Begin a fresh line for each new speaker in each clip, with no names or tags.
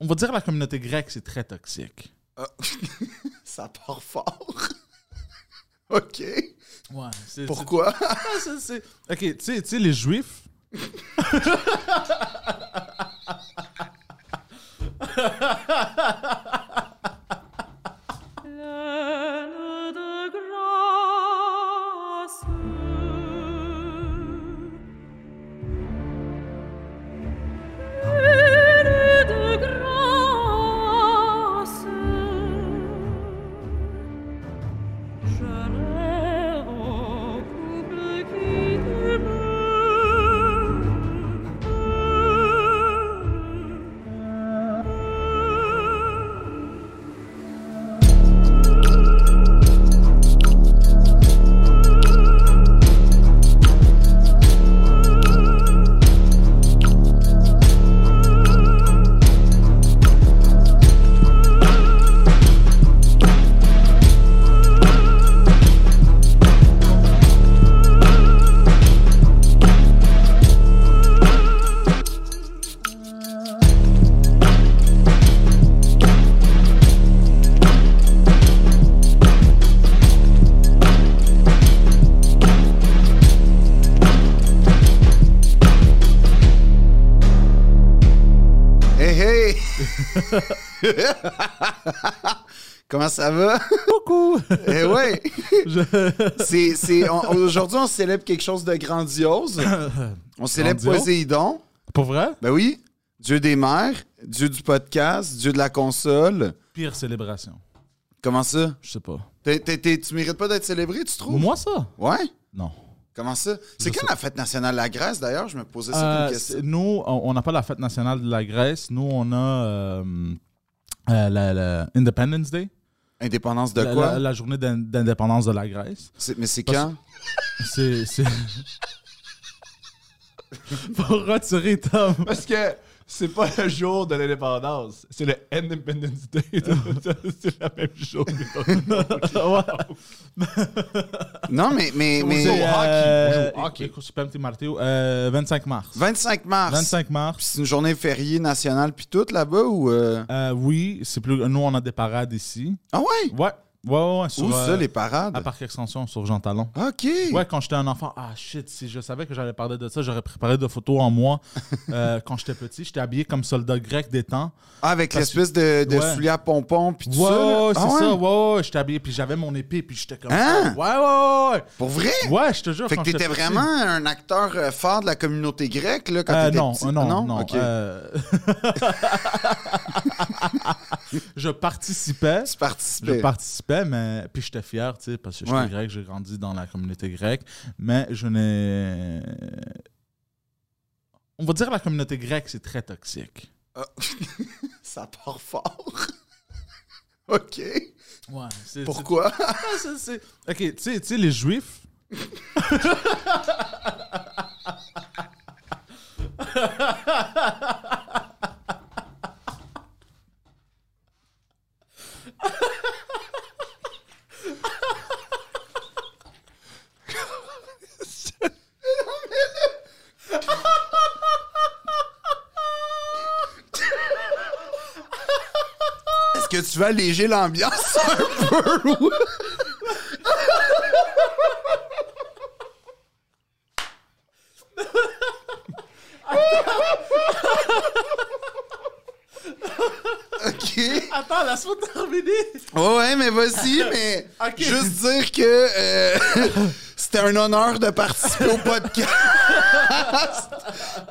on va dire la communauté grecque, c'est très toxique.
Ça part fort. OK.
Ouais. c'est-
Pourquoi?
c'est- c'est- c'est- Ok, tu sais- tu sais, les juifs.
Pleine de grâce, pleine de grâce, je rêve au couple qui demeure.
Hey, hey! Comment ça va?
Coucou!
Eh ouais!
Je-
C'est, c'est, on- on- aujourd'hui, on célèbre quelque chose de grandiose. On célèbre
Grandiose?
Poséidon.
Pour vrai?
Ben oui, dieu des mers, dieu du podcast, dieu de la console.
Pire célébration.
Comment ça?
Je sais pas.
T'es- t'es- t'es- tu mérites pas d'être célébré, tu trouves?
Moi, ça?
Ouais?
Non.
Comment ça? C'est quand la fête nationale de la Grèce, d'ailleurs? Je me posais ça
Euh,
comme
c'est-
question.
nous, on on n'a pas la fête nationale de la Grèce. Nous, on a euh, euh, la, la Independence Day.
Indépendance de
la,
quoi?
la- la journée d'in- d'indépendance de la Grèce.
C'est- mais c'est
Parce-
quand?
C'est. c'est- Pour retirer Tom.
Parce que c'est pas le jour de l'indépendance, c'est le Independence Day. c'est la même chose.
Non, mais. mais, mais-
C'est,
au hockey,
euh,
on joue au hockey.
écoute, super petit Martéo, euh, 25 mars.
25 mars.
25 mars.
C'est une journée fériée nationale puis toute là-bas ou. euh?
Euh, oui, c'est plus. Nous, on a des parades ici.
Ah ouais?
Ouais. Ouais, ouais, ouais, sur,
Où ça,
euh,
les parades?
À Parc Extension, sur Jean Talon.
OK.
Ouais, quand j'étais un enfant, ah shit, si je savais que j'allais parler de ça, j'aurais préparé des photos en moi. Euh, quand j'étais petit, j'étais habillé comme soldat grec des temps.
Ah, avec
Parce-
l'espèce de, de
Ouais.
souliers à pompons puis tout
Ouais,
ça. là?
ouais, c'est
Ah ouais?
ça, ouais, ouais, j'étais habillé, puis j'avais mon épée, puis j'étais comme
Hein?
ça. Ouais, ouais,
Pour vrai?
ouais. Ouais, je te jure.
Fait que
quand j'étais
t'étais
petit-
vraiment un acteur euh, fort de la communauté grecque, là, quand
Euh,
t'étais
non,
petit. Ah
euh, non, non,
Ok.
euh, je participais.
tu
Je
participais.
participais, mais puis j'étais fier, tu sais, parce que j'étais
Ouais.
grec, j'ai grandi dans la communauté grecque, mais je n'ai. On va dire la communauté grecque, c'est très toxique.
Ça part fort. OK.
Ouais. c'est-
Pourquoi?
c'est- c'est- c'est- Ok, tu sais, tu sais, les juifs.
Est-ce que tu veux alléger l'ambiance un peu? ou- OK.
Attends, laisse-moi terminer.
Ouais, ouais, mais vas-y, mais
Ok.
juste dire que euh, c'était un honneur de participer au podcast.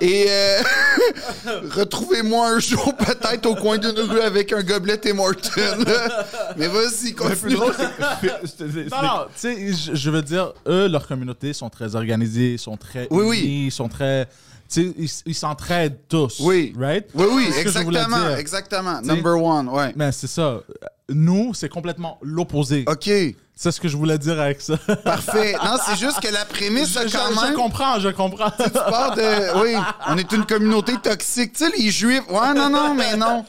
Et euh, retrouvez-moi un jour peut-être au coin d'une rue avec un gobelet et Morton. Mais vas-y, continue.
Non, non, tu sais, je, je veux dire, eux, leur communauté sont très organisées, sont très.
Oui, oui.
unis, sont très. Tu sais, ils- ils s'entraident tous.
Oui.
Right?
Oui, oui,
C'est ce que je voulais
exactement,
dire.
exactement.
sais-
Number one, ouais.
Mais c'est ça. Nous, c'est complètement l'opposé.
OK,
C'est ce que je voulais dire avec ça.
parfait. Non, c'est juste que la prémisse,
je,
quand
je
même...
comprends, je comprends.
tu pars de. Oui, on est une communauté toxique. Tu sais, les juifs. Ouais, non, non, mais non.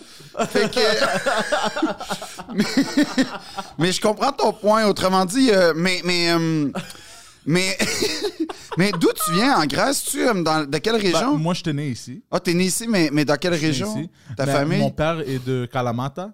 Fait que. mais, mais je comprends ton point. Autrement dit, euh, mais. mais euh, Mais, mais d'où tu viens en Grèce? Tu, euh, dans, de quelle
Ben,
région?
moi, j'étais né ici.
Ah, t'es né ici, mais, mais dans quelle
Je suis né
région?
ici.
Ta
Ben,
famille?
Mon père est de Kalamata.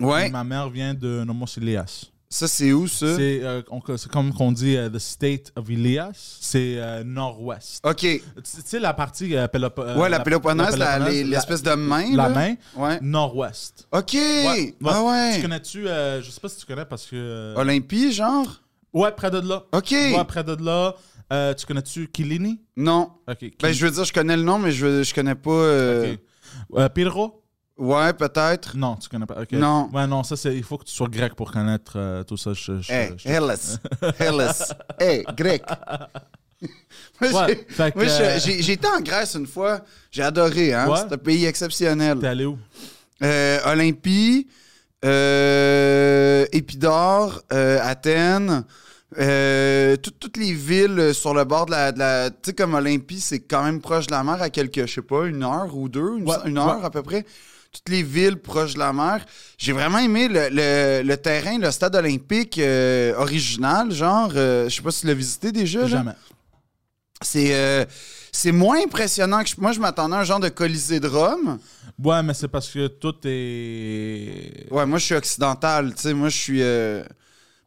et
Ouais.
Ma mère vient de Nomos-Ilias.
Ça, c'est où, ça?
C'est euh, on- c'est comme qu'on dit euh, the state of Ilias, c'est euh, nord-ouest.
OK.
Tu tu sais la partie euh, Pélop- euh,
Ouais, la Péloponnèse, la-
Péloponnèse,
les-
la-
l'espèce de main.
la
là.
main,
Ouais.
nord-ouest.
OK.
Ouais.
Ah
Tu
ouais.
connais-tu, euh, je sais pas si tu connais parce que. euh,
Olympie, genre?
Ouais, près de là.
OK.
Ouais, près de là. Euh, tu connais-tu Kilini?
Non.
Ok.
Ben,
Kilini.
je veux dire, je connais le nom, mais je, veux- je connais pas. euh,
Ok. Euh, Pirro?
Ouais, peut-être.
Non, tu connais pas. ok.
Non.
Ouais, non, ça, c'est, il faut que tu sois grec pour connaître euh, tout ça. Je, je-
Hey,
je-
Hellas. Hellas. Hey, grec. Moi,
Ouais,
j'ai-
fait que,
moi,
euh,
je- j'ai j'ai été en Grèce une fois. J'ai adoré, hein?
Ouais.
C'est un pays exceptionnel.
T'es allé où?
Euh, Olympie, euh, Épidore, euh, Athènes, euh, tout- toutes les villes sur le bord de la. de la- tu sais, comme Olympie, c'est quand même proche de la mer à quelques, je sais pas, une heure ou deux, une,
Ouais,
une heure
ouais.
à peu près. Toutes les villes proches de la mer. J'ai vraiment aimé le, le- le terrain, le stade olympique euh, original, genre, euh, je sais pas si tu l'as visité déjà. là.
Jamais.
C'est euh, c'est moins impressionnant que je- moi, je m'attendais à un genre de Colisée de Rome.
Ouais, mais c'est parce que tout est.
Ouais, moi je suis occidental, tu sais, moi je suis euh,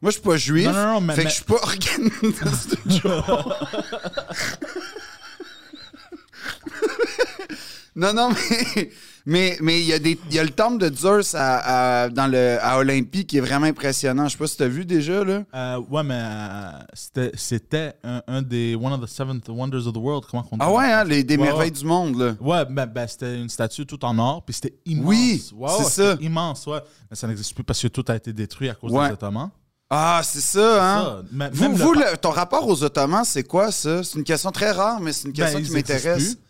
moi je suis pas juif.
Non, non, non, mais-
fait
mais-
que je suis pas organiste. non non, mais mais mais il y a des il y a le temple de Zeus à, à- dans le à Olympie qui est vraiment impressionnant. Je sais pas si t'as vu déjà là.
Euh, ouais, mais euh, c'était, c'était un, un des One of the Seventh Wonders of the World. Comment qu'on dit?
Ah ouais, hein, les des
Ouais,
merveilles
ouais.
du monde là.
Ouais, ben, ben, c'était une statue tout en or, puis c'était immense.
Oui,
Ouais,
c'est
ouais, c'était
ça.
Immense, ouais. Mais ça n'existe plus parce que tout a été détruit à cause
Ouais.
des Ottomans.
Ah, c'est ça hein.
Ça, mais-
Vous,
même le
vous,
pa-
le- ton rapport aux Ottomans, c'est quoi ça? C'est une question très rare, mais c'est une
Ben,
question qui
ils existent
m'intéresse.
plus.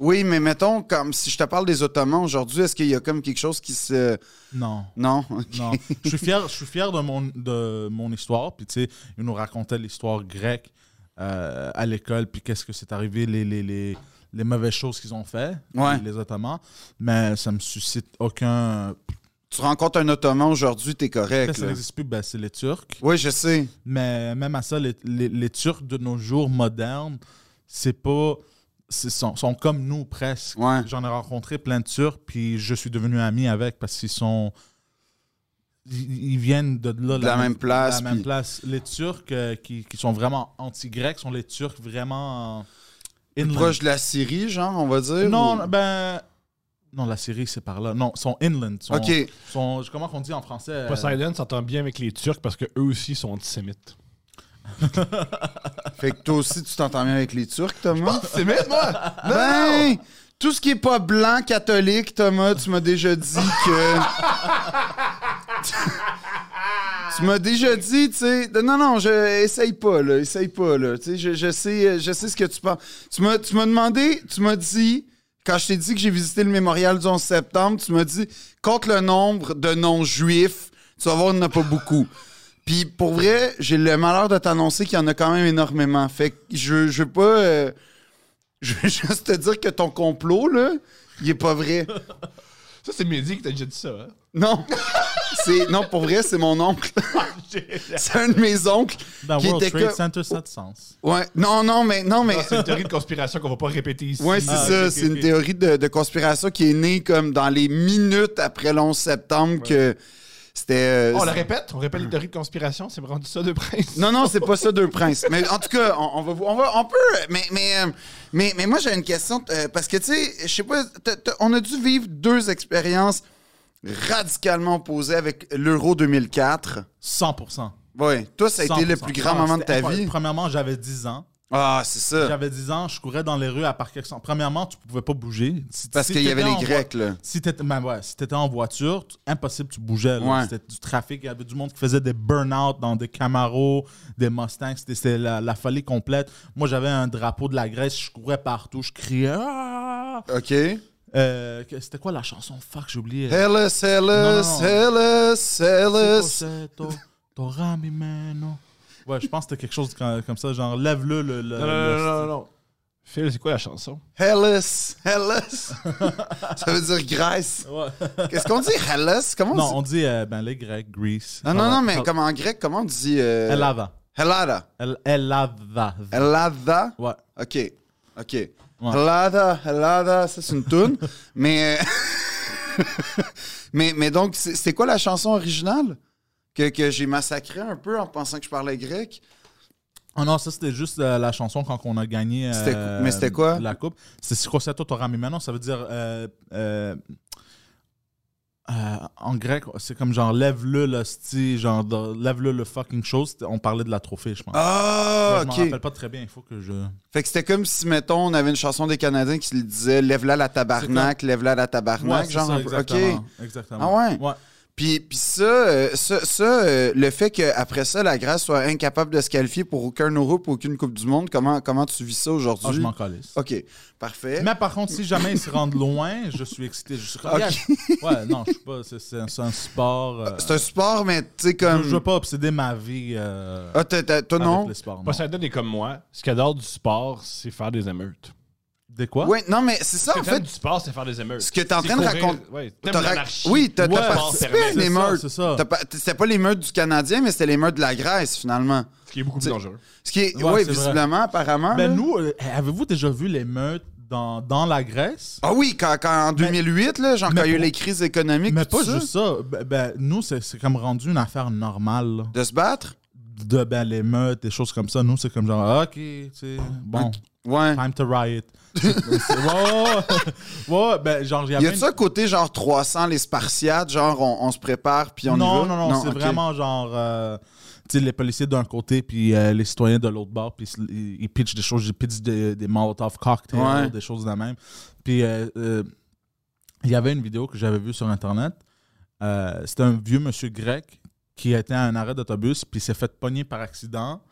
Oui, mais mettons, comme si je te parle des Ottomans aujourd'hui, est-ce qu'il y a comme quelque chose qui se.
Non.
Non? ok.
Non, je suis fier, je suis fier de mon de mon histoire. Puis tu sais, il nous racontait l'histoire grecque euh, à l'école, puis qu'est-ce que c'est arrivé, les les, les les mauvaises choses qu'ils ont fait,
Ouais.
les Ottomans. Mais ça me suscite aucun.
Tu rencontres un Ottoman aujourd'hui, t'es correct.
Ça
là.
n'existe plus, ben, c'est les Turcs.
Oui, je sais.
Mais même à ça, les, les- les Turcs de nos jours modernes, c'est pas. c'est- sont, sont comme nous presque.
Ouais.
J'en ai rencontré plein de Turcs, puis je suis devenu ami avec parce qu'ils sont. Ils ils viennent de là,
De la même place,
la même
puis-
place. Les Turcs euh, qui, qui sont vraiment anti-grecs sont les Turcs vraiment.
Plus
inland.
Proche de la Syrie, genre, on va dire?
Non,
ou-
non, ben. Non, la Syrie, c'est par là. Non, sont inland. Sont,
Ok.
sont- comment on dit en français euh,
Poseidon s'entend bien avec les Turcs parce qu'eux aussi sont antisémites.
Fait que toi aussi, tu t'entends bien avec les Turcs, Thomas?
Antisémite, moi?
Ben, tout ce qui est pas blanc catholique, Thomas, tu m'as déjà dit que. tu m'as déjà dit, tu sais. de- Non, non, je essaye pas, là. Essaye pas, là. Tu sais, je, je sais, euh, je sais ce que tu penses. Tu m'as, tu m'as demandé, tu m'as dit. Quand je t'ai dit que j'ai visité le mémorial du 11 septembre, tu m'as dit, compte le nombre de non-juifs, tu vas voir, il n'y en a pas beaucoup. Puis pour vrai, j'ai le malheur de t'annoncer qu'il y en a quand même énormément. Fait que je, je veux pas. euh, je veux juste te dire que ton complot, là, il est pas vrai.
Ça, c'est Mehdi qui t'a déjà dit ça, hein?
Non. C'est, non, pour vrai, c'est mon oncle. c'est un de mes oncles.
Dans
qui
World
était
Trade
que-
Center, ça a du sens.
Ouais. Non, non, mais. Non, mais...
Non, Ah, C'est une théorie de conspiration qu'on va pas répéter ici.
Ouais, c'est
Ah,
ça.
ok, ok,
c'est une
ok.
théorie de, de conspiration qui est née comme dans les minutes après le 11 septembre que c'était. euh,
Oh, on la répète? On répète les théories de conspiration? C'est rendu ça de prince?
Non, non, c'est pas ça, Deux Princes. Mais en tout cas, on, on va, vous- on va, on peut. Mais, mais, euh, mais, mais moi, j'ai une question euh, parce que tu sais, je sais pas. t'as- t'as- on a dû vivre deux expériences radicalement opposées avec l'Euro 2004.
100%.
Oui, toi, ça a été le
100%.
plus grand
Ah,
moment de
c'était
ta
incroyable.
vie.
Premièrement, j'avais 10 ans.
Ah, c'est ça.
J'avais 10 ans, je courais dans les rues à Parc Exxon. Premièrement, tu pouvais pas bouger. Si-
Parce
si
qu'il y
t'étais
avait les
en
Grecs,
voi-
là.
Si t'étais ben ouais, si t'étais en voiture, tu- impossible, tu bougeais. là.
Ouais.
C'était du trafic. Il y avait du monde qui faisait des burn-out dans des Camaros, des Mustangs. C'était- C'était la, la folie complète. Moi, j'avais un drapeau de la Grèce. Je courais partout. Je criais. Ah!
OK.
Euh, que- C'était quoi la chanson? Fuck, j'ai oublié.
Hellas, Hellas,
Non, non, non.
Hellas,
Secco
Hellas.
setto, torami meno. oh. Ouais, je pense que c'était quelque chose comme, comme ça, genre lève-le le, le-
Non, non,
le-
non, non, non, non. Phil, c'est quoi la chanson?
Hellas, Hellas. ça veut dire Grèce.
Ouais.
Qu'est-ce qu'on dit, Hellas? Comment on
Non,
dit?
on dit euh, ben, les Grecs, Greece.
Non, non, non, mais comme en grec, comment on dit. euh,
Elava.
Helada.
El- Elada.
Helada.
Ouais.
OK. OK. Helada, Helada, ça c'est une toune. mais, euh, mais. Mais donc, c'est c'est quoi la chanson originale que, que j'ai massacrée un peu en pensant que je parlais grec?
Oh non, ça c'était juste euh, la chanson quand on a gagné euh,
C'était quoi- mais c'était quoi?
la coupe. C'était Sikoseto Torami. Maintenant, ça veut dire euh, euh, euh, en grec, c'est comme genre lève-le le style, genre de- lève-le le fucking chose. C'était- On parlait de la trophée, je pense.
Ah,
je m'en
OK.
rappelle pas très bien, il faut que je.
Fait que c'était comme si, mettons, on avait une chanson des Canadiens qui le disait Lève-la la tabarnak, lève-la la tabarnak.
Ouais, c'est
genre,
ça,
un peu-
exactement,
OK.
exactement.
Ah ouais? Puis, puis ça, euh, ça, ça, euh, le fait qu'après ça, la Grèce soit incapable de se qualifier pour aucun Euro, pour aucune Coupe du Monde, comment, comment tu vis ça
Ah, je
aujourd'hui?
m'en calisse.
OK, parfait.
Mais par contre, si jamais ils se rendent loin, je suis excité. Je suis comme,
Eh. Ok.
yes! Ouais, non, je suis pas. c'est- C'est un, c'est un sport. euh,
C'est un sport, mais tu sais,
je,
comme.
je veux pas obséder ma vie. euh,
Ah, t'as- t'as- toi,
avec
non?
les sports, non.
Poseidon est comme moi. Ce qu'il adore du sport, c'est faire des émeutes.
Des quoi?
Oui, non, mais c'est ça, Ah,
Ce
en
que t'aimes
fait.
du sport, c'est faire des émeutes.
Ce que t'es en
C'est
train de
courir,
raconter-
ouais, t'aimes
t'as ra-
l'anarchie.
Oui, t'as
Ouais,
t'as
c'est
participé
ça,
à une
c'est ça,
émeute.
c'est ça.
T'as pas- C'était pas l'émeute du Canadien, mais c'était l'émeute de la Grèce, finalement.
Ce qui est beaucoup plus
C'est-
dangereux.
Ce qui est,
Ouais,
oui,
c'est vrai.
visiblement, apparemment.
Ben
là.
nous, euh, avez-vous déjà vu les meutes dans, dans la Grèce?
Ah oui, quand, quand en 2008, là, genre,
mais
quand il y a eu
pour-
les crises économiques,
Mais
tout
pas
ça,
juste ça. Ben, ben, nous, c'est c'est comme rendu une affaire normale. là.
de se battre.
De ben, les meutes, des choses comme ça. Nous, c'est comme genre, ah, OK, tu sais, bon,
Ouais.
time to riot. C'est- ouais, ouais, ouais. Ouais, ben, genre, il y
Y
avait
a-tu un côté genre 300 les Spartiates, genre on, on se prépare puis on
une-
y
Non,
va?
non, non, c'est
ok.
vraiment genre, euh, tu sais, les policiers d'un côté, puis euh, les citoyens de l'autre bord, puis ils se- ils, ils pitchent des choses, ils pitchent des, des Molotov cocktails,
Ouais.
des choses de la même. Puis euh, euh, il y avait une vidéo que j'avais vue sur Internet. Euh, c'était un vieux monsieur grec qui était à un arrêt d'autobus, puis il s'est fait pogner par accident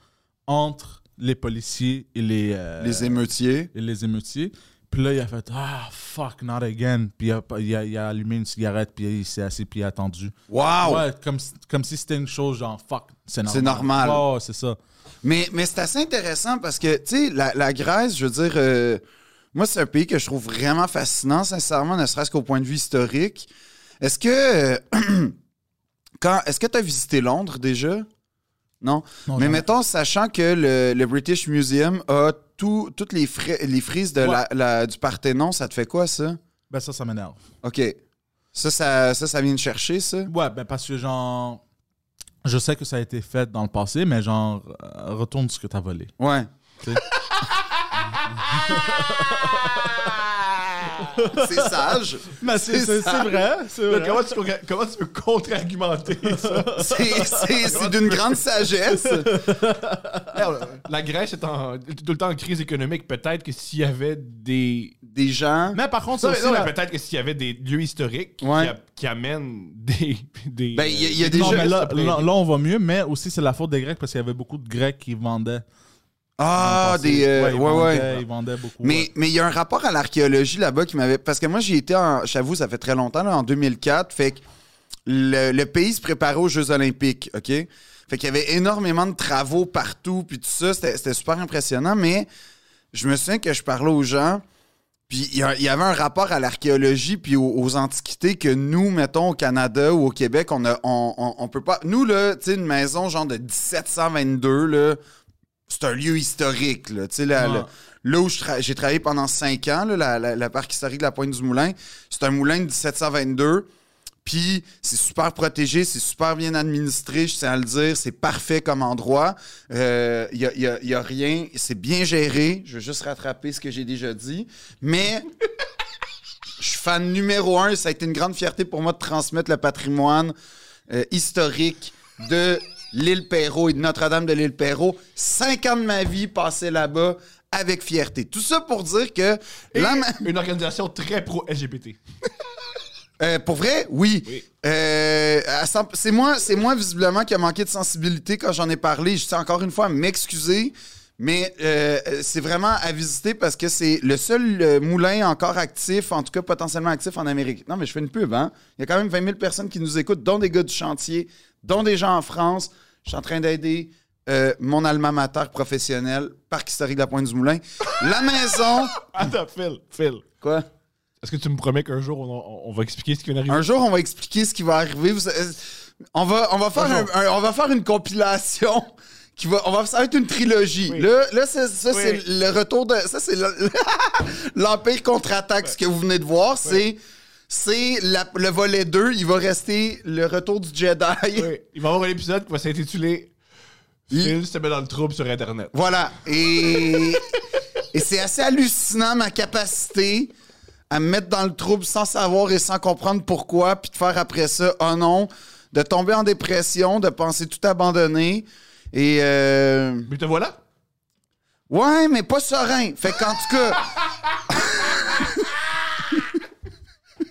entre les policiers et les, euh,
Les émeutiers.
et les émeutiers. Puis là, il a fait Ah, fuck, not again. Puis il a, il a- il a allumé une cigarette, puis il s'est assis, puis il a attendu.
Wow!
Ouais, comme, si- comme si c'était une chose genre fuck, c'est normal.
C'est normal.
Ouais, ouais, c'est ça.
Mais, mais c'est assez intéressant parce que, tu sais, la, la Grèce, je veux dire, euh, moi, c'est un pays que je trouve vraiment fascinant, sincèrement, ne serait-ce qu'au point de vue historique. Est-ce que. euh, quand Est-ce que tu as visité Londres déjà? Non?
Non,
mais
jamais.
mettons, sachant que le, le British Museum a tout- toutes les, fri- les frises de
Ouais.
la- la- du Parthénon, ça te fait quoi, ça?
Ben, ça, ça m'énerve.
OK. Ça, ça, ça, ça vient de chercher, ça?
Ouais, ben, parce que genre. Je sais que ça a été fait dans le passé, mais genre, euh, retourne ce que t'as volé.
Ouais.
Tu sais.
C'est sage.
Mais
c'est- c'est- c'est
vrai, c'est
Là, comment, tu peux, comment tu peux contre-argumenter ça?
C'est- C'est c'est d'une grande sagesse.
Merde, La Grèce est en, tout le temps en crise économique. Peut-être que s'il y avait des.
Des gens.
Mais par contre, c'est
Non, mais-
aussi
non,
la-
mais peut-être que s'il y avait des lieux historiques qui
Ouais.
a- qui, amènent des. des
Ben, il y a- il y a
euh,
des
Non,
gens-
mais là,
après-
là, là, on va mieux, mais aussi, c'est la faute des Grecs parce qu'il y avait beaucoup de Grecs qui vendaient.
Ah, des. euh,
ils
ouais, ouais.
vendaient- Ils vendaient beaucoup.
Mais
ouais.
mais il y a un rapport à l'archéologie là-bas qui m'avait. Parce que moi, j'y étais, en- j'avoue, ça fait très longtemps, là, en 2004. Fait que le, le pays se préparait aux Jeux Olympiques, OK? Fait qu'il y avait énormément de travaux partout, puis tout ça. C'était c'était super impressionnant, mais je me souviens que je parlais aux gens, puis il y, a- il y avait un rapport à l'archéologie, puis aux, aux antiquités que nous, mettons, au Canada ou au Québec, on, a, on, on- on peut pas. Nous, là, tu sais, une maison genre de 1722, là. C'est un lieu historique, là. Tu sais, là,
Ouais.
là- là où je tra- j'ai travaillé pendant cinq ans, là, la, la- la parc historique de la Pointe du Moulin, c'est un moulin de 1722. Puis c'est super protégé, c'est super bien administré, je tiens à le dire, c'est parfait comme endroit. Il n'y a, y a- y a rien, c'est bien géré. Je veux juste rattraper ce que j'ai déjà dit. Mais je suis fan numéro un, ça a été une grande fierté pour moi de transmettre le patrimoine euh, historique de l'île Perrault et de Notre-Dame de l'île Perrault. Cinq ans de ma vie passés là-bas avec fierté. Tout ça pour dire que...
Et
la ma-
une organisation très pro-LGBT.
euh, pour vrai, oui.
Oui.
Euh, à cent- c'est moi, c'est moi visiblement qui a manqué de sensibilité quand j'en ai parlé. Je tiens encore une fois à m'excuser, mais euh, c'est vraiment à visiter parce que c'est le seul euh, moulin encore actif, en tout cas potentiellement actif en Amérique. Non, mais je fais une pub. Hein? Il y a quand même 20 000 personnes qui nous écoutent, dont des gars du chantier, dont des gens en France. Je suis en train d'aider euh, mon alma mater professionnel, Parc historique de la Pointe du Moulin, la maison.
Attends, Phil, Phil.
Quoi?
Est-ce que tu me promets qu'un jour, on, on- on va expliquer ce qui vient d'arriver?
Un jour, on va expliquer ce qui va arriver. Vous- euh, on, va, on, va faire
Un jour.
un- un- on va faire une compilation qui va, on va, ça va être une trilogie. Là, là c'est- ça,
Oui,
c'est
oui.
le retour de. Ça, c'est le- l'Empire contre-attaque. Ce que vous venez de voir, c'est. C'est la- le volet 2, il va rester le retour du Jedi.
Oui. Il va y avoir un épisode qui va s'intituler Phil se met dans le trouble sur Internet.
Voilà. Et, et c'est assez hallucinant ma capacité à me mettre dans le trouble sans savoir et sans comprendre pourquoi, puis de faire après ça, oh non, de tomber en dépression, de penser tout abandonner. Et euh,
Mais te voilà.
ouais, mais pas serein. Fait qu'en tout cas.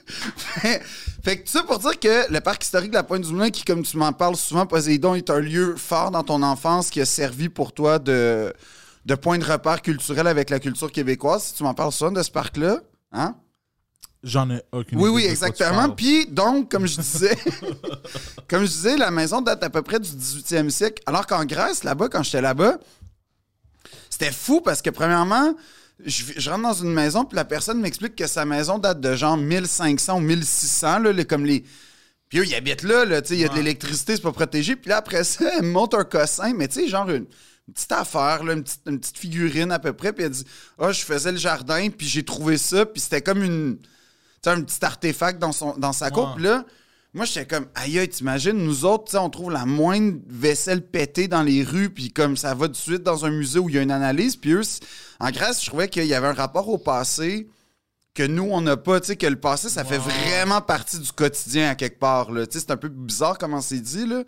fait, fait que tout ça pour dire que le parc historique de la Pointe du Moulin, qui, comme tu m'en parles souvent, Poséidon, est un lieu fort dans ton enfance qui a servi pour toi de, de point de repère culturel avec la culture québécoise. Si tu m'en parles souvent de ce parc-là, hein?
J'en ai aucune
Oui,
idée
oui,
de quoi tu
exactement.
parles.
Puis donc, comme je disais, comme je disais, la maison date à peu près du 18e siècle. Alors qu'en Grèce, là-bas, quand j'étais là-bas, c'était fou parce que premièrement, je, vais- je rentre dans une maison puis la personne m'explique que sa maison date de genre 1500 ou 1600, là, les- comme les... Puis eux, ils habitent là, là, tu sais, il y a de l'électricité, c'est pas protégé. Puis là, après ça, elle me montre un cossin, mais tu sais, genre une, une petite affaire, là, une, petite, une petite figurine à peu près. Puis elle dit, ah, je faisais le jardin, puis j'ai trouvé ça, puis c'était comme une tu sais, un petit artefact dans, son, dans sa cour.
Ouais.
Puis là, moi, j'étais comme, aïe, aïe, t'imagines, nous autres, tu sais, on trouve la moindre vaisselle pétée dans les rues, puis comme ça va tout de suite dans un musée où il y a une analyse. Puis eux, c- en Grèce, je trouvais qu'il y avait un rapport au passé que nous, on n'a pas, tu sais, que le passé, ça fait vraiment partie du quotidien à quelque part, là. Tu sais, c'est un peu bizarre comment c'est dit, là.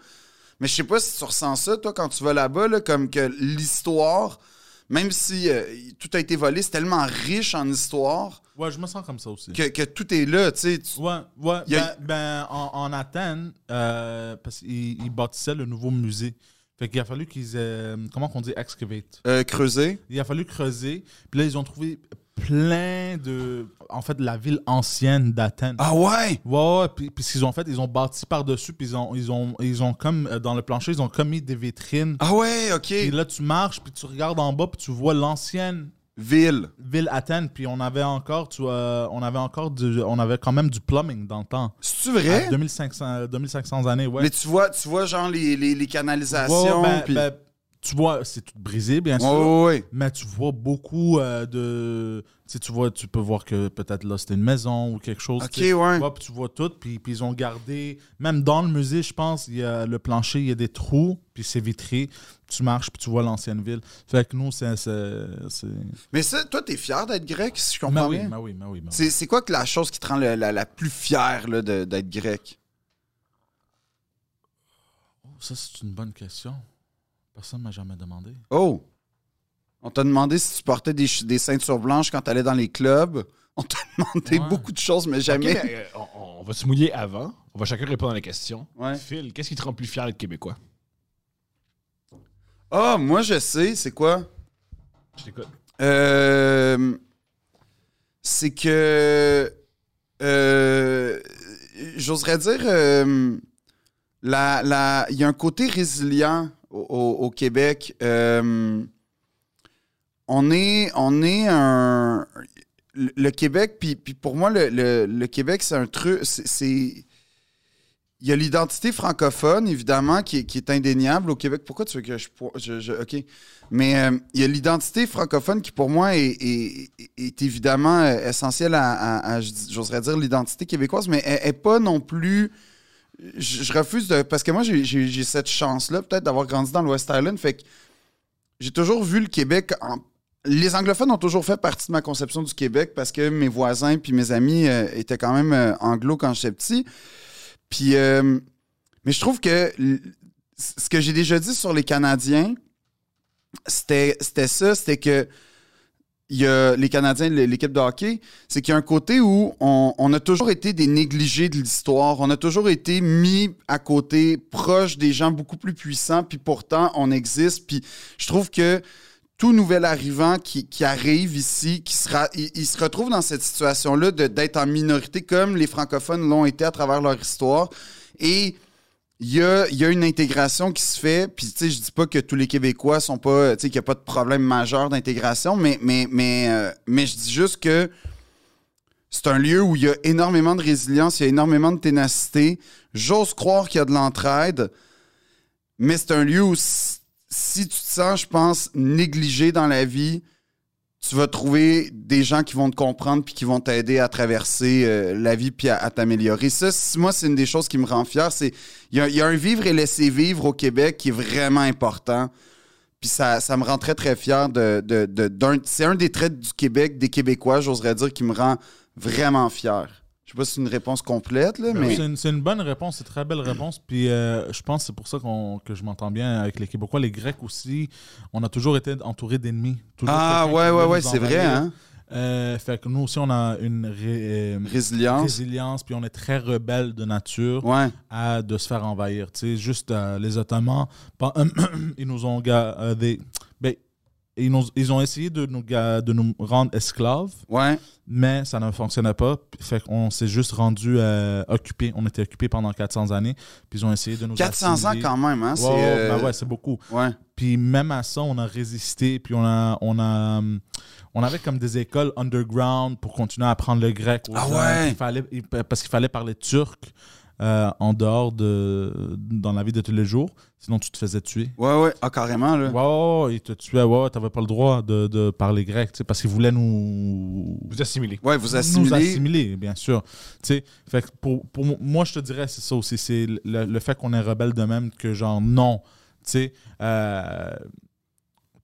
Mais je sais pas si tu ressens ça, toi, quand tu vas là-bas, là, comme que l'histoire, même si euh, tout a été volé, c'est tellement riche en histoire
Ouais, je me sens comme ça aussi.
que, que tout est là, tu sais. Tu-
Ouais, ouais.
Il y a-
Ben, ben, en, en Athènes, euh, parce qu'ils ils bâtissaient le nouveau musée. Fait qu'il a fallu qu'ils. euh, comment qu'on dit excavate
euh, creuser.
Il a fallu creuser. Puis là, ils ont trouvé plein de. En fait, la ville ancienne d'Athènes.
Ah ouais!
Ouais, ouais, puis, puis ce qu'ils ont fait, ils ont bâti par-dessus, puis ils ont, ils, ont, ils ont comme, euh, dans le plancher, ils ont comme mis des vitrines.
Ah ouais, ok.
Et là, tu marches, puis tu regardes en bas, puis tu vois l'ancienne
Ville.
ville Athènes, puis on avait encore, tu, vois, on avait encore du, on avait quand même du plumbing dans le temps.
C'est-tu vrai?
À 2500, 2500 années, Ah, ouais.
Mais tu vois, tu vois genre les, les, les canalisations.
Ouais, ouais, ben,
puis-
ben, tu vois, c'est tout brisé, bien
Ouais,
sûr.
ouais, ouais.
Mais tu vois beaucoup euh, de. Tu sais, tu vois, tu peux voir que peut-être là c'était une maison ou quelque chose.
Ok,
tu sais.
ouais.
Tu vois, puis tu vois tout. Puis, puis ils ont gardé. Même dans le musée, je pense, il y a le plancher, il y a des trous, puis c'est vitré. Tu marches, puis tu vois l'ancienne ville. Fait que nous, c'est. c'est- c'est-
Mais ça, toi, t'es fier d'être grec, si je
Mais
comprends
Ben oui,
bien.
mais oui, mais oui. mais oui.
C'est c'est quoi que la chose qui te rend le- la, la plus fière là, de- d'être grec?
Oh, ça, c'est une bonne question. Personne ne m'a jamais demandé.
Oh! On t'a demandé si tu portais des, ch- des ceintures blanches quand t'allais dans les clubs. On t'a demandé
Ouais.
beaucoup de choses, mais
Ok,
jamais.
mais, euh, on, on va se mouiller avant. On va chacun répondre à la question.
Ouais.
Phil, qu'est-ce qui te rend plus fier d'être québécois?
Ah, moi, je sais, c'est quoi?
Je t'écoute.
Euh, c'est que euh, j'oserais dire euh, la- la- il y a un côté résilient au, au- au Québec. Euh, on est on est un le le Québec puis puis pour moi le, le- le Québec c'est un truc c'est- c'est il y a l'identité francophone, évidemment, qui, est- qui est indéniable au Québec. Pourquoi tu veux que je... po- je, je- OK. Mais euh, il y a l'identité francophone qui, pour moi, est, est- est évidemment euh, essentielle à, à- à- je dis- j'oserais dire, l'identité québécoise, mais elle n'est pas non plus. Je, je refuse de. Parce que moi, j'ai- j'ai j'ai cette chance-là, peut-être, d'avoir grandi dans le West Island. Fait que j'ai toujours vu le Québec. en- Les anglophones ont toujours fait partie de ma conception du Québec parce que mes voisins puis mes amis euh, étaient quand même euh, anglo quand j'étais petit. Puis. euh, mais je trouve que l- ce que j'ai déjà dit sur les Canadiens, c'était c'était ça, c'était que il y a les Canadiens, l- l'équipe de hockey, c'est qu'il y a un côté où on, on a toujours été des négligés de l'histoire, on a toujours été mis à côté, proche des gens beaucoup plus puissants, puis pourtant on existe, puis je trouve que tout nouvel arrivant qui, qui arrive ici, qui sera, il, il se retrouve dans cette situation-là de- d'être en minorité comme les francophones l'ont été à travers leur histoire, et il y a, il y a une intégration qui se fait. Puis, tu sais, je dis pas que tous les Québécois sont pas. Tu sais, qu'il n'y a pas de problème majeur d'intégration, mais, mais, mais, euh, mais je dis juste que c'est un lieu où il y a énormément de résilience, il y a énormément de ténacité. J'ose croire qu'il y a de l'entraide, mais c'est un lieu où c- si tu te sens, je pense, négligé dans la vie, tu vas trouver des gens qui vont te comprendre puis qui vont t'aider à traverser euh, la vie puis à, à t'améliorer. Ça, c- moi, c'est une des choses qui me rend fier. C'est il y, a- il y a un vivre et laisser vivre au Québec qui est vraiment important. Puis ça, ça me rend très, très fier de. de- de- d'un- c'est un des traits du Québec, des Québécois, j'oserais dire, qui me rend vraiment fier. Je sais pas si c'est une réponse complète, là, mais.
C'est une, c'est une bonne réponse, c'est une très belle réponse. Puis euh, je pense que c'est pour ça qu'on- que je m'entends bien avec les Québécois. Les Grecs aussi, on a toujours été entourés d'ennemis. Toujours
Ah,
quelqu'un
ouais,
qui
ouais,
veut
ouais,
nous
c'est vrai,
envahir.
hein?
Euh, fait que nous aussi, on a une ré- euh,
Résilience.
résilience, puis on est très rebelle de nature
Ouais.
à de se faire envahir. Tu sais, juste euh, les Ottomans, pas- ils nous ont gardé. Ben, ils, nous- ils ont essayé de nous, ga- de nous rendre esclaves,
Ouais.
mais ça ne fonctionnait pas. Puis, Fait qu'on s'est juste rendu euh, occupés. On était occupés pendant 400 années, puis ils ont essayé de nous
400 ans
assimiler.
quand même, hein?
Ouais,
C'est,
ouais,
euh,
ben ouais, c'est beaucoup.
ouais.
Puis même à ça, on a résisté. Puis on a, on a, hum, on avait comme des écoles underground pour continuer à apprendre le grec. aux
Ah
gens.
ouais?
Il fallait, il- parce qu'il fallait parler turc euh, en dehors de, dans la vie de tous les jours. Sinon, tu te faisais tuer.
Ouais, ouais, ah, carrément, là.
Wow, ils te tuaient. Ouais, t'avais pas le droit de, de parler grec, tu sais, parce qu'ils voulaient nous
Vous assimilez.
Ouais, vous
nous
assimilez.
assimiler, bien sûr. Tu sais, fait que pour, pour mo- moi, je te dirais, c'est ça aussi. C'est le, le fait qu'on est rebelle de même que, genre, non. Tu sais, euh,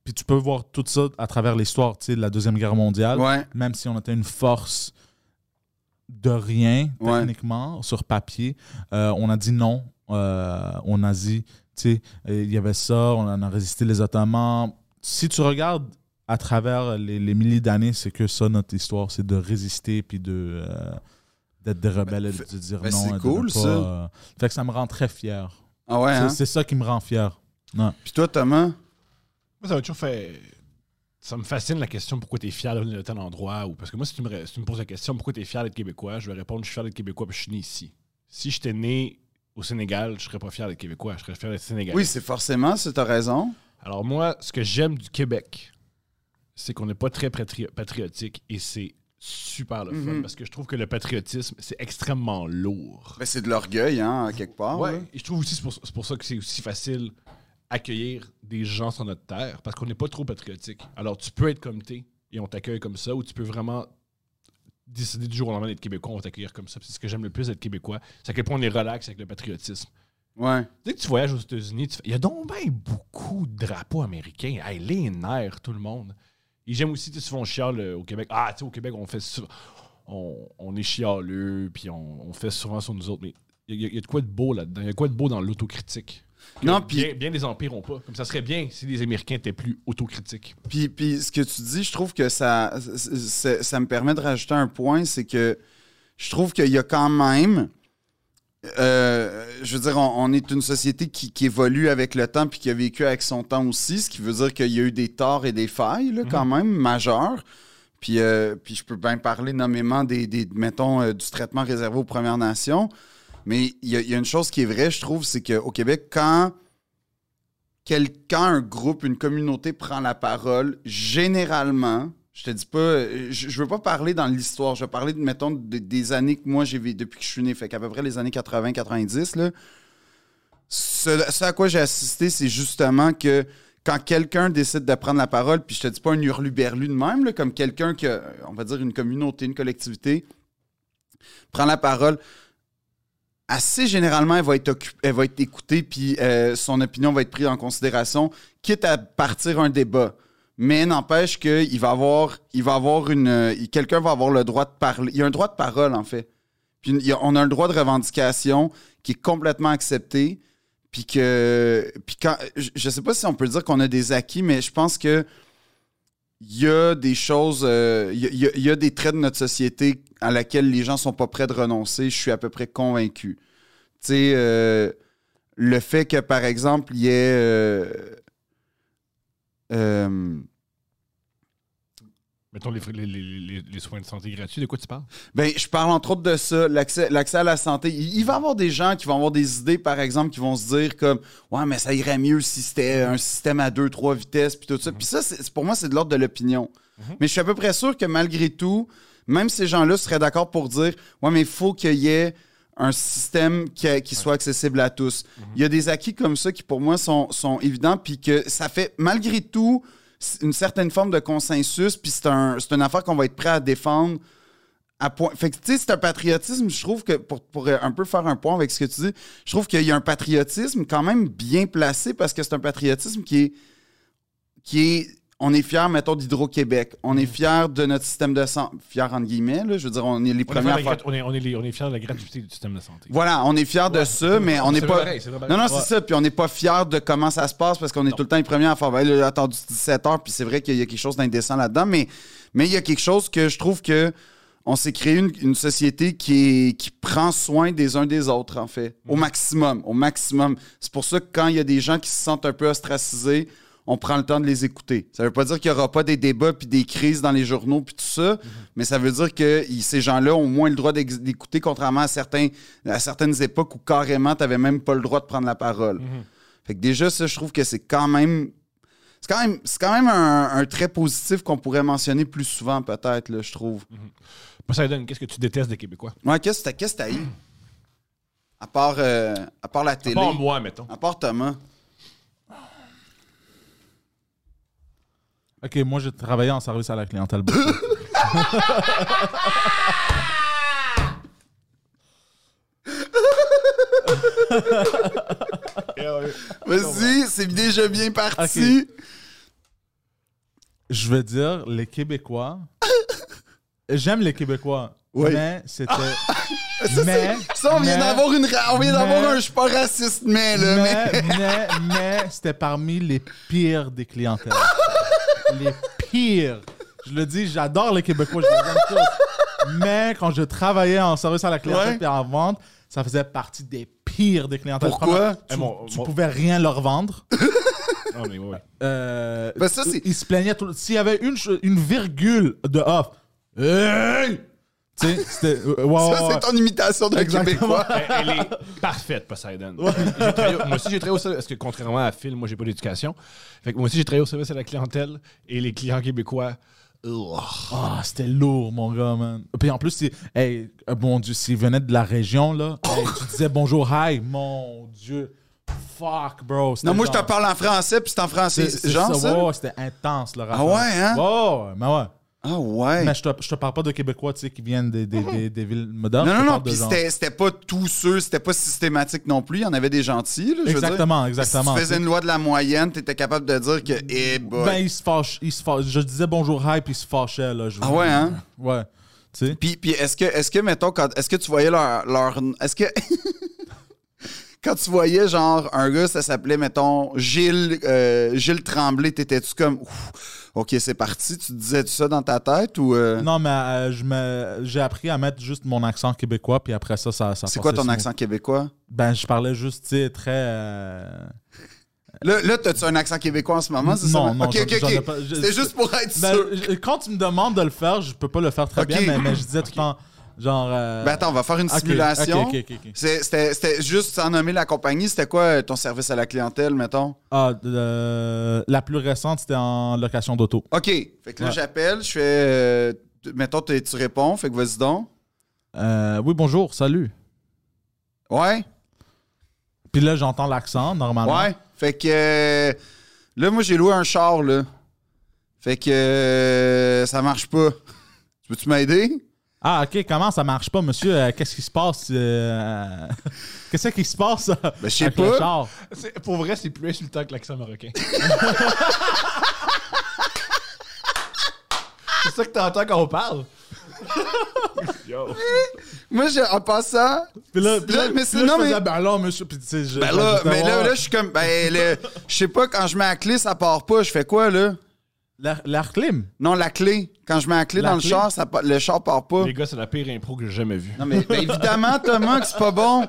puis tu peux voir tout ça à travers l'histoire, tu sais, de la Deuxième Guerre mondiale.
Ouais,
Même si on était une force de rien,
Ouais.
techniquement, sur papier, euh, on a dit non euh, aux nazis. Tu sais, Et il y avait ça, on en a résisté les Ottomans. Si tu regardes à travers les, les milliers d'années, c'est que ça, notre histoire, c'est de résister puis de. euh, d'être des rebelles et de
fait-
dire
ben,
non.
c'est
et de ne
cool,
pas,
ça.
euh, Fait que ça me rend très fier.
ah ouais,
C'est-
hein?
C'est ça qui me rend fier.
Puis toi, Thomas?
Moi, ça m'a toujours fait. Ça me fascine la question pourquoi t'es fier de tel endroit. Ou... Parce que moi, si tu, me... si tu me poses la question pourquoi t'es fier d'être Québécois, je vais répondre je suis fier d'être Québécois parce que je suis né ici. Si j'étais né au Sénégal, je serais pas fier d'être Québécois, je serais fier d'être Sénégalais.
Oui, c'est forcément, ça, t'as raison.
Alors moi, ce que j'aime du Québec, c'est qu'on n'est pas très patri- patriotique et c'est super le fun
Mhm.
parce que je trouve que le patriotisme, c'est extrêmement lourd.
Ben, c'est de l'orgueil, hein, à quelque part.
ouais.
là.
Et je trouve aussi c'est pour, c'est pour ça que c'est aussi facile accueillir des gens sur notre terre parce qu'on n'est pas trop patriotique. Alors tu peux être comme t'es et on t'accueille comme ça ou tu peux vraiment décider du jour au lendemain d'être québécois, on va t'accueillir comme ça. Puis C'est ce que j'aime le plus d'être québécois, c'est à quel point on est relax avec le patriotisme.
Ouais.
Dès que tu voyages aux États-Unis, tu fais- il y a donc bien beaucoup de drapeaux américains. Hey, les nerfs, tout le monde. Et j'aime aussi, tu sais, souvent, on chiale euh, au Québec. Ah, tu sais, au Québec, on fait sou- on, on est chialeux, puis on, on fait souvent sur nous autres. Mais il y, a- il y a de quoi de beau là-dedans. Il y a de quoi de beau dans l'autocritique. que
Non,
bien,
puis
bien les empires ont pas. Comme ça serait bien si les Américains étaient plus autocritiques.
puis- puis ce que tu dis, je trouve que ça, c'est- c'est- ça me permet de rajouter un point, c'est que je trouve qu'il y a quand même... euh, je veux dire, on, on est une société qui, qui évolue avec le temps puis qui a vécu avec son temps aussi, ce qui veut dire qu'il y a eu des torts et des failles, là, quand même, majeures. Puis, euh, puis je peux bien parler nommément des, des- mettons, euh, du traitement réservé aux Premières Nations. Mais il y, a- il y a une chose qui est vraie, je trouve, c'est qu'au Québec, quand quelqu'un, un groupe, une communauté prend la parole, généralement, je te dis pas, euh, je, je veux pas parler dans l'histoire, je vais parler, de, mettons, de- des années que moi j'ai vécu depuis que je suis né, fait qu'à peu près les années 80-90, là. Ce, ce à quoi j'ai assisté, c'est justement que quand quelqu'un décide de prendre la parole, puis je te dis pas un hurluberlu de même, là, comme quelqu'un qui a, on va dire, une communauté, une collectivité, prend la parole, assez généralement, elle va être, occu- elle va être écoutée, puis euh, son opinion va être prise en considération, quitte à partir un débat. Mais n'empêche qu'il va avoir, il va avoir une, euh, quelqu'un va avoir le droit de parler. Il y a un droit de parole, en fait. Puis il y a- on a un droit de revendication qui est complètement accepté. Puis que, puis quand, je, je sais pas si on peut dire qu'on a des acquis, mais je pense que il y a des choses, euh, il y a- il y, a- il y a des traits de notre société à laquelle les gens sont pas prêts de renoncer. Je suis à peu près convaincu. Tu sais, euh, le fait que, par exemple, il y ait. euh, euh,
Mettons les, fr- les- les- les- les soins de santé gratuits, de quoi tu parles?
Ben, je parle entre autres de ça, l'accès l'accès à la santé. Il, il va y avoir des gens qui vont avoir des idées, par exemple, qui vont se dire comme Ouais, mais ça irait mieux si c'était un système à deux, trois vitesses, puis tout ça. Puis ça, c'est- c'est- pour moi, c'est de l'ordre de l'opinion. Mais je suis à peu près sûr que malgré tout, même ces gens-là seraient d'accord pour dire Ouais, mais il faut qu'il y ait un système qui, a- qui soit accessible à tous. Il y a des acquis comme ça qui, pour moi, sont, sont évidents, puis que ça fait, malgré tout, c- une certaine forme de consensus, puis c'est un, c'est une affaire qu'on va être prêt à défendre à point. Fait que, tu sais, c'est un patriotisme, je trouve que, pour, pour un peu faire un point avec ce que tu dis, je trouve qu'il y a un patriotisme quand même bien placé parce que c'est un patriotisme qui est. qui est on est fier, mettons, d'Hydro-Québec. On est fier de notre système de santé. Fier, entre guillemets, là. Je veux dire, on est les
On est,
premiers à
fiers de la
faire.
gra- on, est, on, est les- on est fiers de la gratuité du système de santé.
Voilà, on est fier de ça, mais on n'est
C'est
pas.
pareil, c'est pareil.
Non, non, c'est
Ouais.
ça. Puis on n'est pas fier de comment ça se passe parce qu'on est tout le temps les premiers à faire. Ben, là, il a attendu 17 heures, puis c'est vrai qu'il y a quelque chose d'indécent là-dedans, mais, mais il y a quelque chose que je trouve que on s'est créé une, une société qui, est- qui prend soin des uns des autres, en fait, au maximum. Au maximum. C'est pour ça que quand il y a des gens qui se sentent un peu ostracisés, on prend le temps de les écouter. Ça veut pas dire qu'il y aura pas des débats puis des crises dans les journaux puis tout ça, mais ça veut dire que ils- ces gens-là ont au moins le droit d'ex- d'écouter, contrairement à, certains, à certaines époques où carrément tu n'avais même pas le droit de prendre la parole. Fait que déjà, ça, je trouve que c'est quand même. C'est quand même, c'est quand même un, un trait positif qu'on pourrait mentionner plus souvent, peut-être, là, je trouve.
Poseidon, qu'est-ce que tu détestes des Québécois?
Ouais, qu'est-ce que t'as- qu'est-ce que t'as eu? À part, euh, à part la
À
télé.
part moi, mettons.
À part Thomas.
Ok, moi j'ai travaillé en service à la clientèle. beaucoup.
Vas-y, c'est déjà bien parti.
Je veux dire, les Québécois. J'aime les Québécois.
Oui.
Mais c'était.
Ça,
mais.
c'est- ça, on vient
mais-
d'avoir une ra- on vient
mais-
d'avoir un je suis pas raciste, mais là, mais.
mais, mais, mais c'était parmi les pires des clientèles. les pires. Je le dis, j'adore les Québécois, je les aime tous. Mais quand je travaillais en service à la
Ouais.
clientèle et en vente, ça faisait partie des pires des clientèles.
Pourquoi?
Tu,
Eh, mon-
tu
mon-
pouvais rien leur vendre.
Non, Ah, mais ouais.
Euh,
Ben, ça, c'est-
ils se plaignaient. tout le- S'il y avait une, ch- une virgule de off, hey! Tu sais, c'était. euh, ouais, ouais,
Ça,
ouais.
c'est ton imitation d'un
Exactement.
Québécois.
Elle, elle est parfaite, Poseidon. J'ai travaillé- moi aussi, j'ai travaillé au service. Parce que contrairement à Phil, moi, j'ai pas d'éducation. Fait que moi aussi, j'ai travaillé au service à la clientèle et les clients québécois. ugh.
Ah, c'était lourd, mon gars, man. Puis en plus, c'est- hey, euh, mon Dieu, s'il venait de la région, là, hey, tu disais bonjour, hi, mon Dieu. Fuck, bro. c'était
Non, moi, je
genre-
te parle en français, puis c'est en français.
c'est- c'est
genre ça?
ouais, ouais, c'était intense, le rapport.
Ah ouais, hein?
Ouais, ouais, mais ouais.
Ah ouais.
Mais je te, je te parle pas de Québécois, tu sais, qui viennent des, des, des, des villes modernes.
non,
je te
non, non,
parle de
puis
genre-
c'était c'était pas tous ceux, c'était pas systématique non plus. Il y en avait des gentils, là, je veux dire.
Exactement, exactement.
Si tu faisais une loi de la moyenne, t'étais capable de dire que, eh boy.
Ben, il se fâche, il se fâche. Je disais bonjour, hi, puis il se fâchait, là. je
ah
vous-
ouais, hein?
Ouais. Tu sais?
Puis, puis est-ce que, est-ce que, mettons, quand, est-ce que tu voyais leur. leur est-ce que. quand tu voyais, genre, un gars, ça s'appelait, mettons, Gilles, euh, Gilles Tremblay, t'étais-tu comme. Ouf, ok, c'est parti, tu disais-tu ça dans ta tête ou. euh,
Non, mais euh, je me- j'ai appris à mettre juste mon accent québécois, puis après ça, ça. ça
c'est quoi
passait
ton
sous-
accent québécois?
Ben, je parlais juste, tu sais, très. euh,
Là, là t'as-tu un accent québécois en ce moment, c'est ça?
Non, non,
ok,
j'en-
ok,
j'en ai
ok.
pas- je-
C'était juste pour être
Ben,
sûr.
je- quand tu me demandes de le faire, je peux pas le faire très
Ok.
bien, mais, mais je disais tout le temps, genre. euh,
Ben attends, on va faire une
ok,
simulation.
ok, ok, ok.
C'est- C'était c'était juste sans nommer la compagnie, c'était quoi euh, ton service à la clientèle, mettons?
Ah, le- la plus récente, c'était en location d'auto.
OK. Fait que là,
Ouais.
j'appelle, je fais. euh, t- mettons, t'es- tu réponds, fait que vas-y donc.
Euh, oui, bonjour, salut.
Ouais,
Puis là, j'entends l'accent, normalement.
ouais. Fait que. euh, là, moi, j'ai loué un char, là. Fait que. euh, ça marche pas. Tu Peux-tu m'aider?
Ah, ok, comment ça marche pas, monsieur? Euh, Qu'est-ce qui se passe? euh, Qu'est-ce qui se passe? Ben,
je sais pas.
C'est- Pour vrai, c'est plus insultant que l'accent marocain. c'est ça que t'entends quand on parle. Yo.
Moi, j'ai- en passant.
Puis là,
Là,
puis là,
mais
puis
c'est-
là,
non,
je faisais,
mais-
ben là, monsieur, puis tu sais, je-
Ben là,
j'ajoutais,
mais là,
ouais.
là, je suis comme. Ben, le- je sais pas, quand je mets la clé, ça part pas. Je fais quoi, là?
La- l'air clim.
Non, la clé. Quand je mets la clé
La
dans
clé?
le char, ça, pa- le char part pas.
Les gars, c'est la pire impro que j'ai jamais vue.
Non, mais ben, évidemment, Thomas, que c'est pas bon.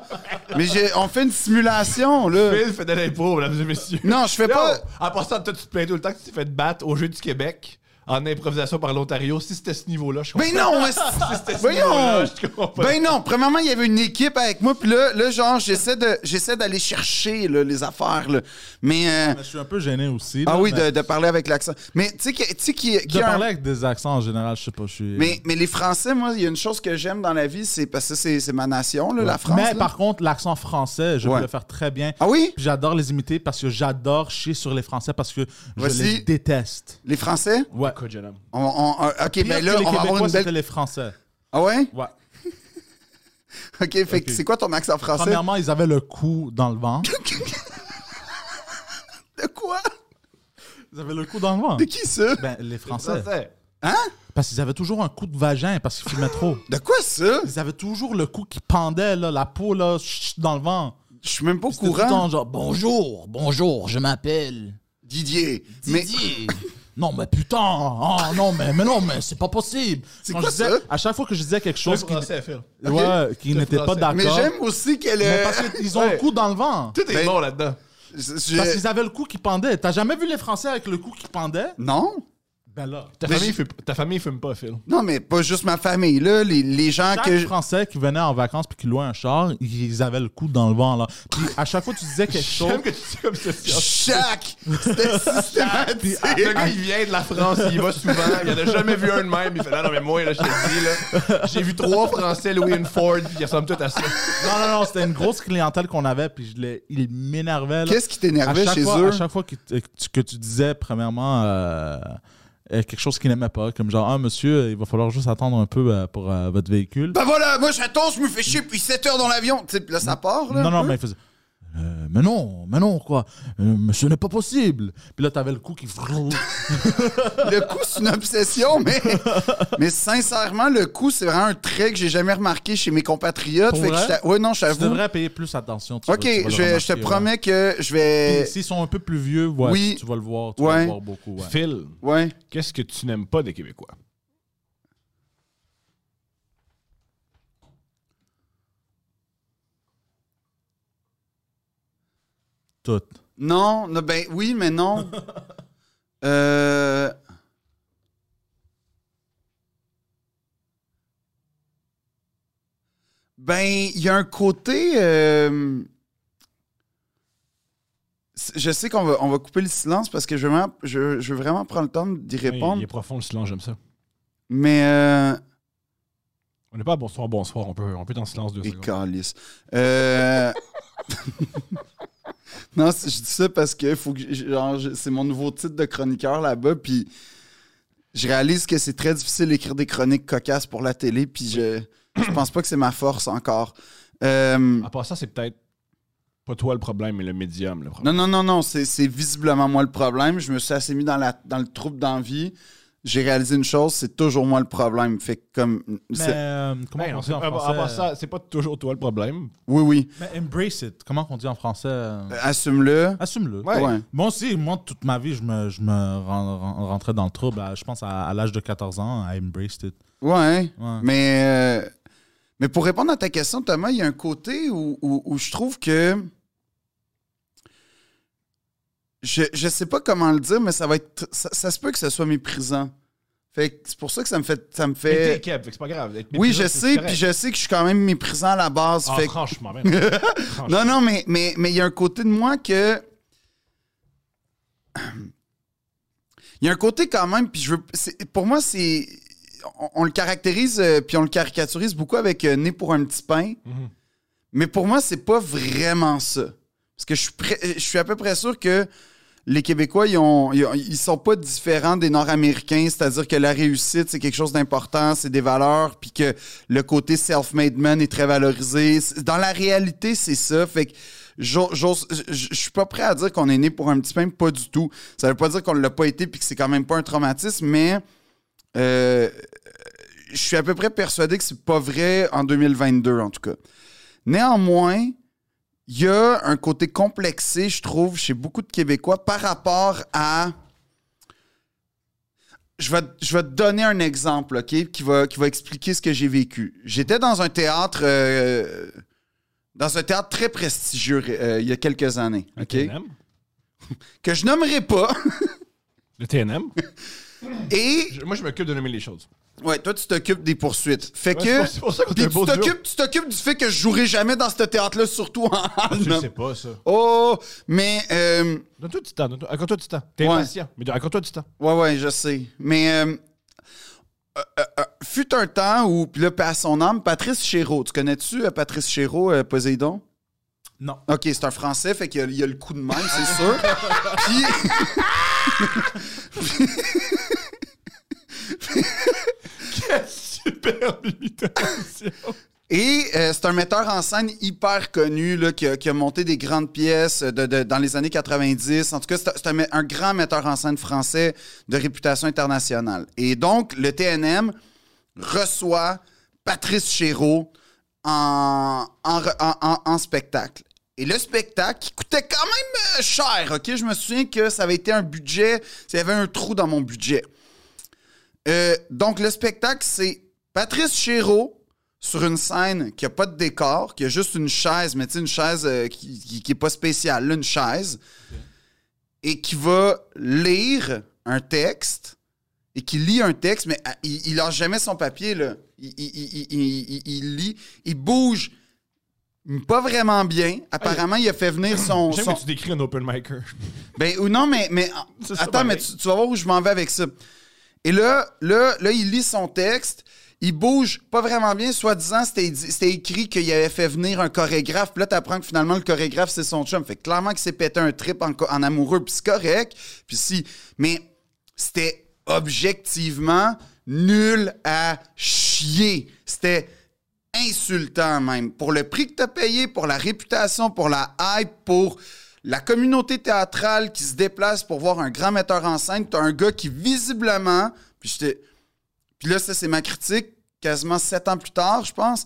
Mais j'ai- on fait une simulation, là.
Phil fait de l'impro, mesdames et messieurs.
Non, je fais pas.
En passant, toi, tu te plains tout le temps que tu t'es fait battre au jeu du Québec en improvisation par l'Ontario. Si c'était ce niveau-là, je comprends.
Ben non, mais
Là,
voyons!
je comprends.
Ben non, premièrement, il y avait une équipe avec moi, puis là, là genre, j'essaie de, j'essaie d'aller chercher là, les affaires, là. mais... euh,
Ah, Mais Je suis un peu gêné aussi.
ah
là,
oui,
mais
de, de parler avec l'accent. Mais tu sais qui, tu sais qui, qui
de
a un-
parler avec des accents en général, je sais pas, je suis.
mais, mais les Français, moi, il y a une chose que j'aime dans la vie, c'est parce que c'est, c'est ma nation, là, la France.
Mais
là.
par contre, l'accent français, je
Ouais.
peux le faire très bien.
Ah oui?
Puis J'adore les imiter parce que j'adore chier sur les Français parce que je
Voici-
les déteste.
Les Français?
Ouais.
Quoi, jeune homme?
On- on- on- OK,
Pire
ben
que les
là, on va avoir
Québécois,
une
c'était
belle...
les Français.
Ah ouais?
Ouais.
OK, fait que
Ok.
c'est quoi ton accent français?
Premièrement, ils avaient le cou dans le vent.
De quoi?
Ils avaient le cou dans le vent.
De qui, ça?
Ben, les Français.
Français.
Parce qu'ils avaient toujours un coup de vagin parce qu'ils fumaient trop.
De quoi, ça?
Ils avaient toujours le cou qui pendait, là, la peau là, chut, dans le vent.
Je suis même pas au
C'était tout le
courant.
temps genre bonjour, bonjour, je m'appelle
Didier. Mais...
Didier. non mais putain, oh non mais, mais non mais c'est pas possible.
C'est
Quand
quoi
je disais-
ça?
À chaque fois que je disais quelque
Le
chose qui,
français, Phil.
ouais, qui
Le
n'était pas
français.
d'accord,
Mais j'aime euh, aussi qu'elle.
mais parce qu'ils ont le cou dans le vent.
Tout est
Ben-
bon là-dedans.
Parce qu'ils avaient le cou qui pendait. T'as jamais vu les Français avec le cou qui pendait
Non?
Ben là.
Ta
Mais
famille,
je-
fume, ta famille fume pas, Phil.
Non, mais pas juste ma famille, là. Les, les gens
Chaque
que. je-
Français qui venait en vacances puis qui louait un char, ils avaient le cou dans le vent là. Puis à chaque fois que tu disais quelque chose,
J'aime que tu dis comme ça. Phil.
Chaque! C'était systématique.
Le gars, il vient de la France, il y va souvent, il en a jamais vu un de même. Il fait Non, non, mais moi, là, je te le dis, là, j'ai vu trois Français louer une Ford, puis ils ressemblent tous à ça.
non non non, c'était une grosse clientèle qu'on avait puis je les- ils m'énervaient. là.
Qu'est-ce qui
à
t'énervait
chaque,
chez
fois,
eux?
à chaque fois que tu, que tu- que tu disais, premièrement, euh, euh, quelque chose qu'ils n'aimaient pas, comme genre, ah, monsieur, il va falloir juste attendre un peu euh, pour euh, votre véhicule.
Ben voilà, moi j'attends, je me fais chier depuis 7 heures dans l'avion. Tu sais, puis là, ça part, là.
non,
un
non,
peu.
mais il faisait. Euh, mais non, mais non, quoi. Euh, mais ce n'est pas possible. Puis là, t'avais le coup qui. Puis
Le coup, c'est une obsession, mais. mais sincèrement, le coup, c'est vraiment un trait que j'ai jamais remarqué chez mes compatriotes.
Pour
Fait que
vrai?
je t'a- ouais, non, je
tu
t'avoue.
devrais payer plus attention. tu vas-
Ok,
tu vas le
je, vais- je te
remarquer, ouais.
promets que je vais.
Puis S'ils sont un peu plus vieux, ouais,
Oui.
tu vas le voir. Tu vas
Ouais.
le voir beaucoup. ouais.
Phil,
Ouais.
qu'est-ce que tu n'aimes pas des Québécois
Tout.
Non, non, ben oui, mais non. euh. Ben, il y a un côté. euh, c- Je sais qu'on va, on va couper le silence parce que je veux vraiment, je, je veux vraiment prendre le temps d'y répondre.
Il est profond le silence, j'aime ça.
Mais. Euh...
On n'est pas à bonsoir, bonsoir, on peut, on peut être en silence deux
Et
secondes.
calice. Euh... non, c'est- je dis ça parce que, faut que j- genre, je- c'est mon nouveau titre de chroniqueur là-bas, puis je réalise que c'est très difficile d'écrire des chroniques cocasses pour la télé, puis je, je pense pas que c'est ma force encore. Euh,
À part ça, c'est peut-être pas toi le problème, mais le médium le problème.
Non, non, non, non, c'est c'est visiblement moi le problème. Je me suis assez mis dans, la, dans le trouble d'envie. J'ai réalisé une chose, c'est toujours moi le problème. Fait que comme.
Mais
c'est-
euh, comment
Ben,
on
c'est-
dit en
à part- à part
français
ça, c'est pas toujours toi le problème.
Oui, oui,
Mais embrace it. Comment on dit en français euh,
assume-le.
Assume-le.
Ouais.
Ouais.
Moi aussi, moi, toute ma vie, je me, je me ren- ren- rentrais dans le trouble. À- Je pense à, à l'âge de 14 ans, I embraced it.
Ouais. hein.
Ouais.
Mais, euh, mais pour répondre à ta question, Thomas, il y a un côté où, où- où je trouve que. Je, je sais pas comment le dire, mais ça va être. Ça, ça se peut que ce soit méprisant. Fait que c'est pour ça que ça me fait. Ça me
Mais t'es
fait...
Keb, fait que c'est pas grave. Être
Oui,
médium,
je
c'est
sais,
correct.
puis je sais que je suis quand même méprisant à la base.
Ah,
fait que-
franchement, man. Franchement.
non, non, mais mais- mais il y a un côté de moi que. Il y a un côté quand même, puis je veux. c'est- Pour moi, c'est. On, on le caractérise, euh, puis on le caricaturise beaucoup avec euh, Né pour un petit pain.
Mhm.
Mais pour moi, c'est pas vraiment ça. Parce que je suis, pré- je suis à peu près sûr que les Québécois, ils, ont, ils, ont- ils sont pas différents des Nord-Américains, c'est-à-dire que la réussite, c'est quelque chose d'important, c'est des valeurs, puis que le côté self-made man est très valorisé. C'est- Dans la réalité, c'est ça. Fait que j'ose- j'ose- je je suis pas prêt à dire qu'on est né pour un petit pain, pas du tout. Ça veut pas dire qu'on l'a pas été, puis que c'est quand même pas un traumatisme, mais euh, je suis à peu près persuadé que c'est pas vrai en 2022, en tout cas. Néanmoins, il y a un côté complexé, je trouve, chez beaucoup de Québécois par rapport à. Je vais, je vais te donner un exemple, OK, qui va, qui va expliquer ce que j'ai vécu. J'étais dans un théâtre. euh, dans un théâtre très prestigieux euh, il y a quelques années,
Le
OK?
TNM.
Que je nommerai pas.
Le TNM.
Et
Je- moi, je m'occupe de nommer les choses.
Ouais, toi, tu t'occupes des poursuites. Fait
Ouais,
que.
c'est pour ça qu'on
Puis
a un
tu
beau duo.
t'occupes, tu t'occupes du fait que je jouerai jamais dans ce théâtre-là, surtout en
Ah, Je
non.
sais pas, ça.
Oh, mais. euh,
Donne-toi du temps. donne-toi- Accorde-toi du temps. T'es
Ouais.
impatient, mais accorde-toi du temps.
ouais, ouais, je sais. Mais. euh, euh, euh, euh, fut un temps où, puis là, paix à son âme, Patrice Chéreau. Tu connais-tu euh, Patrice Chéreau, euh, Poséidon?
Non.
OK, c'est un Français, fait qu'il y a, il y a le coup de main, c'est sûr. Puis...
Superbe imitation.
Et euh, c'est un metteur en scène hyper connu là, qui, a, qui a monté des grandes pièces de, de- dans les années 90. En tout cas, c'est un- c'est un, me- un grand metteur en scène français de réputation internationale. Et donc, le TNM reçoit Patrice Chéreau en, en re- en- en- en spectacle. Et le spectacle, qui coûtait quand même euh, cher, OK? Je me souviens que ça avait été un budget, il y avait un trou dans mon budget. Euh, donc, le spectacle, c'est Patrice Chéreau sur une scène qui a pas de décor, qui a juste une chaise, mais tu sais, une chaise euh, qui, qui, qui est pas spéciale, là, une chaise, et qui va lire un texte, et qui lit un texte, mais ah, il, il lâche jamais son papier, là. Il, il- il- il- il- il- il lit, il bouge pas vraiment
Ah,
bien. Apparemment, il a fait venir son...
J'aime
son-
que tu décris un open micer.
ben ou non, mais, mais
C'est ça,
attends, mais
pareil.
tu, tu vas voir où je m'en vais avec ça. Et là, là, là, il lit son texte, il bouge pas vraiment bien, soi-disant, c'était dit- c'était écrit qu'il avait fait venir un chorégraphe, puis là, t'apprends que finalement, le chorégraphe, c'est son chum. Fait que clairement qu'il s'est pété un trip en, co- en amoureux, puis c'est correct, puis si... Mais c'était objectivement nul à chier. C'était insultant même. Pour le prix que t'as payé, pour la réputation, pour la hype, pour la communauté théâtrale qui se déplace pour voir un grand metteur en scène, t'as un gars qui visiblement, puis j'étais- puis là ça c'est ma critique, quasiment sept ans plus tard, je pense,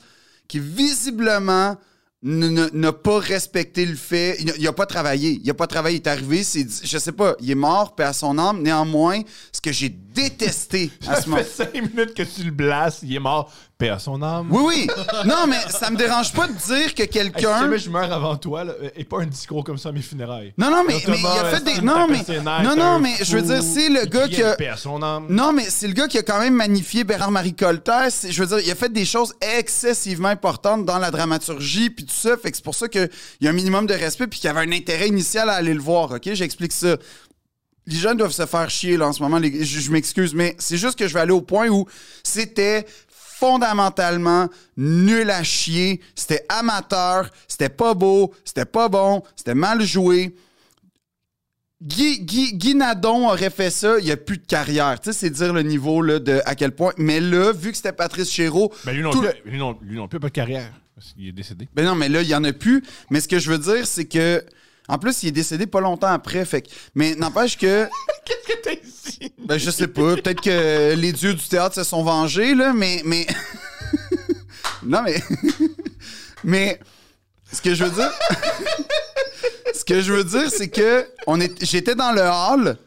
qui visiblement ne- ne- n'a pas respecté le fait, il n'a- il a pas travaillé, il a pas travaillé, il est arrivé, c'est, je sais pas, il est mort, puis à son âme, néanmoins, ce que j'ai détesté à
Ça
ce moment.
fait 5 minutes que tu le blasses, il est mort. Paix à son âme.
Oui, oui. Non, mais ça me dérange pas de dire que
Hey, si
quelqu'un.
jamais je meurs avant toi, là, euh, et pas un discours comme ça à mes funérailles.
Non, non, mais,
Notamment,
mais il a
euh,
fait des.
Steve
Non, mais.
Tapper-Sénat,
Non,
t'es
non,
un
mais je veux
fou.
dire, c'est le
Il
gars
criait
qui a.
Paix à son âme.
Non, mais c'est le gars qui a quand même magnifié Bernard-Marie Colter. C'est- Je veux dire, il a fait des choses excessivement importantes dans la dramaturgie, puis tout ça. Fait que c'est pour ça qu'il y a un minimum de respect, puis qu'il y avait un intérêt initial à aller le voir, OK? J'explique ça. Les jeunes doivent se faire chier, là, en ce moment. les- je je m'excuse, mais c'est juste que je vais aller au point où c'était fondamentalement nul à chier. C'était amateur, c'était pas beau, c'était pas bon, c'était mal joué. Guy, Guy- Guy Nadon aurait fait ça, il n'y a plus de carrière. Tu sais, c'est dire le niveau là, de à quel point. Mais là, vu que c'était Patrice Chéreau.
Ben, lui non
tout-
plus, lui non- lui non plus, pas de carrière. Parce qu'il est décédé.
Ben non, mais là, il n'y en a plus. Mais ce que je veux dire, c'est que. En plus, il est décédé pas longtemps après. Fait que- Mais n'empêche que.
Qu'est-ce que t'as ici?
Ben, je sais pas. Peut-être que les dieux du théâtre se sont vengés, là, mais. mais... non, mais. mais. Ce que je veux dire. ce que je veux dire, c'est que on est... j'étais dans le hall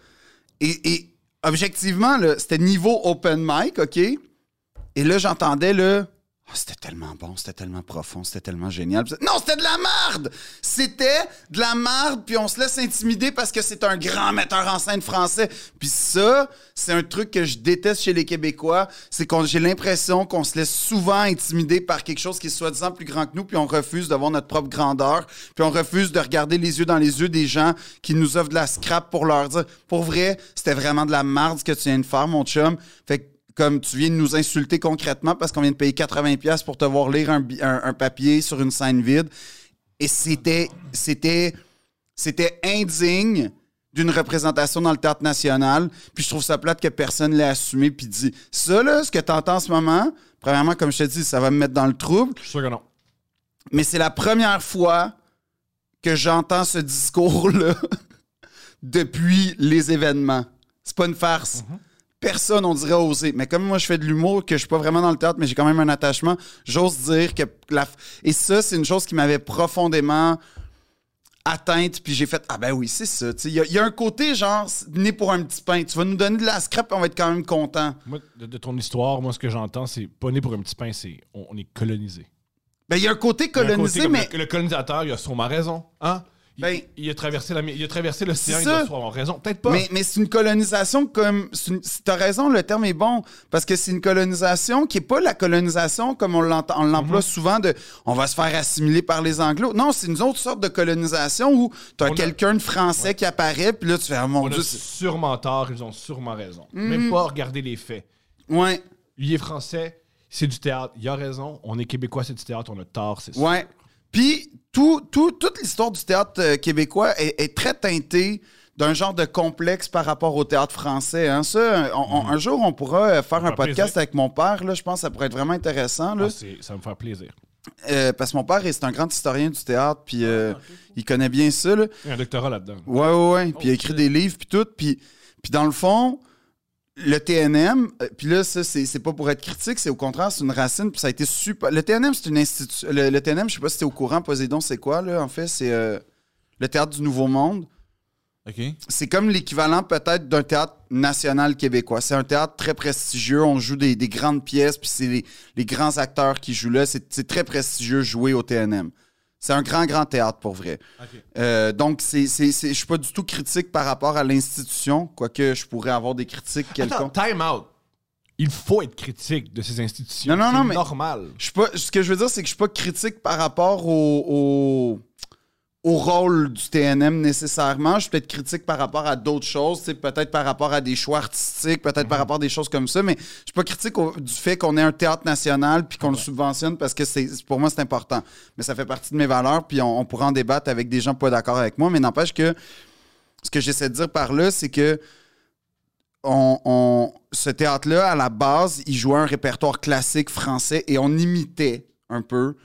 et, et objectivement, là, c'était niveau open mic, OK? Et là, j'entendais le. Ah, c'était tellement bon, c'était tellement profond, c'était tellement génial. Puis c'est- Non, c'était de la merde! C'était de la merde, puis on se laisse intimider parce que c'est un grand metteur en scène français. Puis ça, c'est un truc que je déteste chez les Québécois, c'est qu'on j'ai l'impression qu'on se laisse souvent intimider par quelque chose qui est soi-disant plus grand que nous, puis on refuse d'avoir notre propre grandeur, puis on refuse de regarder les yeux dans les yeux des gens qui nous offrent de la scrap pour leur dire « Pour vrai, c'était vraiment de la merde ce que tu viens de faire, mon chum. » Fait que comme tu viens de nous insulter concrètement parce qu'on vient de payer 80$ piastres pour te voir lire un, bi- un- un papier sur une scène vide. Et c'était, c'était, c'était indigne d'une représentation dans le théâtre national. Puis je trouve ça plate que personne l'ait assumé puis dit ça là, ce que t'entends en ce moment. Premièrement, comme je te dis, ça va me mettre dans le trouble.
Je suis sûr que non.
Mais c'est la première fois que j'entends ce discours-là depuis les événements. C'est pas une farce. Personne, on dirait, a osé. Mais comme moi, je fais de l'humour, que je suis pas vraiment dans le théâtre, mais j'ai quand même un attachement, j'ose dire que... La... f- Et ça, c'est une chose qui m'avait profondément atteinte, puis j'ai fait « Ah ben oui, c'est ça. » Tu sais, Il y, a- il y a un côté, genre, c'est né pour un petit pain. Tu vas nous donner de la scrap, puis on va être quand même content.
Moi, de, de ton histoire, moi, ce que j'entends, c'est pas né pour un petit pain, c'est on, on est colonisé.
Ben, il y a un côté
Il y a un côté
colonisé,
comme
mais...
le, le colonisateur, il a sûrement raison. Hein? Il,
Ben,
il a traversé la, il a traversé l'océan,
c'est
il
ça.
doit se avoir raison. Peut-être pas.
Mais, mais c'est une colonisation comme. c'est une- c'est- T'as raison, le terme est bon. Parce que c'est une colonisation qui n'est pas la colonisation comme on l'entend- on
Mhm.
l'emploie souvent de on va se faire assimiler par les Anglo. Non, c'est une autre sorte de colonisation où t'as
On a-
quelqu'un de français qui apparaît, puis là tu fais Ah, mon
on
Dieu.
a
c'est- Mm-hmm.
sûrement tort, ils ont sûrement raison. Même pas regarder les faits.
Ouais,
Il est français, c'est du théâtre, il a raison. On est québécois, c'est du théâtre, on a tort, c'est ça.
ouais. Puis tout, tout- toute l'histoire du théâtre euh, québécois est, est très teintée d'un genre de complexe par rapport au théâtre français. hein. Ça, on- on- un jour, on pourra euh, faire un
Mhm. fera
podcast
plaisir.
avec mon père. Là, je pense que ça pourrait être vraiment intéressant. Là.
Ah, c'est- ça va me faire plaisir.
Euh, parce que mon père, c'est un grand historien du théâtre, puis euh, il connaît bien ça. Là.
Il y a un doctorat là-dedans.
Ouais, ouais, ouais. Puis il a écrit des livres, puis tout. Puis, puis dans le fond, le TNM, euh, puis là, ça, c'est c'est pas pour être critique, c'est au contraire, c'est une racine, puis ça a été super. Le TNM, c'est une institution. Le, le TNM, je sais pas si t'es au courant, Poséidon, c'est quoi, là, en fait, c'est euh, le théâtre du Nouveau Monde.
OK?
C'est comme l'équivalent peut-être d'un théâtre national québécois. C'est un théâtre très prestigieux. On joue des, des grandes pièces, puis c'est les, les grands acteurs qui jouent là. C'est c'est très prestigieux jouer au TNM. C'est un grand, grand théâtre pour vrai. Euh, donc, c'est- c'est- c'est- je suis pas du tout critique par rapport à l'institution, quoique je pourrais avoir des critiques
Attends,
quelconques.
time out. Il faut être critique de ces institutions.
Non, non, non,
C'est
mais-
normal.
Je suis pas, ce que je veux dire, c'est que je suis pas critique par rapport au, au, au rôle du TNM nécessairement. Je suis peut-être critique par rapport à d'autres choses, tu sais, peut-être par rapport à des choix artistiques, peut-être par rapport à des choses comme ça, mais je suis pas critique au- du fait qu'on ait un théâtre national puis qu'on le subventionne parce que c'est pour moi c'est important. Mais ça fait partie de mes valeurs, puis on, on pourra en débattre avec des gens pas d'accord avec moi, mais n'empêche que ce que j'essaie de dire par là, c'est que on, on- ce théâtre-là, à la base, il jouait un répertoire classique français et on imitait un peu.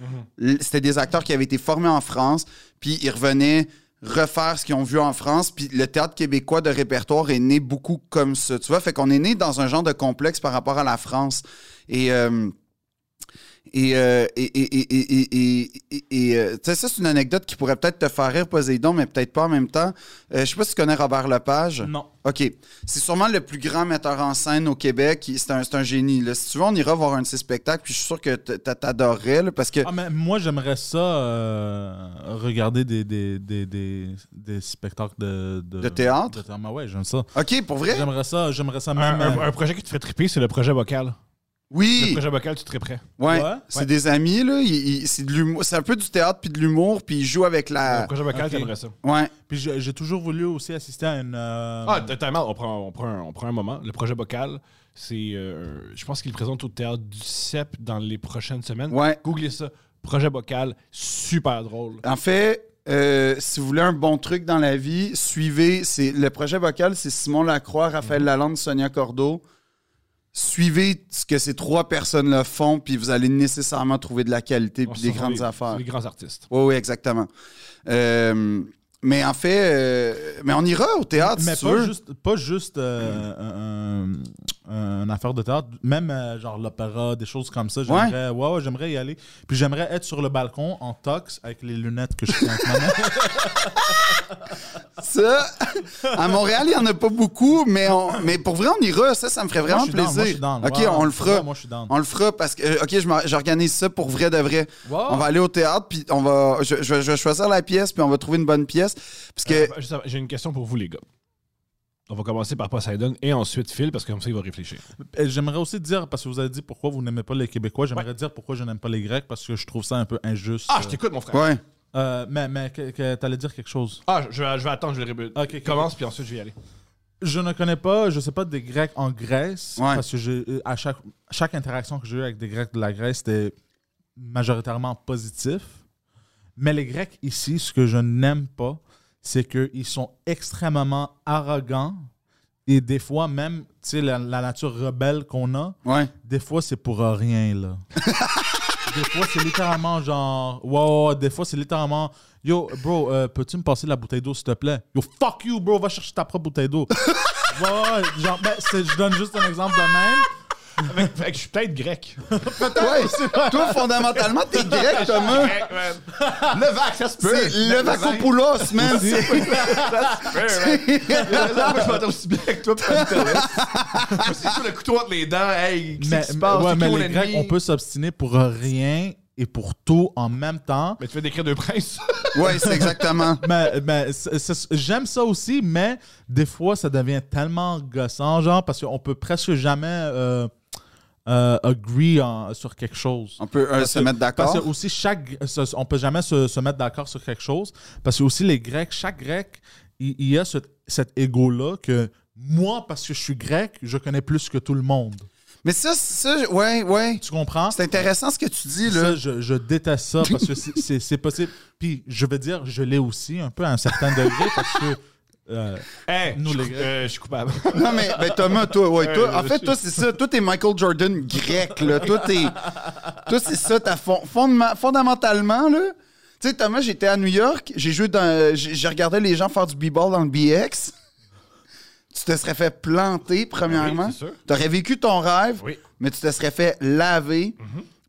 L- C'était des acteurs qui avaient été formés en France, puis ils revenaient refaire ce qu'ils ont vu en France, puis le théâtre québécois de répertoire est né beaucoup comme ça. Tu vois, fait qu'on est né dans un genre de complexe par rapport à la France. Et. euh, et, euh, et, et, et, et, et, et- et, euh, tu sais, ça, c'est une anecdote qui pourrait peut-être te faire rire, Poséidon, mais peut-être pas en même temps. Euh, je sais pas si tu connais Robert Lepage.
Non.
OK. C'est sûrement le plus grand metteur en scène au Québec. Il- C'est un, c'est un génie. là. Si tu veux, on ira voir un de ses spectacles, puis je suis sûr que t- t- t'adorerais, là, parce que...
Ah, mais moi, j'aimerais ça euh, regarder des, des, des, des, des spectacles de,
De théâtre?
de Ah ouais, j'aime ça.
OK, pour vrai?
J'aimerais ça, j'aimerais ça
Un,
même.
un-
euh,
un projet qui te ferait triper, c'est le projet vocal. Le
Oui!
projet vocal, tu te prêt.
Ouais.
Ouais.
C'est des amis, là. Il- il- C'est de l'humour. C'est un peu du théâtre, puis de l'humour, puis il joue avec
le
la...
projet vocal,
ok.
t'aimerais ça.
Ouais.
Puis j'ai j'ai toujours voulu aussi assister à une. euh,
Ah, t- time out, on prend, on, prend un, on prend un moment. Le projet vocal, c'est. euh, je pense qu'il le présente au théâtre du CEP dans les prochaines semaines.
Ouais.
Googlez ça. Projet vocal, super drôle.
En fait, euh, si vous voulez un bon truc dans la vie, suivez. C'est le projet vocal, c'est Simon Lacroix,
Mhm.
Raphaël Lalande, Sonia Cordeau. Suivez ce que ces trois personnes-là font, puis vous allez nécessairement trouver de la qualité
On
puis
se
des
sent
grandes affaires.
Des grands artistes.
Oui, oui, exactement. Euh, mais en fait, euh, mais on ira au théâtre,
mais
si tu
pas
veux.
juste, pas juste euh, un- un- une affaire de théâtre, même euh, genre l'opéra, des choses comme ça. J'aimerais, ouais. ouais, j'aimerais y aller. Puis j'aimerais être sur le balcon en tox avec les lunettes que je fais en ce moment.
Ça, à Montréal, il n'y en a pas beaucoup, mais, on- mais pour vrai, on ira. Ça, ça me ferait
Moi,
vraiment
je suis down, moi, je
plaisir.
suis down.
OK,
Ouais,
on le fera.
ouais, moi, je suis down.
On le fera parce que, euh, OK, je m'or- j'organise ça pour vrai de vrai.
Wow.
On va aller au théâtre, puis on va. Je, je- je vais choisir la pièce, puis on va trouver une bonne pièce. Parce que.
Euh, juste avant, J'ai une question pour vous, les gars. On va commencer par Poseidon et ensuite Phil, parce que comme ça, il va réfléchir.
Et J'aimerais aussi dire, parce que vous avez dit pourquoi vous n'aimez pas les Québécois, j'aimerais dire pourquoi je n'aime pas les Grecs, parce que je trouve ça un peu injuste.
Ah, je t'écoute, mon frère.
Ouais.
Euh, mais mais que, que t'allais dire quelque chose.
Ah, je, je vais, je vais attendre, je vais le rébut.
Ok, ok.
Commence, puis ensuite, je vais y aller.
Je ne connais pas, je sais pas des Grecs en Grèce,
Ouais.
parce que j'ai- euh, à chaque, chaque interaction que j'ai eue avec des Grecs de la Grèce, c'était majoritairement positif. Mais les Grecs ici, ce que je n'aime pas, c'est qu'ils sont extrêmement arrogants et des fois même, tu sais, la, la nature rebelle qu'on a,
Ouais.
des fois, c'est pour euh, rien, là. des fois, c'est littéralement genre. Ouais, ouais, ouais, des fois, c'est littéralement. Yo, bro, euh, peux-tu me passer la bouteille d'eau, s'il te plaît? Yo, fuck you, bro, va chercher ta propre bouteille d'eau. ouais, ouais, genre, ben, c'est- je donne juste un exemple de même.
Fait que je suis peut-être grec.
Ouais. Toi, fondamentalement, t'es grec, Thomas.
Le vac, ça se peut.
C'est le Vacopoulos, man. C'est-
Là, moi, je m'entends aussi bien que toi, pas le couteau entre les dents. Hey,
Mais, mais- ouais, mais les Grecs, on peut s'obstiner pour euh, rien. et pour tout en même temps.
Mais tu fais des cris de prince.
Ouais, c'est exactement.
Mais, mais c'est- c'est- j'aime ça aussi, mais des fois, ça devient tellement gossant, genre, parce qu'on peut presque jamais euh, euh, agree en- sur quelque chose.
On peut euh,
Parce
se
que-
mettre
Parce
d'accord.
que aussi, chaque, ce- on peut jamais se, se mettre d'accord sur quelque chose. Parce que aussi, les Grecs, chaque Grec, il, il y a ce- cet ego-là que moi, parce que je suis grec, je connais plus que tout le monde.
Mais ça, ça, ouais, ouais.
Tu comprends?
C'est intéressant ce que tu dis, là.
Ça, je, je déteste ça parce que c'est- c'est c'est possible. Puis je veux dire, je l'ai aussi un peu à un certain degré parce que. euh,
Hey,
Nous,
je,
les
suis cou-
Grecs.
euh, je suis coupable.
Non, mais ben, Thomas, toi, ouais, toi,
Ouais,
en
je
fait,
sais.
toi, c'est ça. Toi, t'es Michael Jordan grec, là. Toi, t'es. Toi, c'est ça, ta fon- fondema- fondamentalement, là. Tu sais, Thomas, j'étais à New York, j'ai joué dans. J'ai j'ai regardé les gens faire du b-ball dans le BX. Tu te serais fait planter, premièrement.
Ah Oui, c'est sûr.
T'aurais vécu ton rêve,
Oui. Mm-hmm.
mais tu te serais fait laver.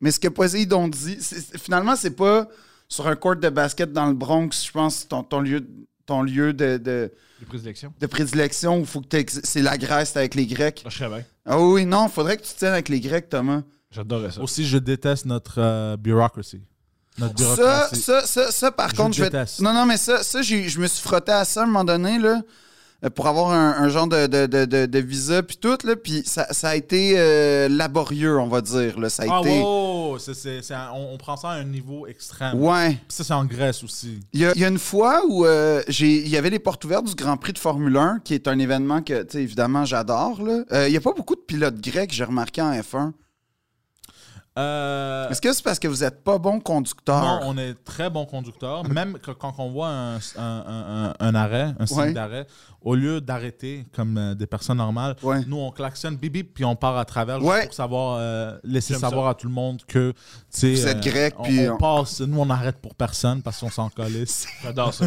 Mais ce que Poséidon dit, c'est- c'est- finalement, c'est pas sur un court de basket dans le Bronx, je pense, ton, ton lieu, ton lieu de- de,
Les présélections.
de prédilection où faut que t'ex- c'est la Grèce t'es avec les Grecs.
Je serais bien.
Ah oui, non, faudrait que tu te tiennes avec les Grecs, Thomas.
J'adorais ça.
aussi, je déteste notre euh, bureaucratie. Notre
Ça,
bureaucratie.
ça, ça, ça, par
Je
contre, je vais-
déteste.
Non, non, mais ça, ça j'ai- je me suis frotté à ça à un moment donné, là, euh, pour avoir un, un genre de, de, de, de- de visa, puis tout, là, puis ça, ça a été euh, laborieux, on va dire, là, ça a
Ah,
été...
wow! C'est- c'est- c'est un- on, on prend ça à un niveau extrême.
Ouais.
Puis Ça, c'est en Grèce aussi.
Il y, a, il y a une fois où euh, j'ai- il y avait les portes ouvertes du Grand Prix de Formule 1, qui est un événement que, tu sais, évidemment, j'adore, là. Euh, il y a pas beaucoup de pilotes grecs, j'ai remarqué en F1.
Euh,
Est-ce que c'est parce que vous êtes pas bon conducteur?
non, on est très bon conducteur. Même que- quand on voit un, un- un- un- un arrêt, un signe
Ouais.
d'arrêt, au lieu d'arrêter comme euh, des personnes normales,
Ouais.
nous, on klaxonne, bip, bip, puis on part à travers juste
Ouais.
pour savoir, euh, laisser
J'aime ça.
savoir à tout le monde que, tu sais, euh,
Vous êtes grec,
on,
puis
on
on-
passe, nous, on arrête pour personne parce qu'on s'en colisse.
J'adore ça.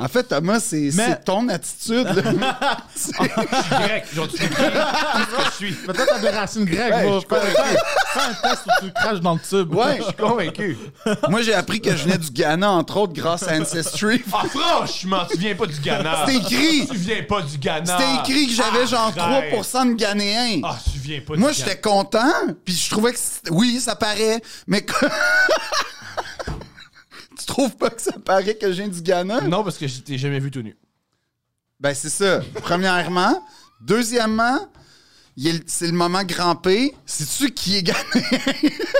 En fait, Thomas, c'est
Mais-
c'est ton attitude. là.
Je suis grec. Genre, tu sais qui- qu'est-ce que je suis.
Mais toi, t'as des racines grecques,
Ouais,
va.
je suis convaincu.
Fais un test où tu craches dans le tube.
Ouais.
Je suis convaincu.
Moi, j'ai appris que je venais du Ghana, entre autres, grâce à Ancestry.
Ah, franchement, tu viens pas du Ghana.
C'était écrit.
Tu viens pas du Ghana.
C'était écrit que j'avais genre
Arrête.
3% de Ghanéens.
Ah, tu viens
Moi,
pas du Ghana.
j'étais content, puis je trouvais que... c'est- Oui, ça paraît, mais... que- tu trouves pas que ça paraît que je viens du Ghana?
Non, parce que je t'ai jamais vu tout nu.
Ben, c'est ça, premièrement. Deuxièmement, il est le- c'est le moment grand P. Sais-tu qui est Ghanéen?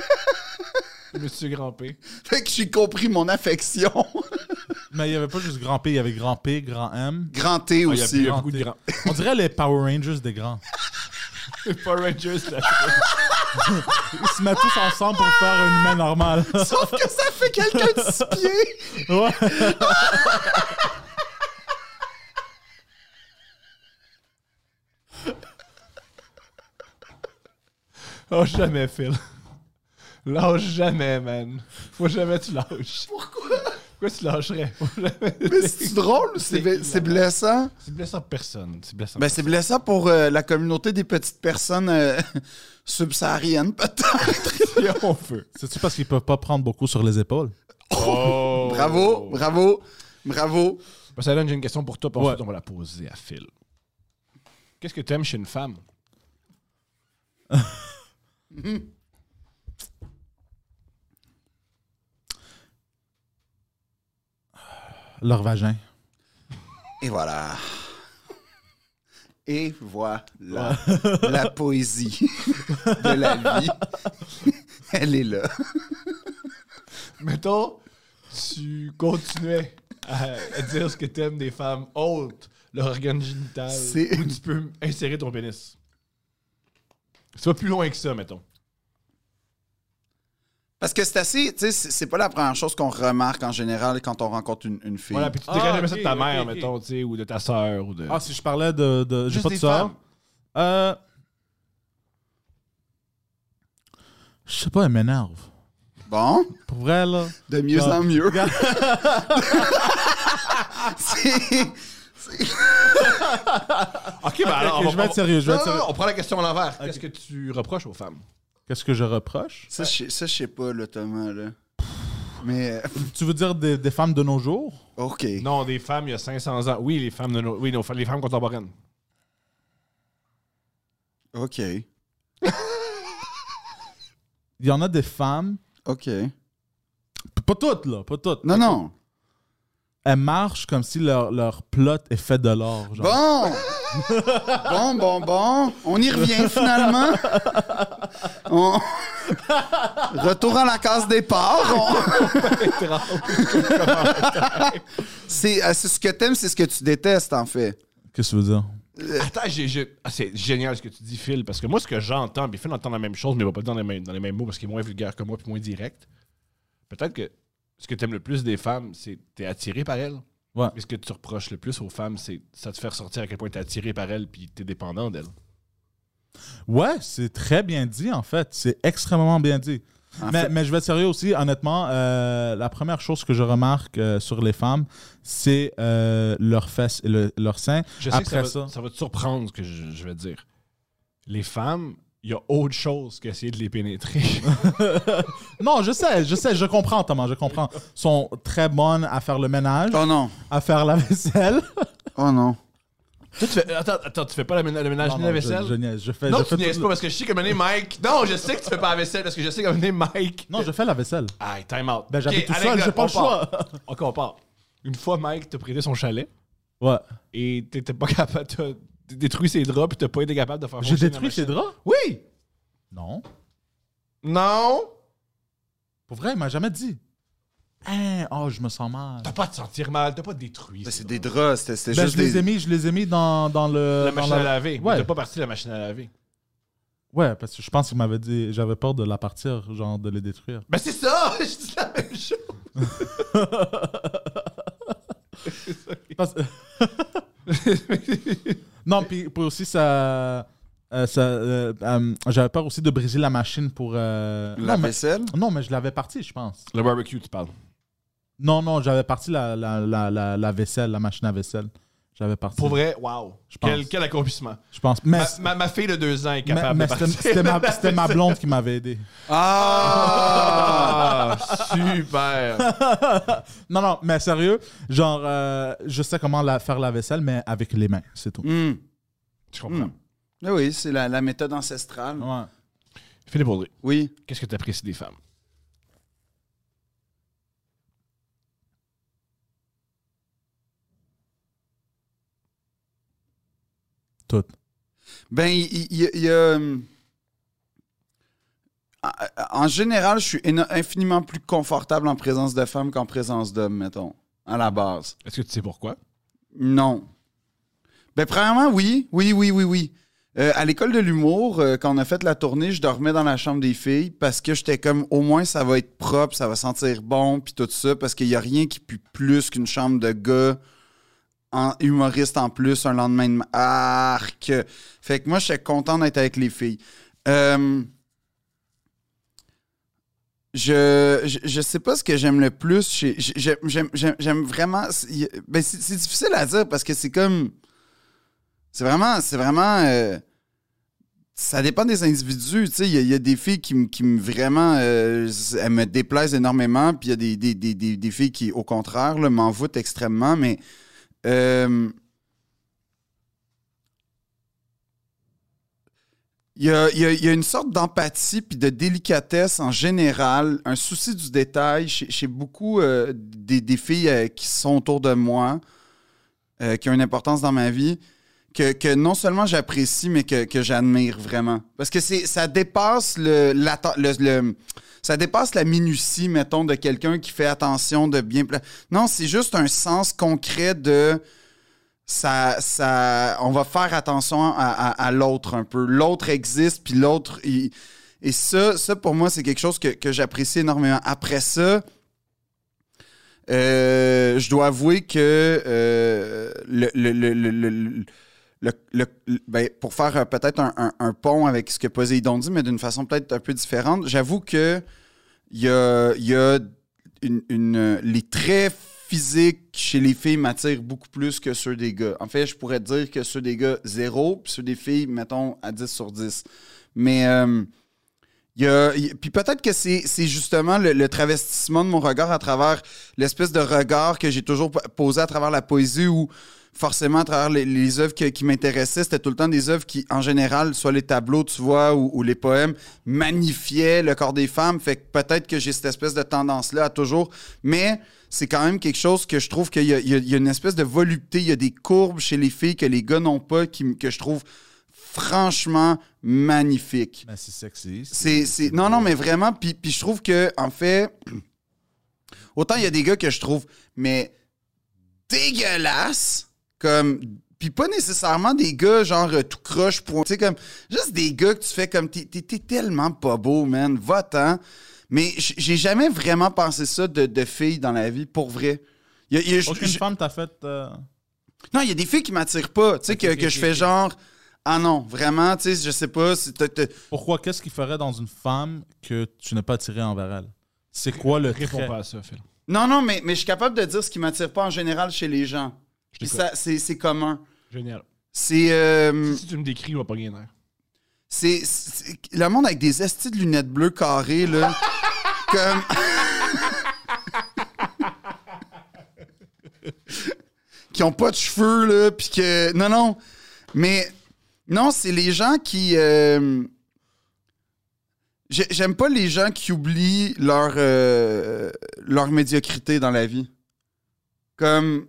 Monsieur Grand P.
Fait que j'ai compris mon affection.
Mais il n'y avait pas juste grand P, il y avait grand P, grand M. Ah,
Grand T
Ah, il y a
aussi.
plus-
grand
beaucoup de
T.
grands.
On dirait les Power Rangers des grands.
Power Rangers, là.
Ils se mettent tous ensemble pour faire un humain normal.
Sauf que ça fait quelqu'un de six pieds.
Ouais.
Oh, jamais, Phil. Lâche jamais, man. Faut jamais tu lâches.
Pourquoi?
Pourquoi tu lâcherais? Faut jamais.
Mais c'est drôle ou c'est c'est blessant?
C'est blessant pour personne. C'est blessant.
Ben, c'est blessant pour euh, la communauté des petites personnes euh, subsahariennes, peut-être.
c'est on veut.
C'est-tu parce qu'ils peuvent pas prendre beaucoup sur les épaules?
Oh.
Bravo, bravo, bravo.
Ben, ça donne, j'ai une question pour toi, puis ensuite
Ouais.
on va la poser à Phil. Qu'est-ce que t'aimes chez une femme?
Leur vagin.
Et voilà. Et voilà la poésie de la vie. Elle est là.
Mettons, tu continuais à, à dire ce que t'aimes des femmes hautes, leur organe génital,
C'est-
où tu peux insérer ton pénis. C'est pas plus loin que ça, mettons.
Parce que c'est assez, tu sais, c'est c'est pas la première chose qu'on remarque en général quand on rencontre une, une fille.
Voilà, puis tu
Ah,
dirais jamais ça de
ok,
ta
ok,
mère,
ok.
mettons, tu sais, ou de ta sœur, ou de...
Ah, si je parlais de. de J'ai
Juste
pas de
des
sœur.
femmes.
Euh. Je sais pas, elle m'énerve.
Bon,
Pour vrai, là.
de mieux
Ah.
en mieux.
Regarde.
C'est-
Ok, ben alors,
Ok,
on
je
va-
vais être sérieux, je vais
Non,
être
non, non,
sérieux.
on prend la question à l'envers. Qu'est-ce que tu reproches aux femmes?
Qu'est-ce que je reproche?
Ça, je sais- ça, je sais pas, là, Thomas, là. Mais, euh,
Tu veux dire des, des femmes de nos jours?
OK.
Non, des femmes il y a 500 ans. Oui, les femmes, de nos- oui, nos- les femmes contemporaines.
OK.
Il y en a des femmes
OK.
P- Pas toutes, là, pas toutes.
Non, non.
Elles marchent comme si leur, leur plot est fait de l'or. genre.
Bon! bon, bon, bon. On y revient finalement. On- Retour à la case départ. On- c'est euh, c'est ce que t'aimes, c'est ce que tu détestes, en fait.
Qu'est-ce que tu veux dire?
Attends, j'ai- j'ai- ah, c'est génial ce que tu dis, Phil, parce que moi, ce que j'entends, puis Phil entend la même chose, mais il va pas le dire dans les mêmes, dans les mêmes mots parce qu'il est moins vulgaire que moi puis moins direct. Peut-être que ce que tu aimes le plus des femmes, c'est que t'es attiré par elles.
Ouais.
Mais ce que tu reproches le plus aux femmes, c'est ça te fait ressortir à quel point t'es attiré par elles puis t'es dépendant d'elles.
Ouais, c'est très bien dit, en fait. C'est extrêmement bien dit.
En
Mais,
fait-
mais je vais être sérieux aussi, honnêtement, euh, la première chose que je remarque euh, sur les femmes, c'est euh, leurs fesses et le- leurs seins.
Je sais
Après
que ça va,
ça-
ça va te surprendre ce que je, je vais te dire. Les femmes, il y a autre chose qu'essayer de les pénétrer.
Non, je sais, je sais, je comprends, Thomas, je comprends. sont très bonnes à faire le ménage,
Oh non.
à faire la vaisselle.
Oh non.
Toi, tu fais, attends, attends, tu fais pas la ménage, le ménage
Non,
ni
non,
la
je-
vaisselle?
Je, niaise, je fais,
non,
je
tu
fais
niaises
Ben, tout
pas
le-
parce que je sais que mener Mike. Non, je sais que tu fais pas la vaisselle parce que je sais que mener Mike.
Non, je fais la vaisselle.
Aïe, time out.
Ben, j'habite
Ok,
tout seul,
anecdote,
j'ai pas le
on part.
choix.
Ok, on part. Une fois, Mike t'a prêté son chalet
Ouais.
et t'étais pas capable. T'as t'as détruit ses draps puis t'as pas été capable de faire
J'ai
fonctionner la
détruit ses
machine.
draps?
Oui!
Non.
Non!
Pour vrai, il m'a jamais dit. Hein, oh, je me sens mal.
T'as pas à te sentir mal, t'as pas détruit.
Ben,
ses
C'est des draps, c'était c'était
Ben,
juste
je les
des...
ai mis, je les ai mis dans, dans le.
La
dans
machine
la-
à laver. mais
Ouais.
T'as pas parti de la machine à laver.
Ouais, parce que je pense qu'il m'avait dit, j'avais peur de la partir, genre de les détruire.
Ben c'est ça! Je dis la même chose!
Parce- non, puis puis aussi ça, euh, ça euh, euh, j'avais peur aussi de briser la machine pour. euh,
La
non, mais,
vaisselle.
non, mais je l'avais partie, je pense.
Le barbecue, tu parles.
Non, non, j'avais parti la, la, la, la, la vaisselle, la machine à vaisselle. J'avais parti.
Pour vrai, wow.
Je pense.
Quel, quel accomplissement.
Je pense. Mais,
Ma, ma- ma fille de deux ans est
mais-
capable
mais
de
c'était-
partir.
c'était ma, c'était ma blonde qui m'avait aidé.
Ah!
Ah, super.
Non, non, mais sérieux, genre, euh, je sais comment la, faire la vaisselle, mais avec les mains, c'est
Mm.
tout.
Hmm.
Je comprends.
Hmm. Ah Oui, c'est la, la méthode ancestrale.
Ouais.
Philippe Audrey,
Oui.
qu'est-ce que tu apprécies des femmes?
Tout.
Ben, il il- il y, a- il y a, hum, en- En général, je suis éno- infiniment plus confortable en présence de femmes qu'en présence d'hommes, mettons, à la base.
Est-ce que tu sais pourquoi?
Non. Ben, premièrement, oui. Oui, oui, oui, oui. Euh, à l'école de l'humour, euh, quand on a fait la tournée, je dormais dans la chambre des filles parce que j'étais comme, au moins, ça va être propre, ça va sentir bon, puis tout ça, parce qu'il n'y a rien qui pue plus qu'une chambre de gars en humoriste en plus un lendemain de ma- arc. Fait que moi, j'étais content d'être avec les filles. Euh, je, je je sais pas ce que j'aime le plus. J'ai- j'ai- j'ai- J'aime j'aime- j'aime vraiment. c'est- y- ben, c'est c'est difficile à dire parce que c'est comme. C'est vraiment. C'est vraiment. euh, ça dépend des individus, tu sais. Il y, a- il y a des filles qui, me- qui me vraiment, euh, elles me déplaisent énormément, puis il y a des, des, des, des, des filles qui, au contraire, là, m'envoûtent extrêmement, mais euh, Il y a, il y a- il y a une sorte d'empathie puis de délicatesse en général, un souci du détail chez, chez beaucoup euh, des, des filles euh, qui sont autour de moi, euh, qui ont une importance dans ma vie, que, que non seulement j'apprécie, mais que, que j'admire vraiment. Parce que c'est ça dépasse le, l'atta- le- le- ça dépasse la minutie, mettons, de quelqu'un qui fait attention de bien... pla- Non, c'est juste un sens concret de ça, ça, on va faire attention à, à- à l'autre un peu. L'autre existe, puis l'autre. il- Et ça, ça, pour moi, c'est quelque chose que, que j'apprécie énormément. Après ça, euh, je dois avouer que euh, le, le- le- le- le- le- le- le- le- ben, pour faire euh, peut-être un, un- un pont avec ce que Poséidon dit, mais d'une façon peut-être un peu différente, j'avoue que il y a, il y a une, une, euh, les traits physiques chez les filles m'attirent beaucoup plus que ceux des gars. En fait, je pourrais te dire que ceux des gars, zéro, puis ceux des filles, mettons, à 10 sur 10. Mais euh, Il y a- il- puis peut-être que c'est c'est justement le, le travestissement de mon regard à travers l'espèce de regard que j'ai toujours p- posé à travers la poésie ou forcément à travers les, les œuvres que- qui m'intéressaient. C'était tout le temps des œuvres qui, en général, soit les tableaux, tu vois, ou, ou les poèmes, magnifiaient le corps des femmes. Fait que peut-être que j'ai cette espèce de tendance-là à toujours. Mais c'est quand même quelque chose que je trouve qu'il y, a- il y a- il y a une espèce de volupté, il y a des courbes chez les filles que les gars n'ont pas, qui m- que je trouve franchement magnifiques.
Mais c'est sexy.
C'est, c'est- non, non, mais vraiment. Puis, puis je trouve que, en fait, autant il y a des gars que je trouve, mais dégueulasses, comme. Puis pas nécessairement des gars genre euh, tout croche, point. Tu sais, comme. Juste des gars que tu fais comme. T'es, t'es- t'es tellement pas beau, man. Va-t'en. Mais j- j'ai jamais vraiment pensé ça de, de filles dans la vie, pour vrai. Il y a- il y a- je-
Aucune
je-
femme t'a fait. euh,
non, il y a des filles qui m'attirent pas. Tu sais, que,
ok,
que je
ok,
fais
ok.
genre. Ah non, vraiment, tu sais, je sais pas. si t'as- t'as-
Pourquoi Qu'est-ce qu'il ferait dans une femme que tu n'es pas attiré envers elle C'est quoi le
Réponds
trait
pas à ça, Phil.
Non, non, mais, mais je suis capable de dire ce qui m'attire pas en général chez les gens.
Je
Puis
t'écoute.
ça, c'est c'est commun.
Génial.
C'est. euh,
Si tu me décris, il va pas gagner.
c'est- c'est- Le monde avec des estis de lunettes bleues carrées, là. comme. qui ont pas de cheveux, là. Puis que. Non, non. Mais. Non, c'est les gens qui. euh, j'ai- J'aime pas les gens qui oublient leur, euh, leur médiocrité dans la vie. Comme.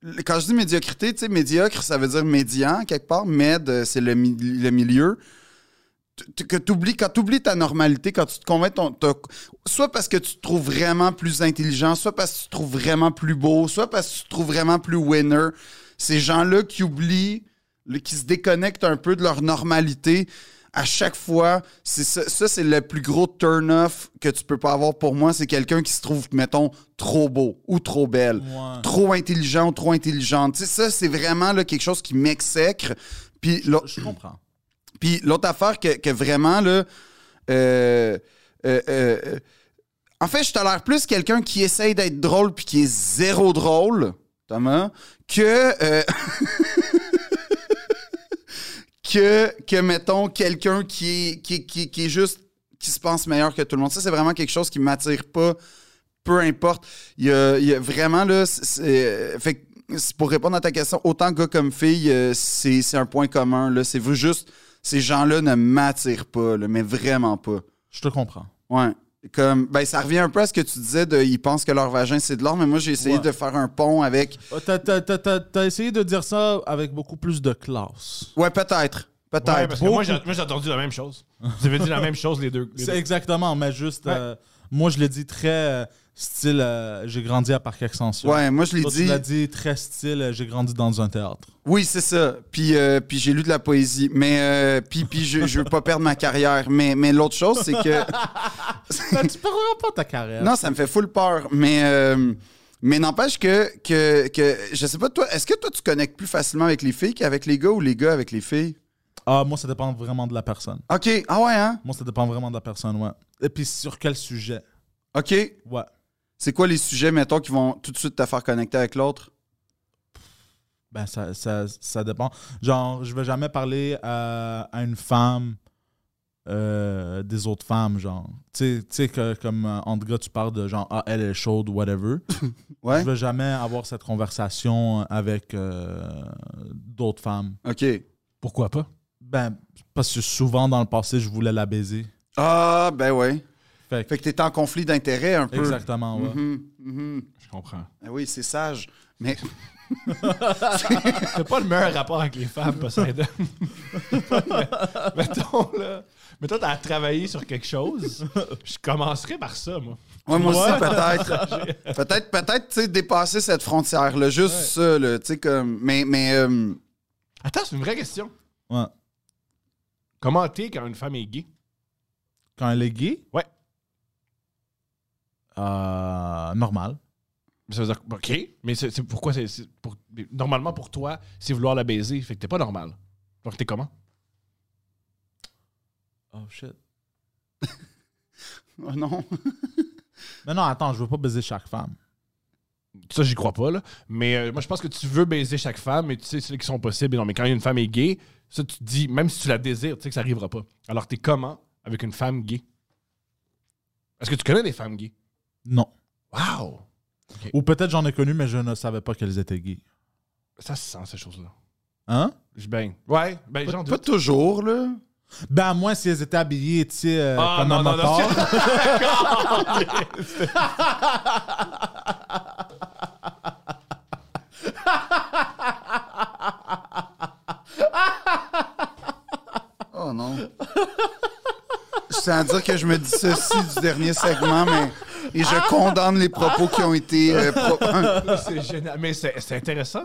le- Quand je dis médiocrité, tu sais, médiocre, ça veut dire médian, quelque part. Med, euh, c'est le, mi- le milieu. Tu- tu- Que t'oublies, quand tu oublies ta normalité, quand tu te convaincs, ton, ta- soit parce que tu te trouves vraiment plus intelligent, soit parce que tu te trouves vraiment plus beau, soit parce que tu te trouves vraiment plus winner. Ces gens-là qui oublient, le- qui se déconnectent un peu de leur normalité, à chaque fois, c'est ça, ça, c'est le plus gros turn-off que tu peux pas avoir pour moi. C'est quelqu'un qui se trouve, mettons, trop beau ou trop belle
Moi,
trop intelligent ou trop intelligente. Tu sais, ça, c'est vraiment là, quelque chose qui m'exècre. Puis l'au-
Je comprends.
puis l'autre affaire que, que vraiment, là. euh, euh, euh, euh, en fait, je tolère plus quelqu'un qui essaye d'être drôle puis qui est zéro drôle, Thomas, que. euh, que, que, mettons, quelqu'un qui est, qui, est- qui est- qui est juste. qui se pense meilleur que tout le monde. Ça, c'est vraiment quelque chose qui m'attire pas, peu importe. Il y a, il y a vraiment, là. c'est- c'est- fait que c'est pour répondre à ta question, autant gars comme fille, euh, c'est c'est un point commun. là. C'est vrai, juste, ces gens-là ne m'attirent pas, là, mais vraiment pas.
Je te comprends.
Ouais. Comme, ben, ça revient un peu à ce que tu disais de ils pensent que leur vagin c'est de l'or, mais moi j'ai essayé
Ouais.
de faire un pont avec.
Oh, t'as- T'as t'as- t'as- t'as essayé de dire ça avec beaucoup plus de classe.
Ouais, peut-être.
Ouais,
Peut-être.
parce que moi, j'ai moi, j'ai entendu la même chose. Vous avez dit la même chose, les deux. les
C'est
deux.
exactement, mais juste.
Ouais.
euh, moi, je l'ai dit très euh, style. euh, j'ai grandi à Parc Extension.
ouais, moi je l'ai
Toi,
dit.
Tu l'as dit très style. euh, j'ai grandi dans un théâtre.
Oui, c'est ça. Puis, euh, puis j'ai lu de la poésie. Mais euh, puis, puis je, je veux pas perdre ma carrière. Mais, mais l'autre chose, c'est que.
Ben, tu perdras pas ta carrière.
Non, ça me fait full peur. Mais, euh, mais n'empêche que, que, que. Je sais pas, toi, est-ce que toi, tu connectes plus facilement avec les filles qu'avec les gars ou les gars avec les filles?
Ah, moi, ça dépend vraiment de la personne.
OK. Ah ouais, hein?
Moi, ça dépend vraiment de la personne, ouais. Et puis, sur quel sujet?
OK.
Ouais.
C'est quoi les sujets, mettons, qui vont tout de suite te faire connecter avec l'autre?
Ben, ça, ça, ça dépend. Genre, je vais jamais parler à, à une femme euh, des autres femmes, genre. Tu sais- tu sais, que comme euh, entre gars, tu parles de genre, ah, elle est chaude, whatever.
Ouais?
Je vais jamais avoir cette conversation avec euh, d'autres femmes.
OK.
Pourquoi pas?
Ben, parce que souvent dans le passé, je voulais la baiser.
Ah, ben ouais.
Fait que-
Fait que t'es en conflit d'intérêt un peu.
exactement, ouais.
Mhm, mhm.
Je comprends.
Ah oui, c'est sage. Mais
T'as pas le meilleur rapport avec les femmes, Poseidon. mettons, là. Mettons, t'as travaillé sur quelque chose. Je commencerai par ça, moi.
ouais, moi aussi, peut-être. peut-être, peut-être, tu sais, dépasser cette frontière-là. Juste ça, là. Tu sais, comme. Mais, mais. euh,
Attends, c'est une vraie question.
Ouais.
Comment t'es quand une femme est gay?
Quand elle est gay?
Ouais.
Euh, normal.
Ça veut dire, OK, mais c'est c'est pourquoi c'est. c'est pour- mais Normalement, pour toi, c'est vouloir la baiser. Fait que t'es pas normal. Donc, t'es comment?
Oh shit.
oh non.
Mais non, attends, je veux pas baiser chaque femme.
Ça, j'y crois pas, là. Mais euh, moi, je pense que tu veux baiser chaque femme, mais tu sais, celles qui sont possibles. Et non, mais quand une femme est gay, ça, tu te dis, même si tu la désires, tu sais que ça arrivera pas. Alors, t'es comment avec une femme gay. Est-ce que tu connais des femmes gays?
Non.
Wow!
Ou peut-être j'en ai connu, mais je ne savais pas qu'elles étaient gays.
Ça se sent, ces choses-là.
Hein?
Je baigne. Ouais, ben,
Pas,
j'en doute.
pas toujours, là.
Ben, à moins si elles étaient habillées, tu sais, euh,
Ah,
comme
non,
un
non, non,
motard.
Oh non. C'est à dire que je me dissocie du dernier segment, mais et je condamne les propos qui ont été. euh, pro-
c'est génial. Mais c'est c'est intéressant.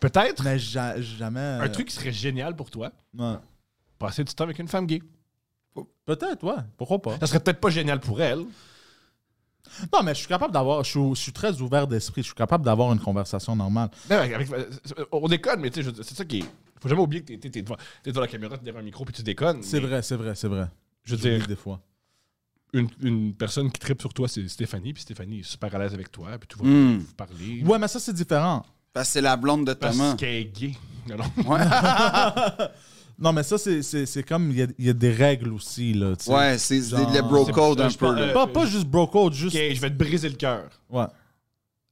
Peut-être
Mais ja- jamais. euh,
un truc qui serait génial pour toi,
ouais.
passer du temps avec une femme gay.
Peut-être, ouais. Pourquoi pas?
Ça serait peut-être pas génial pour elle.
Non, mais je suis capable d'avoir. Je, suis- je suis très ouvert d'esprit. Je suis capable d'avoir une conversation normale.
Non, avec- euh, on déconne, mais tu sais, je veux dire, c'est ça qui est. Faut jamais oublier que t'es- t'es t'es devant, t'es devant la caméra, t'es derrière un micro, puis tu déconnes.
C'est
mais
vrai, c'est vrai, c'est vrai.
Je veux
J'oublie
dire,
des fois.
une, une personne qui tripe sur toi, c'est Stéphanie, puis Stéphanie est super à l'aise avec toi, puis tu vas
Hmm.
vous parler.
Ouais, mais ça, c'est différent.
Parce que c'est la blonde de Thomas.
Parce qu'elle est gay. Alors,
Non, mais ça, c'est- c'est c'est comme. Il y a, il y a des règles aussi, là. tu sais.
Ouais, c'est c'est
Genre-
de la bro
C'est-
code un
je pense-
peu. là.
euh,
Pas, pas juste bro code, juste.
gay, je vais te briser le cœur.
Ouais.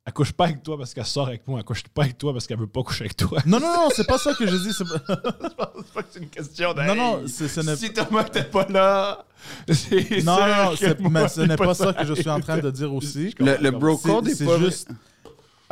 Elle couche pas avec toi parce qu'elle sort avec moi, elle couche pas avec toi parce qu'elle veut pas coucher avec toi.
Non, non, non, c'est pas ça que je dis. c'est pas-
Je pense pas que c'est une question de.
Non, non,
hey,
c'est- ce n'est-
Ben, Si Thomas t'es pas là, c'est.
Non,
sûr
non, non,
que
c'est-
moi,
mais ce
j'ai
n'est pas ça que je suis en
d'aide.
train de dire aussi.
Le, le bro
C'est-
code est
c'est
pas.
juste-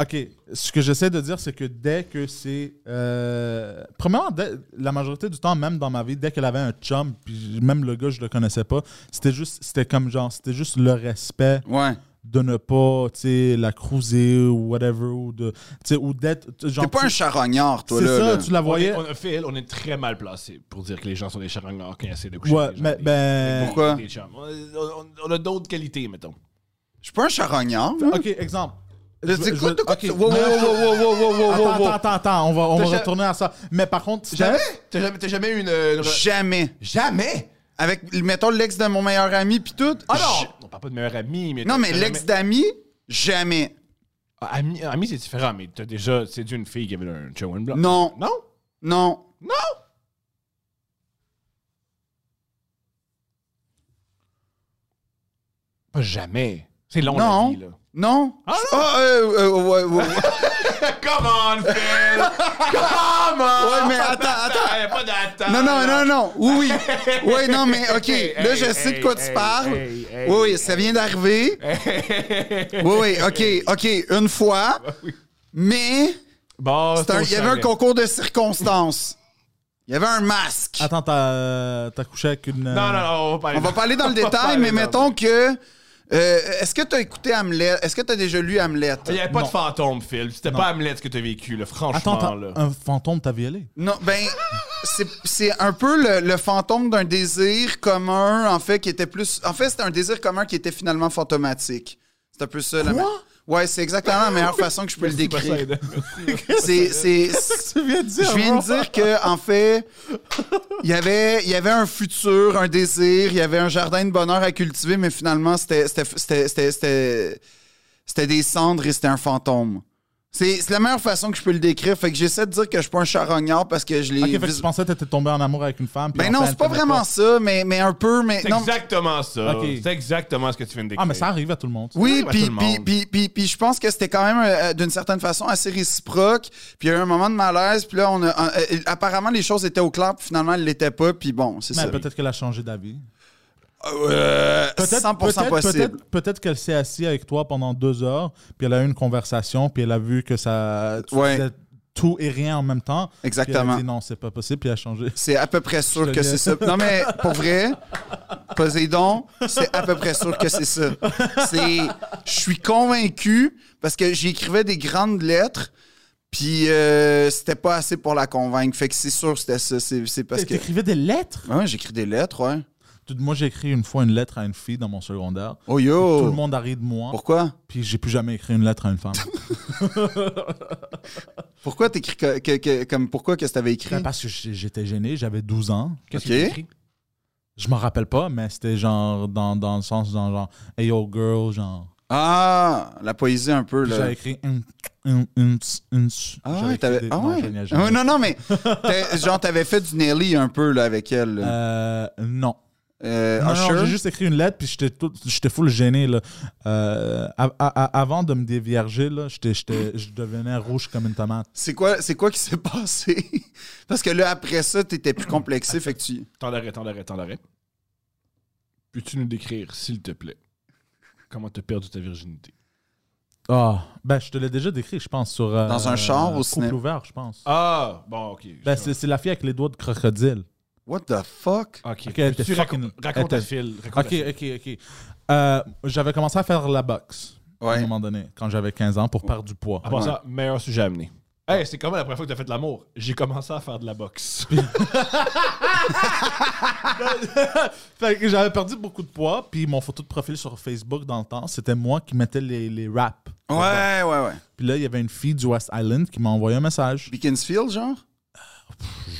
OK. Ce que j'essaie de dire, c'est que dès que c'est. euh, premièrement, dès- la majorité du temps, même dans ma vie, dès qu'elle avait un chum, puis même le gars, je le connaissais pas, c'était juste. C'était comme genre. C'était juste le respect
Ouais.
de ne pas, tu sais, la cruiser ou whatever, ou de. Tu sais, ou d'être. tu- genre,
T'es pas un
tu-
charognard, toi,
C'est
là.
ça,
là.
tu la
On est,
voyais.
on, a- Phil, on est très mal placé pour dire que les gens sont des charognards quand ils essaient de coucher
Ouais,
avec des gens,
mais-
des-
ben-
des-
Pourquoi?
des chums. On, on- on a d'autres qualités, mettons.
Je suis pas un charognard. moi.
OK, exemple.
Là,
Je-
tu sais,
je-
quoi, de quoi
OK.
tu- wow, wow, wow, wow, wow, wow, wow,
Attends,
wow.
attends, attends, on va, on
T'as
va
ja-
retourner à ça. Mais par contre,
T'as jamais, t'as jamais eu une. euh, une re-
Jamais.
Jamais?
Avec, mettons, l'ex de mon meilleur ami, puis tout.
Ah non! On parle pas de meilleur ami, mais.
je- Non, mais
t'as
l'ex
jamais-
d'ami, jamais.
Ah, Ami, ami c'est différent, mais t'as déjà séduit une fille qui avait un chum blanc.
Non.
Non?
Non.
Non! Pas jamais. C'est long,
Non.
la vie, là.
Non.
Ah,
Je- ah, euh, euh, ouais, ouais, ouais.
Come on, Phil! Come on!
Ouais, mais attends, attends.
Hey, Eh, pas d'attente.
Non, non, non, non. Oui, oui. Oui, non, mais OK.
Hey,
Là, je
hey,
sais de quoi
hey,
tu
hey,
parles.
hey, hey,
Oui, oui, ça vient d'arriver. Oui, oui, OK, OK. Une fois. Mais
Bon,
c'est un- il y avait un concours de circonstances. Il y avait un masque.
Attends, t'as t'as couché avec une.
Non, non, non, on va pas aller
On va pas aller dans le détail,
aller
mais
dans-
mettons que... euh, Est-ce que tu as écouté Hamlet? Est-ce que tu as déjà lu Hamlet?
Il n'y avait pas
Non.
de fantôme, Phil. C'était pas Hamlet que t'as vécu, là, franchement.
Attends,
là.
t'as- un fantôme t'a violé.
Non, ben, c'est- c'est un peu le, le fantôme d'un désir commun, en fait, qui était plus. En fait, c'était un désir commun qui était finalement fantomatique. C'est un peu ça, la. me- Ouais, c'est exactement la meilleure façon que je peux le décrire.
Poseidon.
C'est. c'est- c'est-
Tu viens de dire.
Je viens de dire que, en fait, il y avait, il y avait un futur, un désir, il y avait un jardin de bonheur à cultiver, mais finalement, c'était, c'était, c'était, c'était, c'était- c'était des cendres et c'était un fantôme. C'est, c'est la meilleure façon que je peux le décrire. Fait que j'essaie de dire que je suis pas un charognard parce que je l'ai.
Ok, fait que
vis-
tu pensais que t'étais tombé en amour avec une femme. puis
ben
en
non,
fait,
c'est
elle
pas
t'aimait
vraiment ça, mais, mais un peu. Mais,
C'est
non,
exactement ça.
Ok.
C'est exactement ce que tu viens de décrire.
Ah, mais ça arrive à tout le monde. ça.
Oui,
arrive à
puis
tout le
puis-
monde.
puis- puis- puis je pense que c'était quand même euh, euh, d'une certaine façon assez réciproque. Puis il y a eu un moment de malaise, puis là on a, euh, euh, apparemment les choses étaient au clair, puis finalement elles l'étaient pas, puis bon, c'est
Mais
ça.
Ben, peut-être qu'elle a changé d'avis.
Euh,
Peut-être
100%
peut-être-
possible.
Peut-être peut-être qu'elle s'est assise avec toi pendant deux heures, puis elle a eu une conversation, puis elle a vu que ça. tu
Ouais.
disais tout et rien en même temps. puis elle a
Exactement.
dit non, c'est pas possible, puis elle a changé.
C'est à peu près sûr
te
que
le
c'est
dis.
ça. Non mais pour vrai, Poséidon, c'est à peu près sûr que c'est ça. C'est, je suis convaincu parce que j'écrivais des grandes lettres. Puis euh, c'était pas assez pour la convaincre. Fait que c'est sûr que c'était ça. C'est c'est parce que. Ben
T'écrivais des lettres?
Ouais, j'écris des lettres, ouais.
Tout- Moi, j'ai écrit une fois une lettre à une fille dans mon secondaire.
Oh yo!
Tout le monde a ri de moi,
Pourquoi?
puis j'ai plus jamais écrit une lettre à une femme.
Pourquoi t'écris que- que- que- comme pourquoi que t'avais écrit?
Ben, Parce que j'ai- j'étais gêné, j'avais 12 ans.
Qu'est-ce
Ok.
que tu écris?
Je m'en rappelle pas, mais c'était genre dans, dans le sens dans genre Hey yo girl, genre.
Ah! La poésie un peu,
Puis J'avais
là.
écrit un, un, un, un, un.
Ah
J'avais
ouais,
écrit
t'avais.
des-
Ah
non,
ouais.
je niaise jamais.
Ah, non, non, mais. t'as- genre, t'avais fait du Nelly un peu, là, avec elle. là.
Euh, non.
euh,
Non, non,
Usher.
j'ai juste écrit une lettre, puis j'étais tout- j'étais full gêné. Là. Euh, a- a- a- avant de me dévierger, là, j'étais- j'étais- je devenais rouge comme une tomate.
C'est quoi, c'est quoi qui s'est passé? Parce que là, après ça, t'étais plus complexé, fait que tu...
T'en arrêt, t'en arrêt, t'en arrêt. Peux-tu nous décrire, s'il te plaît, comment t'as perdu ta virginité?
Ah, ben, je te l'ai déjà décrit, je pense, sur. euh,
Dans un char au
Couple
cinéma.
ouvert, je pense.
Ah, bon, ok.
Ben, c'est c'est la fille avec les doigts de crocodile.
What the fuck?
Ok,
Ok, elle était
Peux-tu
fucking-
raconte- raconte
elle
ta
était-
file. raconte
Ok,
ta file.
ok, ok. Euh, j'avais commencé à faire la boxe à un
Ouais.
moment donné, quand j'avais 15 ans, pour perdre du poids.
En passant, meilleur sujet à amener. Hey, c'est comment la première fois que t'as fait de l'amour? J'ai commencé à faire de la boxe.
Ah.
Fait que j'avais perdu beaucoup de poids, puis mon photo de profil sur Facebook dans le temps, c'était moi qui mettais les, les raps.
Ouais, ouais, ouais.
Puis là, il y avait une fille du West Island qui m'a envoyé un message.
Beaconsfield, genre?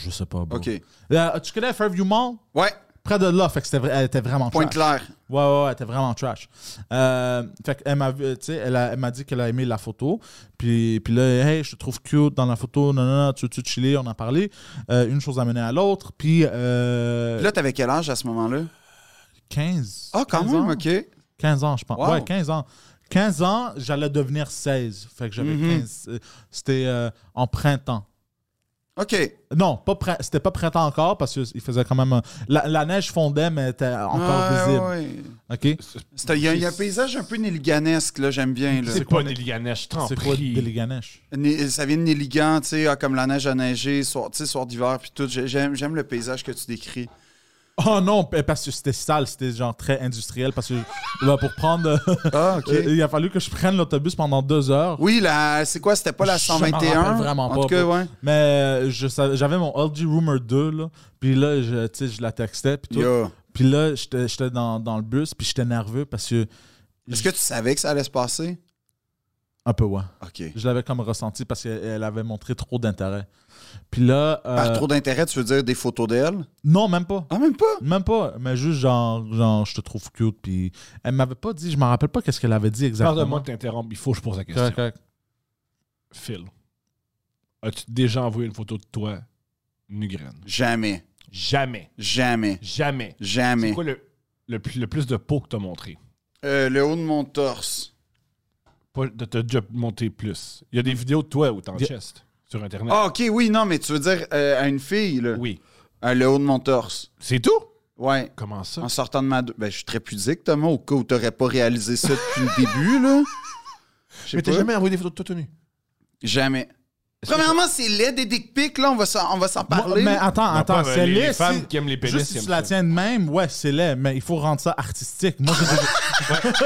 Je sais pas, bro.
OK.
Euh, tu connais Fairview Mall?
Ouais,
Près de là, fait que c'était, vra- elle était vraiment trash.
Pointe-Claire.
Ouais, ouais, ouais, elle était vraiment trash. Euh, fait qu'elle m'a, vu, euh, tu sais, elle a- elle m'a dit qu'elle a aimé la photo. Puis, puis là, hey, je te trouve cute dans la photo. Non, non, non, tu tu chiller, on en a parlé. Euh, une chose a mené à l'autre. Puis, euh,
Là, t'avais quel âge à ce moment-là?
15.
Ah, quand
15
même,
ans.
OK.
15 ans, je pense.
Wow.
Ouais, 15 ans. 15 ans, j'allais devenir 16. Fait que j'avais
Mhm.
15. euh, C'était euh, en printemps.
OK.
Non, pas print- c'était pas printemps encore parce qu'il faisait quand même. euh, La, la neige fondait, mais était encore
Ouais,
visible.
ouais.
OK?
C'est- Il y, a- il y a un paysage un peu néliganesque, là, j'aime bien. Là.
C'est pas Nelly Ganesh, je t'en
C'est quoi
prie.
Billy Ganesh?
Né- Ça vient de Néligan, tu sais, ah, comme la neige a neigé, soir, tu sais, soir d'hiver, puis tout. J'ai- J'aime j'aime le paysage que tu décris.
Oh non, p- parce que c'était sale, c'était genre très industriel. Parce que là, pour prendre. euh,
Ah, OK.
il a fallu que je prenne l'autobus pendant deux heures.
Oui, la, c'est quoi? C'était pas la
Je m'en rappelle
121?
vraiment
En
pas,
tout cas,
bro.
ouais.
Mais euh, je savais- j'avais mon LG Rumor 2, là. Puis là, je, tu sais, je la textais. Puis tout.
Yo.
Puis là, j'étais j'étais dans, dans le bus, puis j'étais nerveux parce que.
Est-ce que tu savais que ça allait se passer?
Un peu, ouais.
OK.
Je l'avais comme ressenti parce qu'elle elle avait montré trop d'intérêt. Puis là. euh,
Par trop d'intérêt, tu veux dire des photos d'elle?
Non, même pas.
Ah, même pas?
Même pas, mais juste genre, genre je te trouve cute. Puis elle m'avait pas dit, je me rappelle pas qu'est-ce qu'elle avait dit exactement.
Pardonne-moi de t'interrompre, il faut que je pose la question.
Correct, correct.
Phil, as-tu déjà envoyé une photo de toi nugraine?
Jamais.
Jamais.
Jamais.
Jamais. C'est
Jamais.
quoi le, le, plus- le plus de peau que t'as montré?
Euh, le haut de mon torse.
Pas de t'as déjà monté plus. Il y a des vidéos de toi où t'es en
Y-
chest sur Internet.
Ah, OK, oui, non, mais tu veux dire euh, à une fille, là?
Oui.
Euh, le haut de mon torse.
C'est tout?
Ouais.
Comment ça?
En sortant de ma. dou- Ben, je suis très pudique, Thomas, au cas où t'aurais pas réalisé ça depuis le début, là. Je sais
Mais t'as
pas.
jamais envoyé des photos de toi tenue?
Jamais. Premièrement, c'est laid des dick pics, là, on va s'en, on va s'en
Moi,
parler.
mais attends, attends, c'est
les,
laid.
femmes
si-
qui aiment les pénis.
Juste si tu la tiens de même, ouais, c'est laid, mais il faut rendre ça artistique. Moi, j'ai déjà-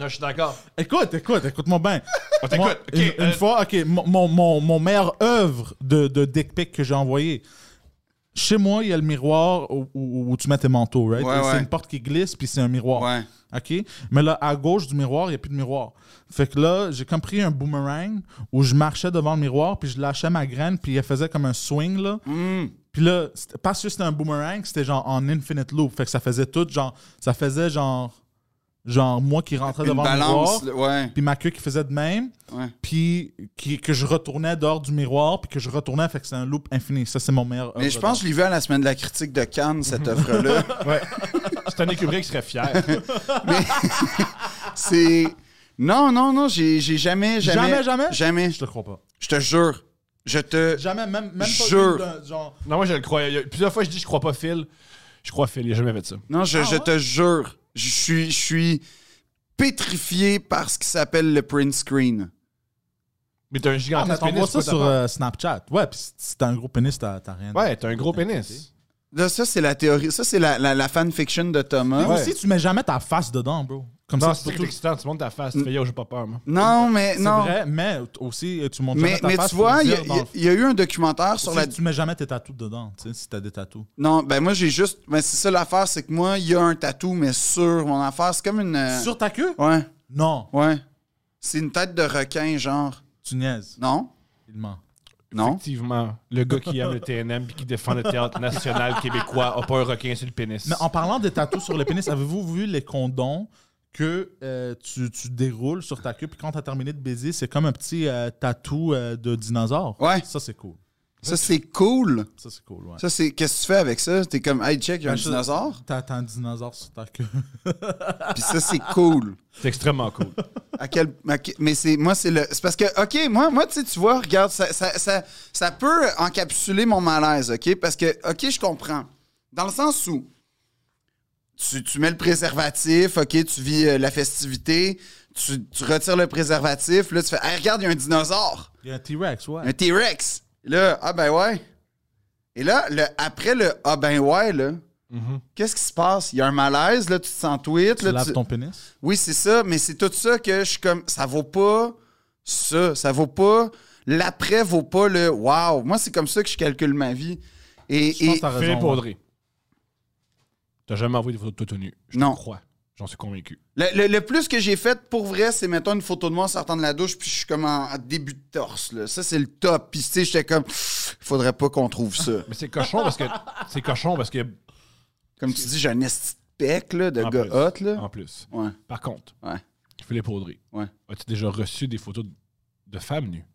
Non, je suis d'accord.
Écoute, écoute, écoute-moi bien.
On t'écoute.
Moi,
Ok,
une, une
euh,
fois, ok, mon, mon, mon, mon meilleure œuvre de, de dick pic que j'ai envoyé. Chez moi, il y a le miroir où, où- où tu mets tes manteaux, right?
Ouais,
Et C'est
ouais.
une porte qui glisse, puis c'est un miroir.
Ouais.
OK? Mais là, à gauche du miroir, il n'y a plus de miroir. Fait que là, j'ai comme pris un boomerang où je marchais devant le miroir, puis je lâchais ma graine, puis elle faisait comme un swing, là.
Hum.
Puis là, c'était- parce que c'était un boomerang, c'était genre en infinite loop. Fait que ça faisait tout, genre, ça faisait genre, genre moi qui rentrais
Une
devant
balance,
le Ah, miroir,
là, ouais.
puis ma queue qui faisait de même,
Ouais.
puis qui- que je retournais dehors du miroir, puis que je retournais, fait que c'est un loop infini. Ça, c'est mon meilleur.
Mais
œuvre
je pense que je l'ai vu à la semaine de la critique de Cannes, cette offre-là.
Ouais. Stanley Kubrick serait fier.
c'est. Non, non, non, j'ai, j'ai jamais, jamais.
Jamais, jamais?
Jamais.
Je te crois pas.
Je te jure. Je te.
Jamais, même, même pas
Jure.
une d'un- genre.
non, moi, je le crois. Il y a- Plusieurs fois, je dis je crois pas Phil. Je crois Phil. Il a jamais fait ça.
Non, je,
Ah
je
ouais?
te jure. Je suis, je suis pétrifié par ce qui s'appelle le print screen.
Mais t'as un
Ah, mais
gigantesque
t'envoies
pénis.
ça
c'est pas
sur
ta part.
euh, Snapchat. Ouais, puis si si t'as un gros pénis, t'as t'as rien.
Ouais, t'as un gros pénis.
Là, ça, c'est la théorie. Ça, c'est la, la, la fanfiction de Thomas.
Mais aussi, tu mets jamais ta face dedans, bro. Comme
Non,
ça, tu
c'est
peux
tout
tout-
excitant. Tu montes ta face. Tu fais yo, j'ai pas peur, moi.
Non, mais
C'est
non.
vrai, mais t- aussi, tu montes
Mais,
jamais ta
mais
face.
tu
faut le
vois, il y,
dire
a-
dans le-
il y a eu un documentaire sur
Aussi,
la.
Tu mets jamais tes tatous dedans, tu sais, si t'as des tatous.
Non, ben moi, j'ai juste. Mais c'est ça l'affaire, c'est que moi, il y a un tatou, mais sur mon affaire. C'est comme une. euh,
Sur ta queue?
Ouais,
Non,
ouais. C'est une tête de requin, genre.
tu niaises.
Non?
Il ment.
Non?
Effectivement, le gars qui aime le TNM et qui défend le théâtre national québécois a pas un requin sur le pénis.
Mais en parlant des tatous sur le pénis, avez-vous vu les condoms que euh, tu, tu déroules sur ta queue, puis quand t'as terminé de baiser, c'est comme un petit euh, tatou euh, de dinosaure?
Ouais.
Ça, c'est cool.
Ça, c'est cool.
Ça, c'est cool, ouais.
Ça, c'est. Qu'est-ce que tu fais avec ça? T'es comme, hey, check, il y a un
Ben, ça-
dinosaure.
T'as t'as un dinosaure sur ta queue.
Puis ça, c'est cool.
C'est extrêmement cool.
À quel, à que- mais c'est moi c'est le c'est parce que ok moi moi tu sais, tu vois regarde ça, ça, ça, ça peut encapsuler mon malaise ok parce que ok je comprends dans le sens où tu, tu mets le préservatif ok tu vis euh, la festivité tu, tu retires le préservatif là tu fais hey, regarde il y a un dinosaure
Il y a un T-Rex, ouais.
un T-Rex là ah ben ouais et là le après le ah ben ouais là qu'est-ce qui se passe il y a un malaise là tu te sens tweet
Tu
là,
laves
tu-
ton pénis.
oui, c'est ça, mais c'est tout ça que je suis comme ça vaut pas ça, ça vaut pas l'après vaut pas le wow. Moi, c'est comme ça que je calcule ma vie.
Je
Et,
pense
et-
que t'as raison.
Philippe
ouais.
Audrey. T'as jamais envoyé des photos de toi tout nu. Je
Non.
te crois. J'en suis convaincu.
le, le- le plus que j'ai fait pour vrai, c'est mettons une photo de moi en sortant de la douche, puis je suis comme en, en début de torse. là. Ça, c'est le top. Puis tu sais, j'étais comme faudrait pas qu'on trouve ça.
Mais c'est cochon parce que. C'est cochon parce que.
Comme tu dis, j'ai un esti de pec là, de
en
gars
plus,
hot là.
En plus.
Ouais.
Par contre,
Ouais.
Philippe Audrey.
Ouais.
As-tu déjà reçu des photos de- de femmes nues?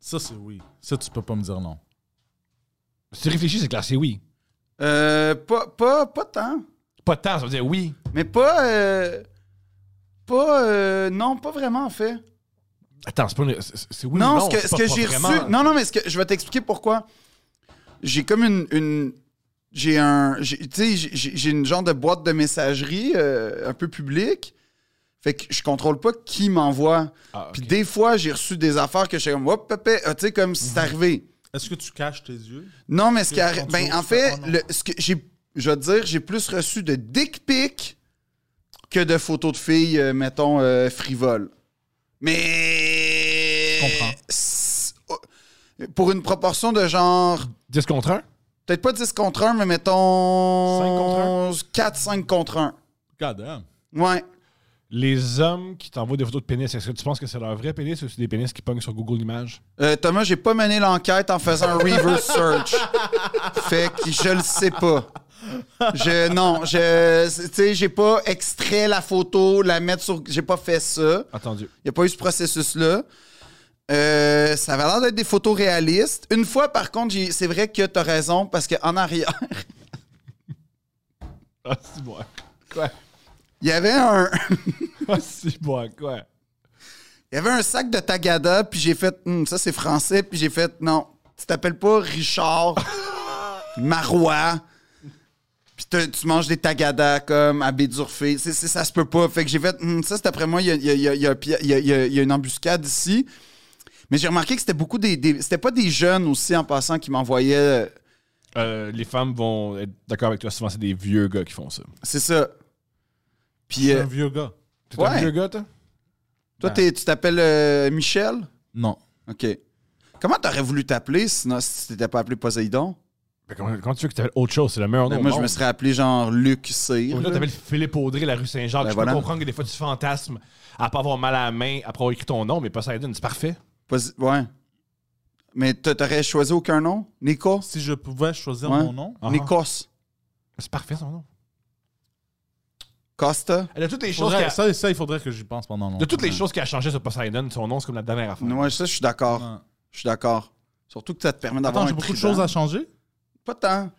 Ça, c'est oui. Ça, tu peux pas me dire non.
Si tu réfléchis, c'est clair, c'est oui.
Euh, pas, pas, pas tant.
Pas de temps, ça veut dire oui.
Mais pas. euh, pas. euh, non, pas vraiment en fait.
Attends, c'est pas une- c'est- C'est oui ou
non,
non
ce que,
c'est
ce
pas-
que
pas
j'ai
vraiment.
reçu. Non, non, mais ce que, je vais t'expliquer pourquoi. J'ai comme une. une- j'ai un. j'ai- Tu sais, j'ai- j'ai j'ai une genre de boîte de messagerie euh, un peu publique. Fait que je contrôle pas qui m'envoie.
Ah, ok.
Puis des fois, j'ai reçu des affaires que j'étais comme, hop, pépé, ah, tu sais, comme c'est
Mhm.
arrivé.
Est-ce que tu caches tes yeux?
Non, mais ce qui
Des
arrive. Ben,
contours,
en
tu fais,
fait,
oh non.
le- ce que j'ai. Je vais te dire, j'ai plus reçu de dick pics que de photos de filles, euh, mettons, euh, frivoles. Mais.
Je comprends.
S- oh, Pour une proportion de genre.
10 contre 1?
Peut-être pas 10 contre 1, mais mettons.
5 contre
4, 5 contre 1.
God damn.
Ouais.
Les hommes qui t'envoient des photos de pénis, est-ce que tu penses que c'est leur vrai pénis ou c'est des pénis qui pognent sur Google Images?
Euh, Thomas, j'ai pas mené l'enquête en faisant un reverse search. fait que je le sais pas. Je non, je tu sais, j'ai pas extrait la photo, la mettre sur j'ai pas fait ça.
Attendu.
Il n'y a pas eu ce processus-là. Euh, ça avait l'air d'être des photos réalistes. Une fois, par contre, j'ai- c'est vrai que t'as raison, parce qu'en arrière,
Ah, c'est bon. Quoi?
il y avait un,
Ah, c'est bon, quoi?
il y avait un sac de Tagada, puis j'ai fait, Hum, ça c'est français, puis j'ai fait, non, tu t'appelles pas Richard Marois, puis te- tu manges des Tagada comme à Bédurfé. C'est- c'est- ça se peut pas. Fait que j'ai fait, Hum, ça c'est après moi, il y a, il y a- il y a- il y a- il y a- il y a- il y a une embuscade ici. Mais j'ai remarqué que c'était beaucoup des, des- C'était pas des jeunes aussi en passant qui m'envoyaient. euh,
Euh, les femmes vont être d'accord avec toi, souvent c'est des vieux gars qui font ça.
C'est ça. Puis,
C'est
euh,
un vieux gars.
T'es
Ouais.
un vieux gars, toi?
toi, t'es- tu t'appelles euh, Michel?
Non.
OK. Comment t'aurais voulu t'appeler sinon si tu t'étais pas appelé Poséidon?
Mais Ben, comment, comment tu veux que t'appelles autre chose? C'est le meilleur nom.
Ben,
au
moi, je
monde.
me serais appelé genre Luc Cyr.
Là,
là.
t'appelles Philippe Audrey, la rue Saint-Jacques.
Ben
je
voilà.
peux comprendre que des fois, tu fantasmes après avoir mal à la main, après avoir écrit ton nom, mais Poseidon, c'est parfait.
Posé- Ouais. Mais t'a- t'aurais choisi aucun nom? Nikos?
Si je pouvais choisir
Ouais.
mon nom,
Ah,
Nikos?
C'est parfait, son nom.
Costa?
Elle a toutes les choses
faudrait-
qu'elle-
ça, ça, il faudrait que j'y pense pendant longtemps.
De toutes les choses qui a changé sur Poseidon, son nom, c'est comme la dernière affaire.
Ouais, ça, je suis d'accord.
Ouais.
Je suis d'accord. Surtout que ça te permet
Attends,
d'avoir un
j'ai beaucoup de
trident.
choses à Hmm. changer.
Pas tant.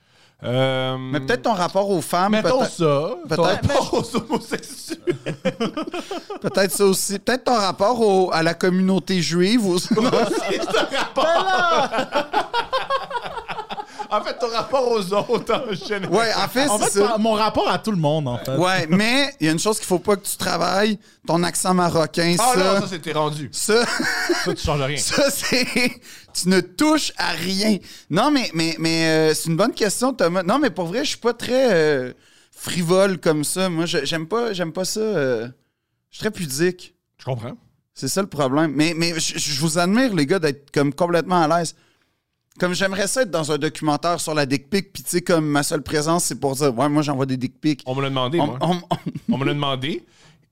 Euh,
Mais peut-être ton rapport aux femmes.
Mettons
peut-être-
ça.
peut-être-
Ton rapport aux homosexuels.
Peut-être ça aussi. Peut-être ton rapport au- à la communauté juive. aussi.
C'est ton rapport. En fait, ton rapport aux autres en général.
ouais, en fait,
En
c'est
fait,
ça.
par- mon rapport à tout le monde, en fait.
Ouais, mais il y a une chose qu'il faut pas que tu travailles, ton accent marocain,
Ah
ça.
non, ça, c'était rendu.
ça,
Ça, tu changes rien.
ça, c'est. Tu ne touches à rien. Non, mais, mais, mais euh, c'est une bonne question, Thomas. Non, mais pour vrai, je suis pas très euh, frivole comme ça. Moi, je- j'aime pas, j'aime pas ça. euh, je suis très pudique.
Je comprends.
C'est ça le problème. Mais, mais je, je vous admire, les gars, d'être comme complètement à l'aise. Comme j'aimerais ça être dans un documentaire sur la dick pic, puis tu sais, comme ma seule présence, c'est pour dire, ouais, moi, j'envoie des dick pics.
On me l'a demandé, moi.
On- on-
On me l'a demandé.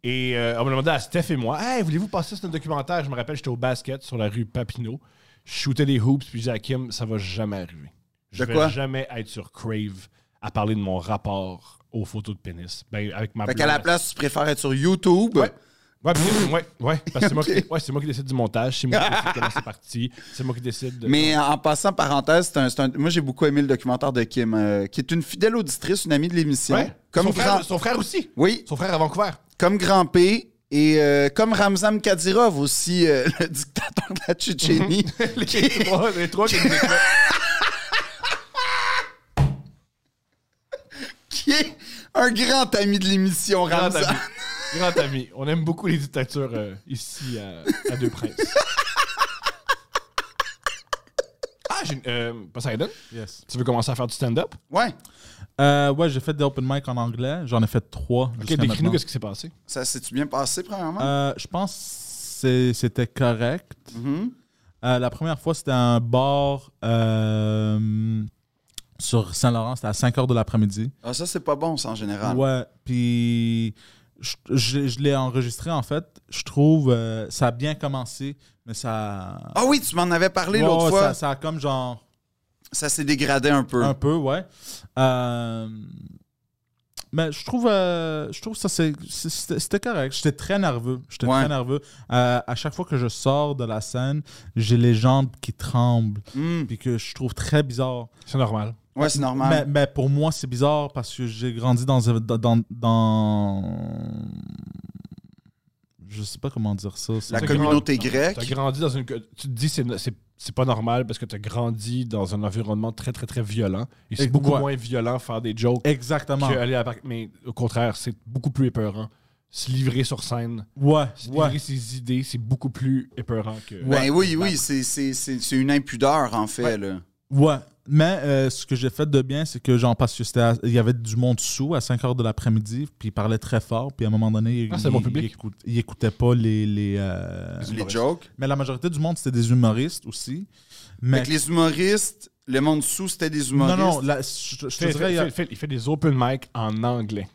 Et euh, on me l'a demandé à Steph et moi. Hey, voulez-vous passer sur un documentaire? Je me rappelle, j'étais au basket sur la rue Papineau. Je shootais des hoops, puis je disais à Kim, ça va jamais arriver. Je
De
vais
quoi?
jamais être sur Crave à parler de mon rapport aux photos de pénis. Ben, avec ma
Fait
blonde.
qu'à la place, tu préfères être sur YouTube.
Ouais. Ouais, parce que- ouais, ouais, parce que c'est moi, qui-
Ok.
ouais, c'est moi qui décide du montage, c'est moi qui décide comment c'est parti, c'est moi qui décide. de-
Mais en passant parenthèse, c'est un- c'est un- moi j'ai beaucoup aimé le documentaire de Kim, euh, qui est une fidèle auditrice, une amie de l'émission.
Ouais.
Comme
son,
grand,
frère, son frère aussi.
oui,
Son frère à Vancouver.
comme Grand P et euh, comme Ramzam Kadyrov aussi, euh, le dictateur de la Tchétchénie.
Mhm. les trois, les trois qui nous écoutent.
qui est un grand ami de l'émission,
Grand
Ramzan.
ami. Grand ami. On aime beaucoup les dictatures euh, ici à, à Deux Princes. Ah, j'ai une. Euh, Poseidon,
Yes.
tu veux commencer à faire du stand-up?
Ouais,
Euh, ouais, j'ai fait des open mic en anglais. J'en ai fait trois.
Ok,
jusqu'à
décris-nous
maintenant.
qu'est-ce qui s'est passé.
ça s'est-tu bien passé, premièrement?
Euh, je pense que c'est- c'était correct.
Mhm.
Euh, la première fois, c'était un bar euh, sur Saint-Laurent. C'était à 5 h de l'après-midi.
Ah, ça, c'est pas bon, ça, en général.
Ouais, puis je, je- je l'ai enregistré en fait. Je trouve euh, ça a bien commencé, mais ça.
Ah oui, tu m'en avais parlé
Ouais,
l'autre
ouais,
fois.
Ça,
Ça,
ça a comme genre
s'est dégradé un peu.
un peu, ouais. Euh, mais je trouve, euh, je trouve ça c'est- c'est- c'était c'était correct. J'étais très nerveux. J'étais
Ouais.
très nerveux. Euh, à chaque fois que je sors de la scène, j'ai les jambes qui tremblent,
Hmm.
puis que je trouve très bizarre.
C'est normal.
Ouais, c'est normal.
Mais, mais pour moi, c'est bizarre parce que j'ai grandi dans, un- dans, dans, dans- Je sais pas comment dire ça. c'est-
La
T'as
communauté
grandi-
grecque.
T'as grandi dans une. co- Tu te dis c'est c'est c'est pas normal parce que t'as grandi dans un environnement très très très violent. Et c'est
Et-
beaucoup
ouais.
moins violent faire des jokes
Exactement.
que aller à la par- Mais au contraire, c'est beaucoup plus épeurant. Se livrer sur scène,
Ouais,
se
ouais.
livrer ses idées, c'est beaucoup plus épeurant que.
Ben oui, oui, c'est- c'est c'est- c'est une impudeur, en fait. Là.
Ouais. Mais euh, ce que j'ai fait de bien, c'est que, genre, parce que c'était à- il y avait du monde sous à 5 h de l'après-midi, puis il parlait très fort, puis à un moment donné, il,
Ah, c'est bon
il-
public.
il écout- il écoutait pas les. les, euh,
Les jokes.
Mais la majorité du monde, c'était des humoristes aussi.
Fait
Mais.
que les humoristes, le monde sous, c'était des
Non,
humoristes.
non, la- je, je te
Fait-
dirais. il y a-
fait- fait- il fait des open mic en anglais.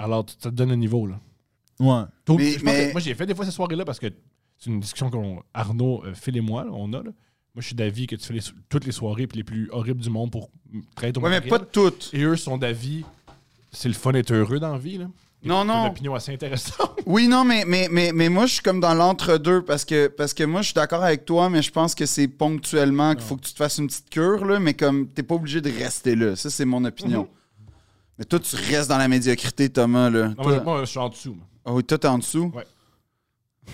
Alors, tu- ça te donne un niveau, là.
Ouais.
Tout-
Mais-
je pense
mais-
que moi, j'ai fait des fois ces soirées-là parce que c'est une discussion qu'on Arnaud, euh, Phil et moi, là, on a. là. Moi, je suis d'avis que tu fais les so- toutes les soirées puis les plus horribles du monde pour m- traiter ton
Ouais, mais pas
matériel.
toutes.
Et eux sont d'avis, c'est le fun d'être heureux dans la vie, là.
Non,
C'est une
non.
opinion assez intéressante.
Oui, non, mais, mais, mais, mais moi, je suis comme dans l'entre-deux parce que, parce que moi, je suis d'accord avec toi, mais je pense que c'est ponctuellement qu'il faut que tu te fasses une petite cure, là, mais comme t'es pas obligé de rester là. Ça, c'est mon opinion. Mais toi, tu restes dans la médiocrité, Thomas. Là.
Mhm. Non, moi,
Toi-
moi, je suis en dessous. moi.
Ah oui, toi, t'es en dessous.
Ouais.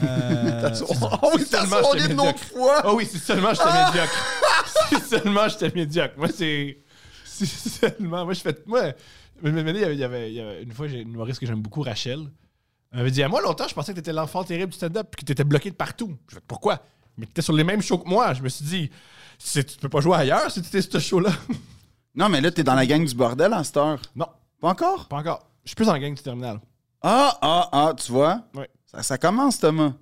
Euh,
Oh oui, t'as
seulement
sauté
j'étais
de notre
médiocre.
fois.
Ah oui, si seulement j'étais médiocre. si seulement j'étais médiocre. Moi, c'est. Si seulement. Moi, je fais. Moi, mais- mais- mais il y avait- il y avait, il y avait- une fois, j'ai une humoriste que j'aime beaucoup, Rachel. Elle m'avait dit à moi longtemps, je pensais que t'étais l'enfant terrible du stand-up puis que t'étais bloqué de partout. Je fais pourquoi Mais t'étais sur les mêmes shows que moi. Je me suis dit, c'est- tu peux pas jouer ailleurs si t'étais sur ce show-là.
Non, mais là, t'es dans la gang du bordel à cette heure.
non,
Pas encore?
pas encore. Je suis plus en gang du terminal.
Ah, ah, ah, tu vois?
Ouais.
Ça, ça commence, Thomas.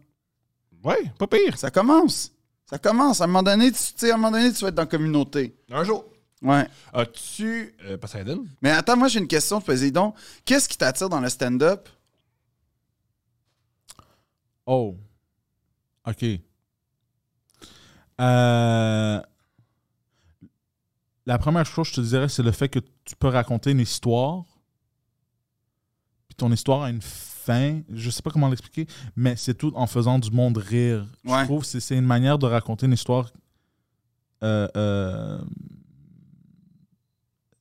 Ouais, pas pire.
Ça commence. Ça commence. À un moment donné, tu tu sais, à un moment donné, tu vas être dans la communauté.
Un jour.
Ouais.
As-tu. Euh, Poseidon
Mais attends, moi, j'ai une question, Président. Qu'est-ce qui t'attire dans le stand-up?
Oh. OK. Euh, la première chose, je te dirais, c'est le fait que tu peux raconter une histoire. Puis ton histoire a une fin. Je sais pas comment l'expliquer, mais c'est tout en faisant du monde rire.
Ouais.
Je trouve que c'est- c'est une manière de raconter une histoire euh, euh,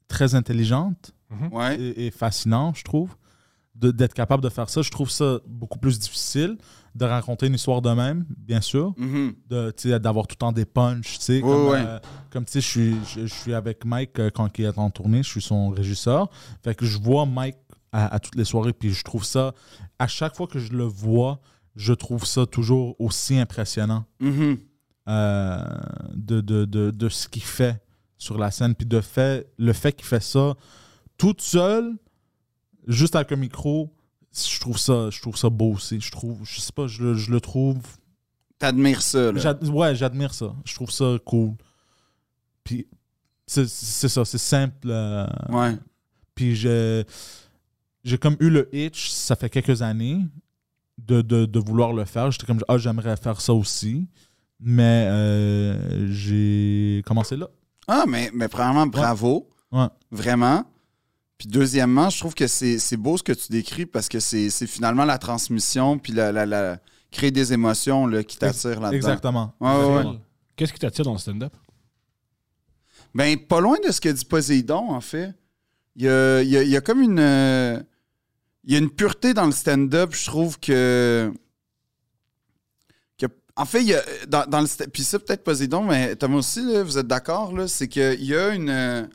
très intelligente
Ouais.
et, et fascinant, je trouve, de- d'être capable de faire ça. Je trouve ça beaucoup plus difficile de raconter une histoire de même, bien sûr,
Mhm.
de, tu sais, d'avoir tout le temps des punchs. tu sais,
Ouais,
comme
ouais.
euh, comme, tu sais, je suis, je, je suis avec Mike euh, quand il est en tournée, je suis son régisseur. Fait que je vois Mike à, à toutes les soirées, puis je trouve ça, à chaque fois que je le vois, je trouve ça toujours aussi impressionnant
Mhm.
euh, de, de, de, de ce qu'il fait sur la scène. Puis de fait, le fait qu'il fait ça toute seule, juste avec un micro, je trouve ça, je trouve ça beau aussi. Je trouve, je sais pas, je le, je le trouve.
T'admires ça, là.
j'ad- ouais, j'admire ça. Je trouve ça cool. Puis c'est c'est ça, c'est simple. euh,
Ouais.
puis je- j'ai comme eu le hitch, ça fait quelques années, de, de- de vouloir le faire. J'étais comme, ah, j'aimerais faire ça aussi. Mais euh, j'ai commencé là.
Ah, mais, mais premièrement, bravo.
Ouais.
Vraiment. Puis deuxièmement, je trouve que c'est c'est beau ce que tu décris parce que c'est c'est finalement la transmission puis la, la, la- créer des émotions là, qui t'attirent là-dedans.
Exactement.
Ouais, Ah, ouais, ouais.
Qu'est-ce qui t'attire dans le stand-up?
Ben, pas loin de ce que dit Poséidon, en fait. Il y a, il y a- il y a comme une. euh, il y a une pureté dans le stand-up, je trouve que. que- en fait, il y a, dans, dans le. sta- Puis ça, peut-être Poséidon, mais Thomas aussi, là, vous êtes d'accord, là, c'est qu'il y a une. euh,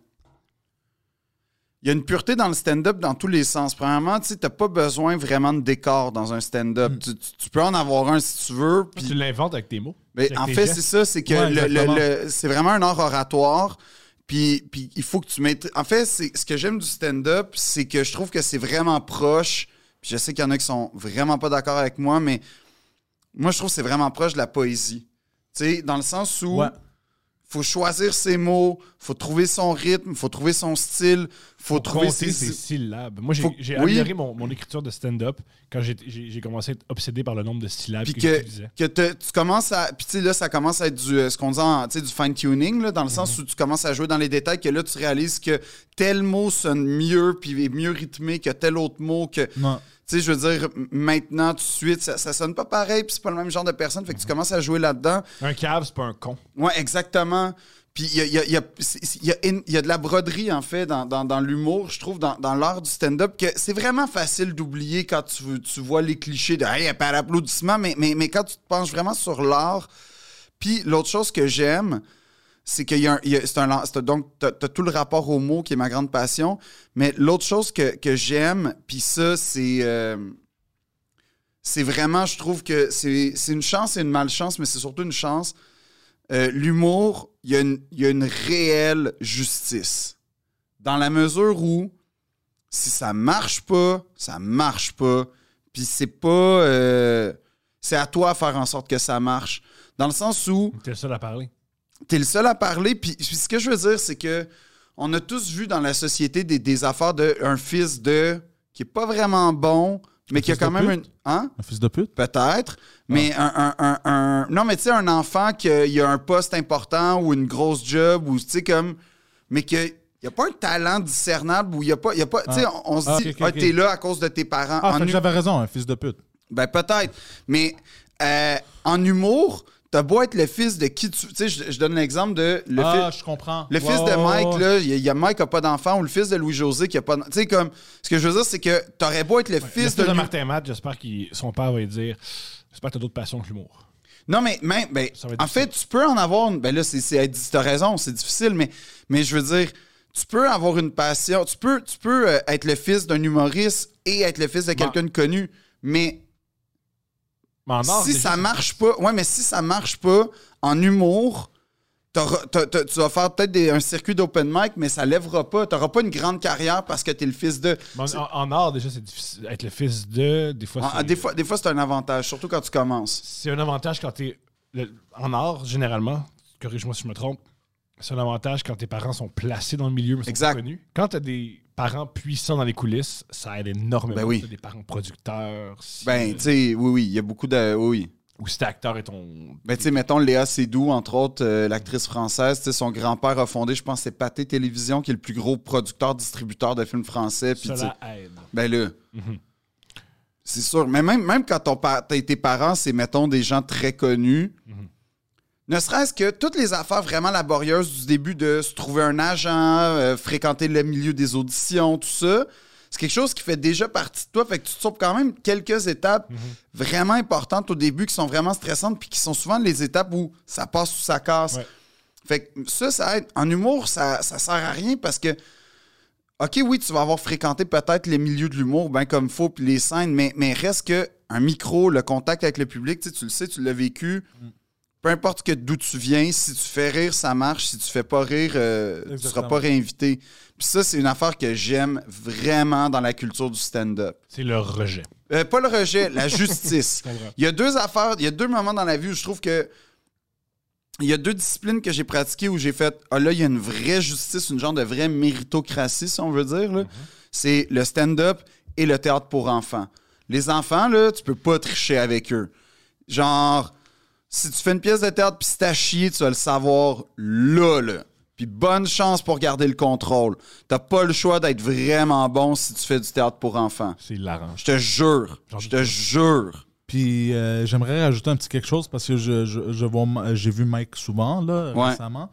il y a une pureté dans le stand-up dans tous les sens. Premièrement, tu n'as pas besoin vraiment de décor dans un stand-up. Tu, tu- tu peux en avoir un si tu veux. puis-
Tu l'inventes avec tes mots.
ben,
Avec
en
tes
fait,
gestes.
c'est ça, c'est que
Ouais,
le- le-
exactement.
le- c'est vraiment un art oratoire. Puis, puis il faut que tu mettes. En fait, c'est- ce que j'aime du stand-up, c'est que je trouve que c'est vraiment proche. Puis je sais qu'il y en a qui sont vraiment pas d'accord avec moi, mais moi, je trouve que c'est vraiment proche de la poésie. Tu sais, dans le sens où
Ouais.
faut choisir ses mots, faut trouver son rythme, faut trouver son style, faut trouver
compter
ses.
ses syllabes. Moi, j'ai
Faut-
j'ai
oui.
amélioré mon, mon écriture de stand-up quand j'ai- j'ai j'ai commencé à être obsédé par le nombre de syllabes
Puis
que,
que,
j'utilisais.
que te- tu commences à. Puis tu sais, là, ça commence à être du, euh, ce qu'on dit en, tu sais, du fine-tuning, là, dans le sens où tu commences à jouer dans les détails, que là, tu réalises que tel mot sonne mieux, puis est mieux rythmé que tel autre mot, que.
Non.
Tu sais, je veux dire, m- maintenant, tout de suite, ça, ça sonne pas pareil, puis c'est pas le même genre de personne, fait que tu commences à jouer là-dedans.
Un cave, c'est pas un con.
Ouais, exactement. Puis il y a, il y a- il y a- c'est- c'est- il y a in- il y a de la broderie, en fait, dans, dans- dans l'humour, je trouve, dans, dans l'art du stand-up, que c'est vraiment facile d'oublier quand tu, tu vois les clichés de hey, par applaudissement, mais, mais, mais quand tu te penches vraiment sur l'art. Puis l'autre chose que j'aime, c'est qu'il y a, un- il y a- c'est un lan- c'est un- donc t'as, t'as tout le rapport au mot qui est ma grande passion mais l'autre chose que, que j'aime puis ça c'est euh, c'est vraiment je trouve que c'est, c'est une chance et une malchance mais c'est surtout une chance Euh, l'humour il y, a une- il y a une réelle justice dans la mesure où si ça marche pas ça marche pas puis c'est pas euh, c'est à toi de faire en sorte que ça marche dans le sens où
T'es le seul à parler.
t'es le seul à parler. Puis, puis ce que je veux dire, c'est que on a tous vu dans la société des, des affaires d'un fils de qui est pas vraiment bon, mais qui a
fils
quand
de
même une.
pute? Ah.
Hein?
Un fils de pute.
Peut-être, mais un, un- un- un- Non, mais tu sais, un enfant qui a, il a un poste important ou une grosse job ou tu sais, comme. Mais qu'il n'y a pas un talent discernable ou il n'y a pas. il Y a pas tu sais, on, on se
Ah,
dit,
ok, ok,
ah,
ok.
t'es là à cause de tes parents.
Ah,
En
fait que
hu-
j'avais raison, un fils de pute.
ben peut-être. Mais euh, en humour, t'as beau être le fils de qui tu. Tu sais, je, je donne l'exemple de le fils.
ah, je comprends. Ouais,
Le fils de
ouais,
Mike,
ouais.
là, il y a- il y a Mike qui n'a pas d'enfant ou le fils de Louis-José qui n'a pas d'enfant. Tu sais, comme, ce que je veux dire, c'est que t'aurais beau être le
Le
fils de. Lou-
Martin Matt, j'espère que son père va lui dire J'espère que t'as d'autres passions que l'humour.
Non, mais même, ben,
Ça va être
en fait, tu peux en avoir une. Ben là, c'est, c'est, t'as raison, c'est difficile, mais, mais je veux dire, tu peux avoir une passion. Tu peux, tu peux euh, être le fils d'un humoriste et être le fils de quelqu'un de connu, mais
Mais en art,
si
déjà,
ça marche pas, ouais, mais si ça marche pas en humour, t'auras- t'as- t'as- tu vas faire peut-être des- un circuit d'open mic, mais ça lèvera pas. T'auras pas une grande carrière parce que t'es le fils de.
mais en, en- en art, déjà, c'est difficile. Être le fils de. Des fois,
Ah, ah,
c'est-
des fois, des fois c'est un avantage, surtout quand tu commences.
c'est un avantage quand t'es. le- En art, généralement, corrige-moi si je me trompe, c'est un avantage quand tes parents sont placés dans le milieu, mais sont
Exact.
pas connus. Quand t'as des parents puissants dans les coulisses, ça aide énormément.
Ben oui.
T'as des parents producteurs. si-
Ben, tu sais, oui, oui, il y a beaucoup de. Oui.
ou si t'es acteur et ton.
Ben, tu sais, mettons Léa Seydoux, entre autres, euh, l'actrice française, tu sais, son grand-père a fondé, je pense, c'est Pathé Télévision, qui est le plus gros producteur, distributeur de films français. Puis, tu sais,
Cela aide.
ben là. C'est sûr. Mais même, même quand ton pa- t'es- tes parents, c'est, mettons, des gens très connus, ne serait-ce que toutes les affaires vraiment laborieuses du début de se trouver un agent, euh, fréquenter le milieu des auditions, tout ça, c'est quelque chose qui fait déjà partie de toi. Fait que tu te sauves quand même quelques étapes vraiment importantes au début qui sont vraiment stressantes puis qui sont souvent les étapes où ça passe ou ça casse.
Ouais.
Fait que ça, ça aide. En humour, ça, ça sert à rien parce que, OK, oui, tu vas avoir fréquenté peut-être les milieux de l'humour, ben comme faut, puis les scènes, mais, mais reste que un micro, le contact avec le public, tu sais, tu le sais, tu l'as vécu. Peu importe que d'où tu viens, si tu fais rire, ça marche. Si tu fais pas rire, euh, tu seras
Exactement.
pas réinvité. Puis ça, c'est une affaire que j'aime vraiment dans la culture du stand-up.
C'est le rejet.
Euh, pas le rejet, la justice. Il y a deux affaires, il y a deux moments dans la vie où je trouve que. Il y a deux disciplines que j'ai pratiquées où j'ai fait. Ah là, il y a une vraie justice, une genre de vraie méritocratie, si on veut dire. là. C'est le stand-up et le théâtre pour enfants. Les enfants, là, tu peux pas tricher avec eux. Genre, si tu fais une pièce de théâtre puis si t'as chié, tu vas le savoir là, là. Puis bonne chance pour garder le contrôle. T'as pas le choix d'être vraiment bon si tu fais du théâtre pour enfants.
C'est hilarant.
Je te jure. Je te jure.
Puis euh, j'aimerais rajouter un petit quelque chose parce que je, je, je vois Ma- j'ai vu Mike souvent là,
Ouais.
récemment.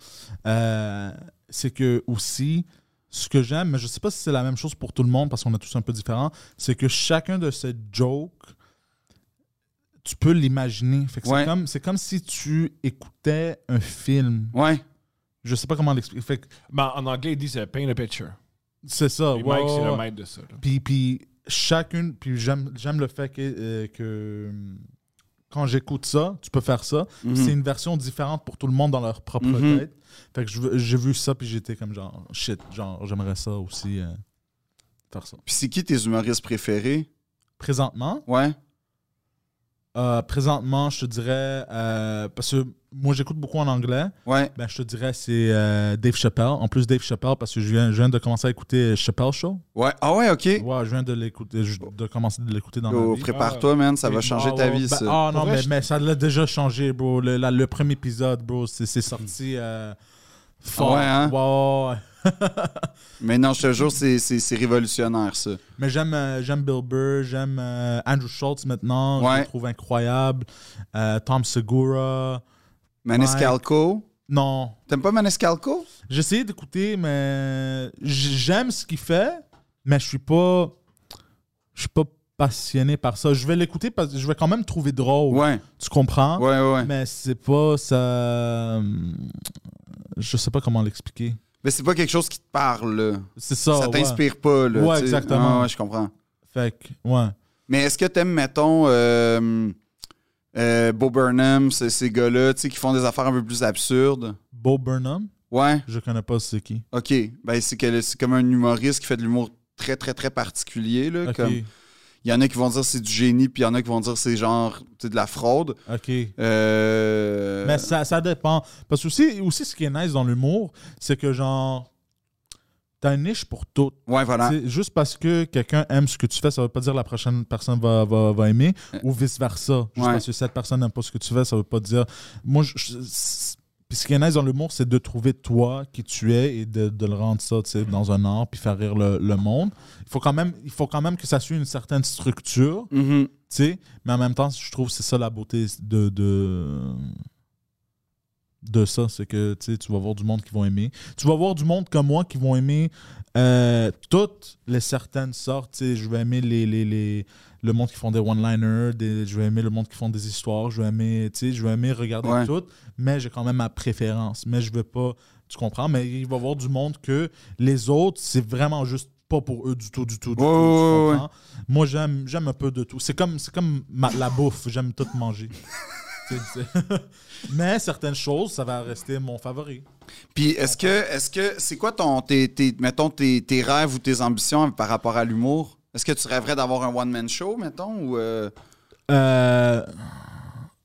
Euh, c'est que aussi, ce que j'aime, mais je sais pas si c'est la même chose pour tout le monde parce qu'on est tous un peu différents, c'est que chacun de ces jokes, tu peux l'imaginer. Fait que
Ouais.
C'est comme, c'est comme si tu écoutais un film.
Ouais.
Je sais pas comment l'expliquer. Fait que
Mais en anglais, ils disent euh, paint a picture.
c'est ça.
Et
ouais,
Mike, c'est
Ah, ouais,
le
ouais.
maître de ça. là.
Puis, puis chacune, puis j'aime j'aime le fait que, euh, que hum, quand j'écoute ça, tu peux faire ça.
Mhm.
C'est une version différente pour tout le monde dans leur propre
Mhm.
tête. Fait que je veux- j'ai vu ça, puis j'étais comme genre, shit, genre, j'aimerais ça aussi euh, faire ça.
Puis c'est qui tes humoristes préférés?
Présentement,
Ouais.
euh, présentement, je te dirais, euh, parce que moi j'écoute beaucoup en anglais,
Ouais.
ben, je te dirais c'est euh, Dave Chappelle. En plus, Dave Chappelle, parce que je viens, je viens de commencer à écouter Chappelle Show.
Ouais. Ah ouais, OK.
Ouais, je viens de l'écouter, je- de commencer de l'écouter dans
Yo,
ma vie.
prépare-toi, man. Ça va changer ta vie,
Ben,
Oh, ça.
ah
Pour
non,
vrai,
mais,
je-
mais ça l'a déjà changé, bro. Le, la- le premier épisode, bro, c'est c'est sorti euh, fort.
ouais, hein?
Ouais, ouais, ouais.
Mais non, je te jure, c'est- c'est c'est révolutionnaire, ça.
Mais j'aime euh, j'aime Bill Burr, j'aime euh, Andrew Schultz maintenant, je
Ouais.
le trouve incroyable. Euh, Tom Segura.
Maniscalco.
Non.
T'aimes pas Maniscalco?
J'ai essayé d'écouter, mais j- j'aime ce qu'il fait, mais je suis pas. Je suis pas passionné par ça. Je vais l'écouter parce que je vais quand même trouver drôle.
Ouais.
Tu comprends?
Ouais, ouais, ouais.
Mais c'est pas ça. hum, Je sais pas comment l'expliquer.
Mais c'est pas quelque chose qui te parle, là.
C'est ça.
ça
ouais.
t'inspire pas, là.
Ouais,
tu sais.
exactement.
Ah, ouais, je comprends.
Fait que, ouais.
Mais est-ce que t'aimes, mettons, euh, euh, Bo Burnham, ces, ces gars-là, tu sais, qui font des affaires un peu plus absurdes?
Bo Burnham,
Ouais,
je connais pas c'est qui.
ok. Ben, c'est que- c'est comme un humoriste qui fait de l'humour très, très, très particulier, là.
Ok.
comme- Il y en a qui vont dire c'est du génie, puis il y en a qui vont dire c'est genre, tu sais, de la fraude.
Ok.
Euh,
Mais ça, ça dépend. Parce que aussi, aussi, ce qui est nice dans l'humour, c'est que genre. T'as une niche pour tout.
Ouais, voilà.
C'est Juste parce que quelqu'un aime ce que tu fais, ça veut pas dire la prochaine personne va, va, va aimer, ou vice-versa. Juste
Euh. Ouais.
parce que cette personne n'aime pas ce que tu fais, ça veut pas dire. Moi, je, je- c'est- puis ce qui est nice dans l'humour, c'est de trouver toi qui tu es et de, de le rendre ça tu sais, dans un art puis faire rire le, le monde. Il faut, quand même, il faut quand même que ça suive une certaine structure, tu
Mhm.
sais, mais en même temps, je trouve que c'est ça la beauté de. de de ça, c'est que tu sais, tu vas voir du monde qui vont aimer. Tu vas voir du monde comme moi qui vont aimer euh, toutes les certaines sortes. Tu sais, Je vais aimer les, les, les- le monde qui font des one-liners, des- je vais aimer le monde qui font des histoires, je vais aimer, tu sais, je vais aimer regarder
Ouais.
tout, mais j'ai quand même ma préférence. Mais je veux pas, tu comprends, mais il va y avoir du monde que les autres, c'est vraiment juste pas pour eux du tout, du tout, du
Ouais,
tout. tu
ouais, ouais,
comprends? Moi, j'aime j'aime un peu de tout. C'est comme, c'est comme ma- la bouffe, j'aime tout manger. Tu sais, c'est- mais certaines choses, ça va rester mon favori.
Puis est-ce que, est-ce que, c'est quoi ton, tes, tes- mettons, tes, tes rêves ou tes ambitions par rapport à l'humour? Est-ce que tu rêverais d'avoir un one-man show, mettons, ou... euh,
Euh,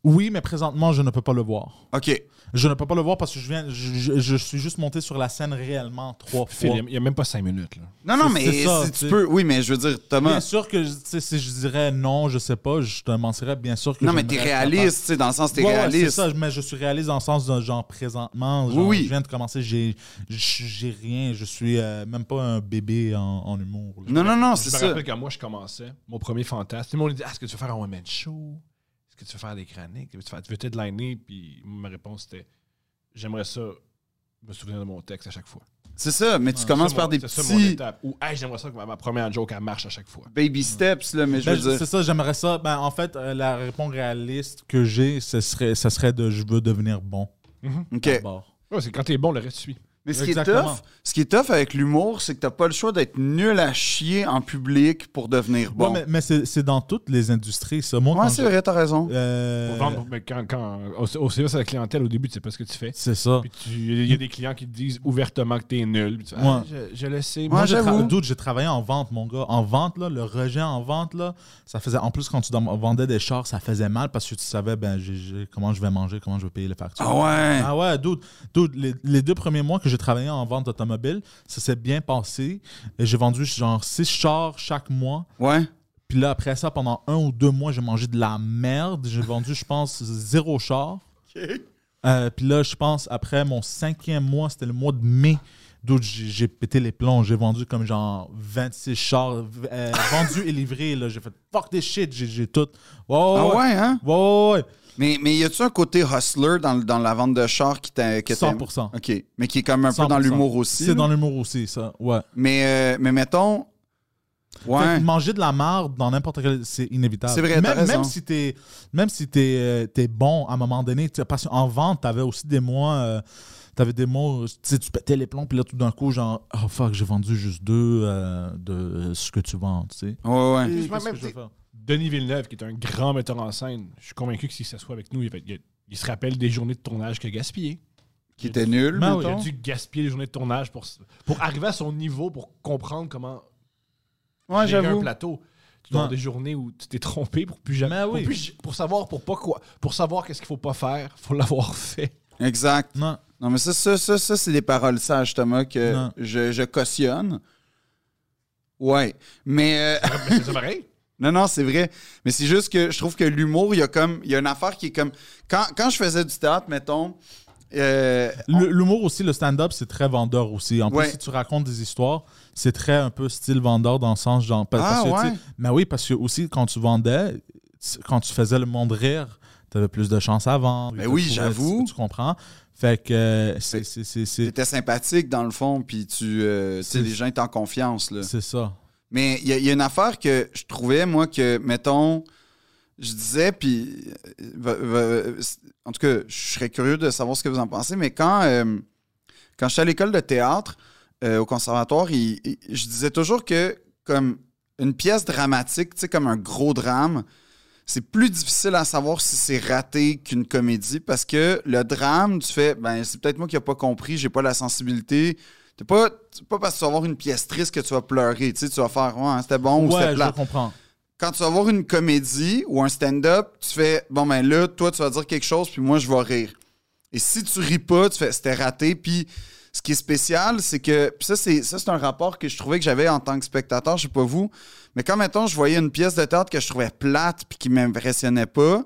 oui, mais présentement, je ne peux pas le voir.
OK.
Je ne peux pas le voir parce que je viens, je, je- je suis juste monté sur la scène réellement trois
Phil,
fois.
il n'y a même pas cinq minutes. Là.
Non, non,
C'est-
mais
c'est ça,
si
tu
tu
sais.
peux... Oui, mais je veux dire,
Bien
Thomas...
sûr que je- tu sais, si je dirais non, je sais pas, je te mentirais bien sûr que
Non, mais t'es
j'aimerais être
réaliste, tu sais, dans le sens, t'es
Ouais, ouais, c'est
réaliste.
ça, mais je suis réaliste dans le sens d'un genre présentement. genre,
Oui, oui.
Je viens de commencer, j'ai j'ai- j'ai rien, je suis euh, même pas un bébé en, en humour. là.
non, non, non,
Je
c'est
me
ça.
rappelle quand moi, je commençais, mon premier fantasme, tout le monde dit Ah, Est-ce que tu veux faire un one-man show Est-ce que tu veux faire des chroniques Tu veux- Tu veux t'headliner Puis ma réponse était J'aimerais ça me souvenir de mon texte à chaque fois.
C'est ça, mais tu
Ouais,
commences
Ça,
par
mon-
des
Ah, c'est ça, mon
petits
étape. Ou Hey, j'aimerais ça que ma, ma première joke, elle marche à chaque fois.
baby steps, là, mais je
Ben,
veux
c'est
dire...
ça, j'aimerais ça. Ben, en fait, euh, la réponse réaliste que j'ai, ce serait, ça serait de je veux devenir bon.
OK.
D'abord.
Ouais, c'est quand t'es bon, le reste suit.
Mais ce qui est
Ah, Exactement.
tough, ce qui est tough avec l'humour, c'est que t'as pas le choix d'être nul à chier en public pour devenir
Ouais,
bon.
mais, mais c'est c'est dans toutes les industries, ça. Moi,
Ouais,
quand
c'est
je-
vrai, t'as raison.
euh,
Pour vendre- mais quand, quand, au, au service à la clientèle, au début, tu sais pas ce que tu fais.
c'est ça.
Puis tu- il y a des clients qui te disent ouvertement que t'es nul. Puis tu fais, Ah, je, je le sais.
Ouais,
Moi, j'ai
j'avoue.
tra- dude, j'ai travaillé en vente, mon gars. En vente, là, le rejet en vente, là, ça faisait. En plus, quand tu dom- vendais des chars, ça faisait mal parce que tu savais ben, j'ai- j'ai- comment je vais manger, comment je vais payer les factures.
Ah ouais!
Ah ouais, dude, dude, les, les deux premiers mois que j'ai travaillé en vente automobile, ça s'est bien passé. Et J'ai vendu genre six chars chaque mois.
Ouais.
Puis là, après ça, pendant un ou deux mois, j'ai mangé de la merde. J'ai vendu, je pense, zéro char. Euh, Puis là, je pense, après mon cinquième mois, c'était le mois de mai, d'où j'ai j'ai pété les plombs. J'ai vendu comme genre 26 chars, v- euh, vendus et livrés. là. J'ai fait fuck des shit, j'ai- j'ai tout. Ouais, ouais,
Ah
ouais.
ouais, hein?
Ouais, ouais, ouais.
Mais, mais y a-tu un côté hustler dans, le- dans la vente de chars qui t'a. que t'aimes?
100%.
OK. Mais qui est comme un peu dans
100%.
l'humour aussi.
C'est
là.
dans l'humour aussi, ça. Ouais.
Mais, euh, mais mettons.
Fait
Ouais.
que manger de la marde dans n'importe quel. C'est inévitable.
C'est vrai, t'as
même,
raison.
même si t'es même si t'es, euh, t'es bon à un moment donné, tu sais, parce qu'en vente, t'avais aussi des mois. euh, T'avais des mois, où, tu sais, tu pétais les plombs, puis là, tout d'un coup, genre, oh fuck, j'ai vendu juste deux euh, de ce que tu vends, tu sais.
Ouais, ouais.
Excuse-moi,
Qu'est-ce que
même
je vais
si-
faire?
Denis Villeneuve, qui est un grand metteur en scène, je suis convaincu que s'il s'assoit avec nous, il, va- il- il se rappelle des journées de tournage qu'il a gaspillées.
Qui était nul.
Mais
Il a
Mettons.
dû gaspiller les journées de tournage pour, s- pour arriver à son niveau, pour comprendre comment
Ouais,
gérer un
j'avoue.
plateau. Tu dois avoir
Ouais.
des journées où tu t'es trompé pour plus jamais.
Mais oui.
Pour, plus j- pour savoir pour pas quoi. Pour savoir qu'est-ce qu'il faut pas faire, faut l'avoir fait.
Exact.
Non,
Non, mais ça, ça, ça, ça, c'est des paroles sages, Thomas, que
Non.
je, je cautionne. Ouais. Mais. euh,
Mais c'est ça pareil.
non, non, c'est vrai. Mais c'est juste que je trouve que l'humour, il y a comme. Il y a une affaire qui est comme. Quand, quand je faisais du théâtre, mettons. euh,
Le- L'humour aussi, le stand-up, c'est très vendeur aussi. En
Ouais.
plus, si tu racontes des histoires, c'est très un peu style vendeur dans le sens genre. pa-
Ah,
Parce, que,
ouais.
tu sais, Mais oui, parce que aussi, quand tu vendais, tu- quand tu faisais le monde rire, tu avais plus de chance à vendre.
Ben
Ils te
oui,
trouvaient-
j'avoue.
Tu comprends? Fait que euh, c'est- c'est- c'est c'est-
T'étais sympathique dans le fond, puis tu, euh, tu sais,
C'est-
les gens étaient en confiance. Là.
c'est ça.
Mais il y, a- il y a une affaire que je trouvais, moi, que, mettons, je disais, puis. euh, va- va- c'est- en tout cas, je serais curieux de savoir ce que vous en pensez, mais quand, euh, quand j'étais à l'école de théâtre, euh, au conservatoire, il- il- je disais toujours que, comme une pièce dramatique, tu sais, comme un gros drame, c'est plus difficile à savoir si c'est raté qu'une comédie parce que le drame, tu fais, ben, c'est peut-être moi qui n'ai pas compris, j'ai pas la sensibilité. T'es pas, c'est pas parce que tu vas voir une pièce triste que tu vas pleurer, tu sais, tu vas faire, ouais, hein, c'était bon ou
ouais,
c'était
je
plat.
comprends.
Quand tu vas voir une comédie ou un stand-up, tu fais, bon, ben là, toi, tu vas dire quelque chose, puis moi, je vais rire. Et si tu ris pas, tu fais, c'était raté, puis. Ce qui est spécial, c'est que. puis ça, c'est ça, c'est un rapport que je trouvais que j'avais en tant que spectateur, je sais pas vous. Mais quand mettons, je voyais une pièce de théâtre que je trouvais plate puis qui m'impressionnait pas,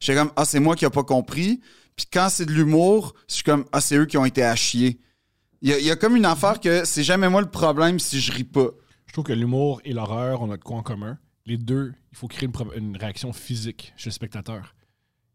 j'étais comme Ah, c'est moi qui n'ai pas compris. Puis quand c'est de l'humour, je suis comme Ah, c'est eux qui ont été à chier. Il y, a- il y a comme une affaire que c'est jamais moi le problème si je ris pas.
Je trouve que l'humour et l'horreur, on a de quoi en commun. Les deux, il faut créer une, pro- une réaction physique chez le spectateur.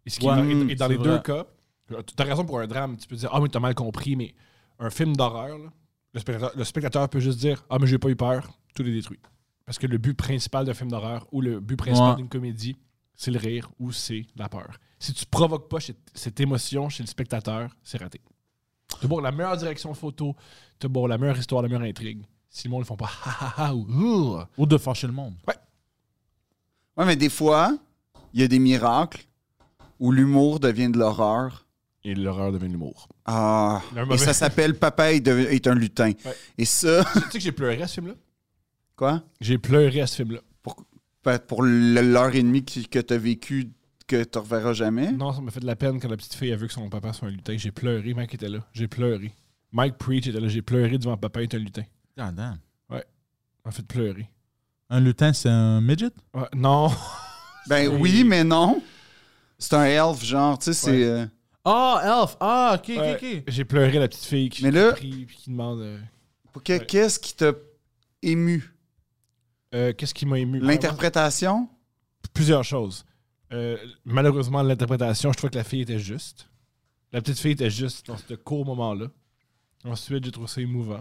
Et, ce qui est
Ouais,
dans-
mm,
et- et dans
c'est
les deux
vrai.
cas, tu as raison pour un drame, tu peux dire Ah, mais t'as mal compris, mais un film d'horreur, là, le, spectateur, le spectateur peut juste dire Ah, mais j'ai pas eu peur, tout est détruit. Parce que le but principal d'un film d'horreur ou le but principal
Ouais.
d'une comédie, c'est le rire ou c'est la peur. Si tu provoques pas cette, cette émotion chez le spectateur, c'est raté. T'as beau avoir la meilleure direction photo, t'as beau avoir la meilleure histoire, la meilleure intrigue. Si le monde ne font pas ha ha ha ou Ouh
Ou de fâcher le monde.
Ouais, mais des fois, il y a des miracles où l'humour devient de l'horreur.
et l'horreur devient de l'humour.
Ah.
Le
Et
mauvais-
ça s'appelle Papa est, de- est un lutin.
Ouais.
Et ça.
tu sais que j'ai pleuré à ce film-là
Quoi?
J'ai pleuré à ce film-là.
Fait pour le- l'heure et demie qui- que t'as vécu que tu reverras jamais.
Non, ça m'a fait de la peine quand la petite fille a vu que son papa soit un lutin. J'ai pleuré, Mike était là. J'ai pleuré. Mike Preach était là. J'ai pleuré devant papa est un lutin.
God Ah, damn.
Ça m'a fait pleurer.
Un lutin, c'est un midget?
Ouais, Ah, non.
Ben
C'est-
oui, mais non. C'est un elf, genre, tu sais, c'est.
Ouais.
euh,
Ah, elf! Ah, ok,
Ouais.
ok, ok.
J'ai pleuré la petite fille qui
Mais là-
prie puis qui demande euh,
pour que-
Ouais.
Qu'est-ce qui t'a ému?
Euh, qu'est-ce qui m'a ému.
L'interprétation?
plusieurs choses. Euh, malheureusement, l'interprétation, je trouvais que la fille était juste. La petite fille était juste dans ce court moment-là. Ensuite, j'ai trouvé ça émouvant.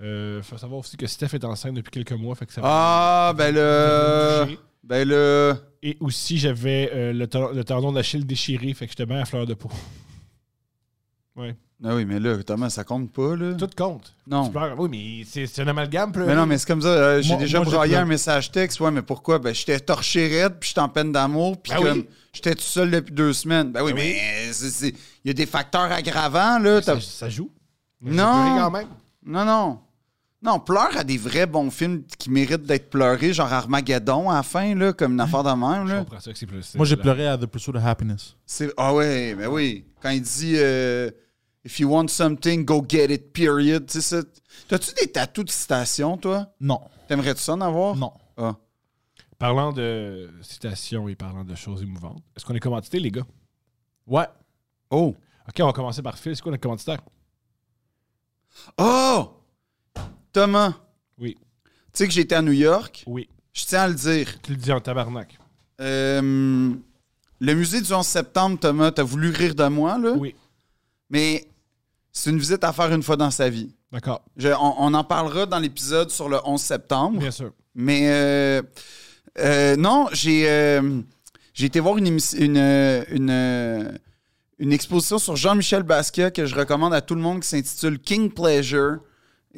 Euh, faut savoir aussi que Steph est enceinte depuis quelques mois, fait que ça
Ah, ben
ça m'a
là.
touché.
Ben là.
Et aussi, j'avais euh, le, tor- le tendon d'Achille déchiré, fait que j'étais bien à fleur de peau.
Ah oui, mais là, Thomas, ça compte pas, là.
Tout compte. Tu
Non.
pleures. Oui, mais c'est c'est un amalgame, pleurer.
Ah. Mais non, mais c'est comme ça. euh, j'ai
Moi-
déjà
moi, j'ai
broyé
pleuré.
un message texte. Ouais, mais pourquoi? Ben, j'étais torché raide, puis j'étais en peine d'amour, puis
Ben
comme.
oui.
J'étais tout seul depuis deux semaines. Ben oui,
Ben oui.
mais c'est- c'est- il y a des facteurs aggravants, là. T'as-
ça, ça joue.
Non.
J'ai pleuré quand même.
Non, non. Non, pleure à des vrais bons films qui méritent d'être pleurés, genre Armageddon à la fin, là, comme une affaire de même.
Je
Là.
comprends ça que c'est plus.
Moi, j'ai pleuré à The Pursuit of Happiness.
C'est- Ah ouais, mais oui. Quand il dit euh, If you want something, go get it, period. Tu sais, ça- T'as-tu des tatous de citation, toi?
Non,
T'aimerais-tu ça en avoir?
non.
Ah.
Parlant de citations et parlant de choses émouvantes, est-ce qu'on est commandité, les gars?
Ouais.
Oh!
OK, on va commencer par Phil. C'est quoi notre commanditaire?
Oh! Thomas!
Oui.
Tu sais que j'étais à New York.
Oui.
Je tiens à le dire.
Tu le dis en tabarnak.
Euh, le musée du 11 septembre, Thomas, t'as voulu rire de moi, là?
Oui.
Mais c'est une visite à faire une fois dans sa vie.
D'accord.
Je- on, on en parlera dans l'épisode sur le 11 septembre.
Bien sûr.
Mais euh, euh, non, j'ai euh, j'ai été voir une, émis- une, euh, une, euh, une exposition sur Jean-Michel Basquiat que je recommande à tout le monde qui s'intitule King Pleasure.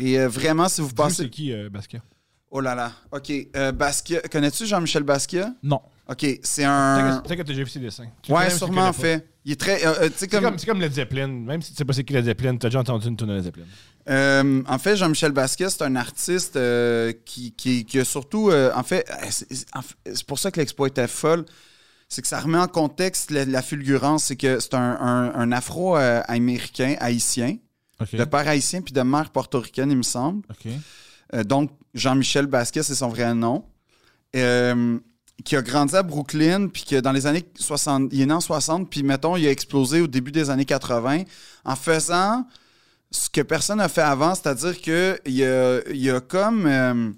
Et euh, vraiment, si vous
Drew, C'est
passez.
qui, euh, Basquiat?
Oh là là. OK. euh, Basquiat. Connais-tu Jean-Michel Basquiat?
Non.
OK. C'est un.
Peut-être que t'as déjà vu ses dessins. Tu connais
Euh. Ouais,
ou tu
sûrement
connais
en
pas?
fait. Il est très. euh, euh, tu sais,
C'est
comme,
comme, c'est comme Led Zeppelin. Même si tu sais pas c'est qui Led Zeppelin, t'as déjà entendu une tune de Led Zeppelin.
Euh, en fait, Jean-Michel Basquiat, c'est un artiste euh, qui, qui, qui a surtout. euh, en fait, euh, c'est c'est- en fait, c'est pour ça que l'expo était folle. C'est que ça remet en contexte la, la fulgurance. C'est que c'est un, un- un afro-américain, haïtien,
OK.
de père haïtien puis de mère portoricaine, il me semble.
OK.
Euh, donc, Jean-Michel Basquiat, c'est son vrai nom. Euh, qui a grandi à Brooklyn, puis que dans les années 60, il est né en 60, puis mettons, il a explosé au début des années 80 en faisant ce que personne n'a fait avant, c'est-à-dire que il y a, il y a comme. euh,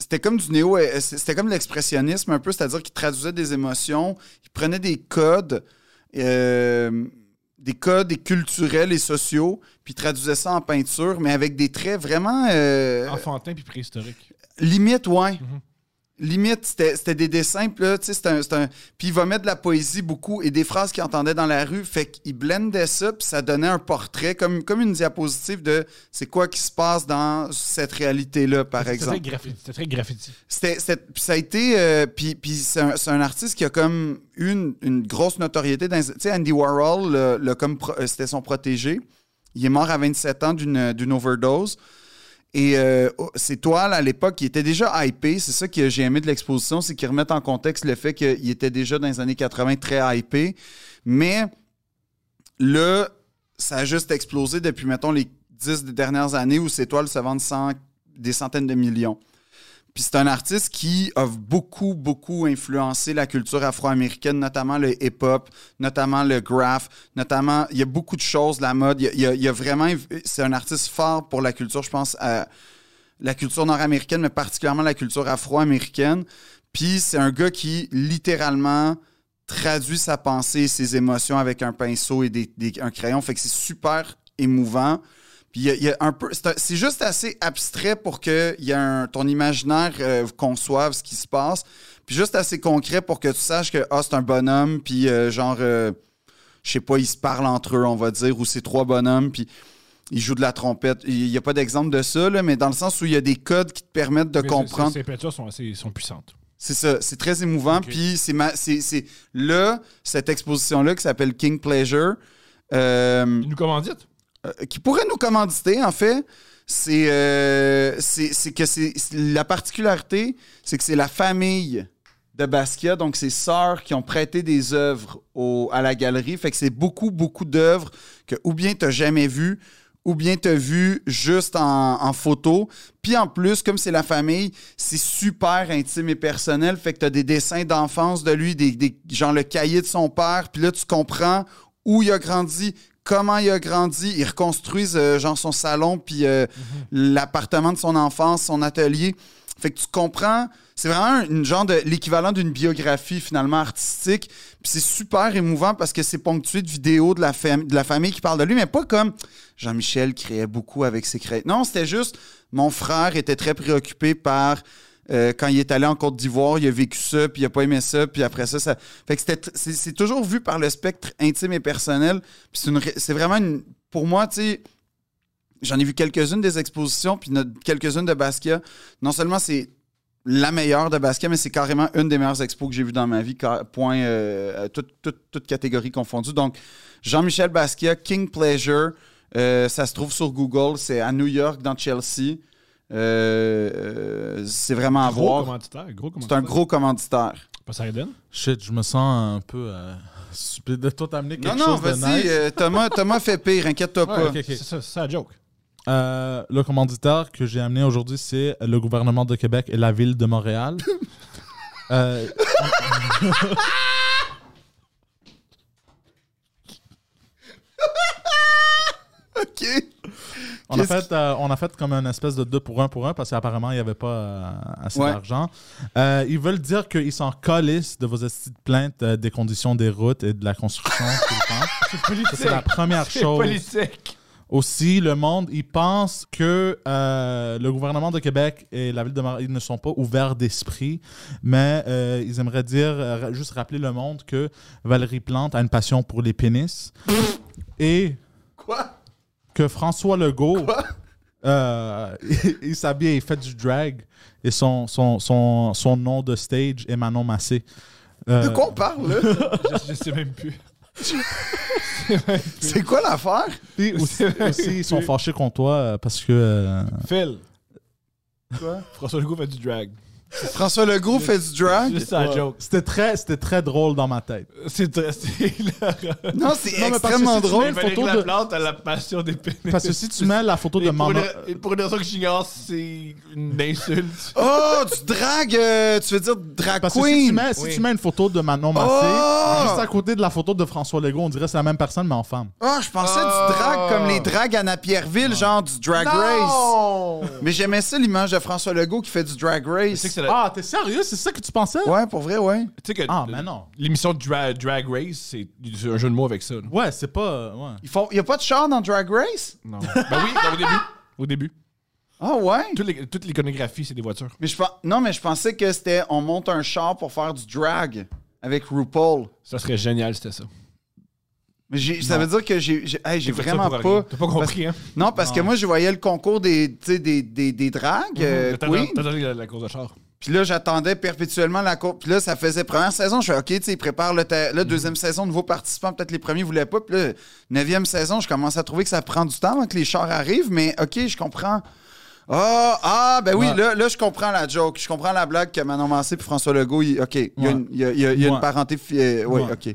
c'était comme du néo, euh, c'était comme l'expressionnisme un peu, c'est-à-dire qu'il traduisait des émotions, il prenait des codes, euh, des codes et culturels et sociaux, puis il traduisait ça en peinture, mais avec des traits vraiment. euh,
Enfantin puis préhistorique.
Limite, ouais.
Mhm.
Limite, c'était c'était des dessins, puis là, tu sais, c'est un, c'est un- Puis il va mettre de la poésie beaucoup et des phrases qu'il entendait dans la rue. Fait qu'il blendait ça, puis ça donnait un portrait, comme, comme une diapositive de c'est quoi qui se passe dans cette réalité-là, par
C'était
exemple.
très graffiti. C'était très graffiti.
C'était, c'était- puis ça a été. euh, puis puis c'est, un, c'est un artiste qui a comme eu une, une grosse notoriété. dans les- Tu sais, Andy Warhol, le, le comme pro- euh, c'était son protégé. Il est mort à 27 ans d'une, d'une overdose. Et euh, oh, ses toiles, à l'époque, il était déjà hypé. C'est ça que j'ai aimé de l'exposition, c'est qu'ils remettent en contexte le fait qu'il était déjà dans les années 80 très hypé. Mais là, ça a juste explosé depuis, mettons, les 10 dernières années où ses toiles se vendent cent- des centaines de millions. Puis c'est un artiste qui a beaucoup, beaucoup influencé la culture afro-américaine, notamment le hip-hop, notamment le graph, notamment, il y a beaucoup de choses, la mode. Il y a, il y a- il y a vraiment, c'est un artiste fort pour la culture, je pense, à la culture nord-américaine, mais particulièrement la culture afro-américaine. Puis c'est un gars qui, littéralement, traduit sa pensée et ses émotions avec un pinceau et des- des- un crayon. Fait que c'est super émouvant. Puis il y a- il y a un peu. C'est un- c'est juste assez abstrait pour que il y a un- ton imaginaire euh, conçoive ce qui se passe. Puis juste assez concret pour que tu saches que ah, c'est un bonhomme, puis euh, genre, euh, je sais pas, ils se parlent entre eux, on va dire, ou c'est trois bonhommes, puis ils jouent de la trompette. Il n'y a pas d'exemple de ça, là, mais dans le sens où il y a des codes qui te permettent de
Mais c'est-
comprendre.
Ces peintures sont, assez, sont puissantes.
C'est ça, c'est très émouvant.
Ok.
Puis c'est ma- c'est- c'est là, cette exposition-là qui s'appelle King Pleasure, euh,
Ils nous commanditent?
euh, qui pourrait nous commanditer, en fait. C'est euh, c'est- c'est que c'est c'est- la particularité, c'est que c'est la famille de Basquiat, donc ses sœurs qui ont prêté des œuvres au- à la galerie. Fait que c'est beaucoup, beaucoup d'œuvres que ou bien t'as jamais vues, ou bien t'as vu juste en, en photo. Puis en plus, comme c'est la famille, c'est super intime et personnel. Fait que t'as des dessins d'enfance de lui, des, des- genre le cahier de son père. Puis là, tu comprends où il a grandi, comment il a grandi. Ils reconstruisent euh, genre son salon, puis euh, l'appartement de son enfance, son atelier. Fait que tu comprends, c'est vraiment un- une genre de l'équivalent d'une biographie finalement artistique. Puis c'est super émouvant parce que c'est ponctué de vidéos de la, fam- de la famille qui parle de lui, mais pas comme Jean-Michel créait beaucoup avec ses créations. Non, c'était juste mon frère était très préoccupé par euh, quand il est allé en Côte d'Ivoire, il a vécu ça, puis il a pas aimé ça, puis après ça, ça. Fait que c'était tr- c'est c'est toujours vu par le spectre intime et personnel. Puis c'est une ré- c'est vraiment une. Pour moi, tu sais, j'en ai vu quelques-unes des expositions, puis no- quelques-unes de Basquiat. Non seulement c'est la meilleure de Basquiat, mais c'est carrément une des meilleures expos que j'ai vues dans ma vie, car- point, euh, euh, toute, toute- toute catégorie confondue. Donc, Jean-Michel Basquiat, King Pleasure, euh, ça se trouve sur Google, c'est à New York, dans Chelsea. Euh, euh, c'est vraiment à
Gros
voir.
commanditaire.
C'est
Gros
un
commanditaire.
gros commanditaire.
Poseidon.
Shit, je me sens un peu euh, stupide de toi t'amener
Non,
quelque
non,
chose de
vas-y,
nice.
euh, Thomas, Thomas fait pire, inquiète-toi pas.
Ouais,
ok, ok.
C'est ça, c'est ça la joke.
Euh, le commanditaire que j'ai amené aujourd'hui, c'est le gouvernement de Québec et la ville de Montréal. Euh, On a,
Qu'est-ce
fait, euh, on a fait comme une espèce de 2 pour 1 pour 1 parce qu'apparemment, il n'y avait pas euh, assez
Ouais.
d'argent. Euh, ils veulent dire qu'ils s'en colissent de vos esti de plaintes euh, des conditions des routes et de la construction tout le temps.
C'est
Ça,
politique.
C'est la première
C'est
chose.
politique.
Aussi, le monde, ils pensent que euh, le gouvernement de Québec et la ville de Montréal ils ne sont pas ouverts d'esprit, mais euh, ils aimeraient dire, euh, ra- juste rappeler le monde que Valérie Plante a une passion pour les pénis et
Quoi?
que François Legault, euh, il, il s'habille et il fait du drag et son, son, son, son nom de stage est Manon Massé.
De
Euh,
quoi on parle, là?
Je, je sais même plus.
C'est quoi l'affaire?
puis aussi, aussi, ils sont fâchés contre toi euh, parce que... euh,
Phil.
Quoi?
François Legault fait du drag.
François Legault fait du drag?
Juste un
Ouais.
joke.
C'était très, c'était très drôle dans ma tête.
C'est très. c'est hilarant.
Non, c'est
Non, mais parce que
extrêmement
si tu
drôle.
mets-
Mais
photo
Valérie
de-
Laplante a la passion des pénis.
Parce que si tu mets la photo
Et
de
pour,
maman,
une- et pour une raison que j'ignore, c'est une insulte.
Oh, tu dragues, euh, tu veux dire drag
parce que si tu
queen?
mets, si
Oui.
tu mets une photo de Manon Massé
Oh!
juste à côté de la photo de François Legault, on dirait que c'est la même personne mais en femme.
Oh, je pensais
Oh.
du drag comme les drags Anna Pierreville, genre du drag race. Mais j'aimais ça l'image de François Legault qui fait du drag
Tu sais que
race.
c'est la-
Ah, t'es sérieux C'est ça que tu pensais
Ouais, pour vrai, ouais.
tu sais que
Ah, mais non.
L'émission Dra- Drag Race, c'est c'est un jeu de mots avec ça. là.
Ouais, c'est pas. euh, Ouais.
Il font... y a pas de char dans drag race?
Non. ben oui, non, au début. Au début.
Ah ouais?
Toute les- Toute l'iconographie, c'est des voitures.
Mais je pen- Non, mais je pensais que c'était on monte un char pour faire du drag avec RuPaul.
Ça serait génial, c'était ça.
Mais j'ai- ça veut dire que j'ai j'ai- hey, j'ai
T'as fait ça
vraiment
pour
pas.
rien. T'as pas compris, hein?
Non, parce que moi, je voyais le concours des, tu sais, des, des, des dragues. euh,
T'as
queen.
t'as donné la, la course de char.
Puis là, j'attendais perpétuellement la course. Puis là, ça faisait première saison. Je fais OK, tu sais, ils préparent le ter- là,
Mm-hmm.
deuxième saison, nouveaux participants. Peut-être les premiers voulaient pas. Puis là, neuvième saison, je commence à trouver que ça prend du temps avant que les chars arrivent. Mais OK, je comprends. Ah, ah, ben oui,
Ouais.
là, là, je comprends la joke. Je comprends la blague que Manon Massé puis François Legault, il- OK, il y a
Ouais.
une, il y a- il y a- il y a une
Ouais.
parenté. fi- euh, oui,
Ouais.
OK.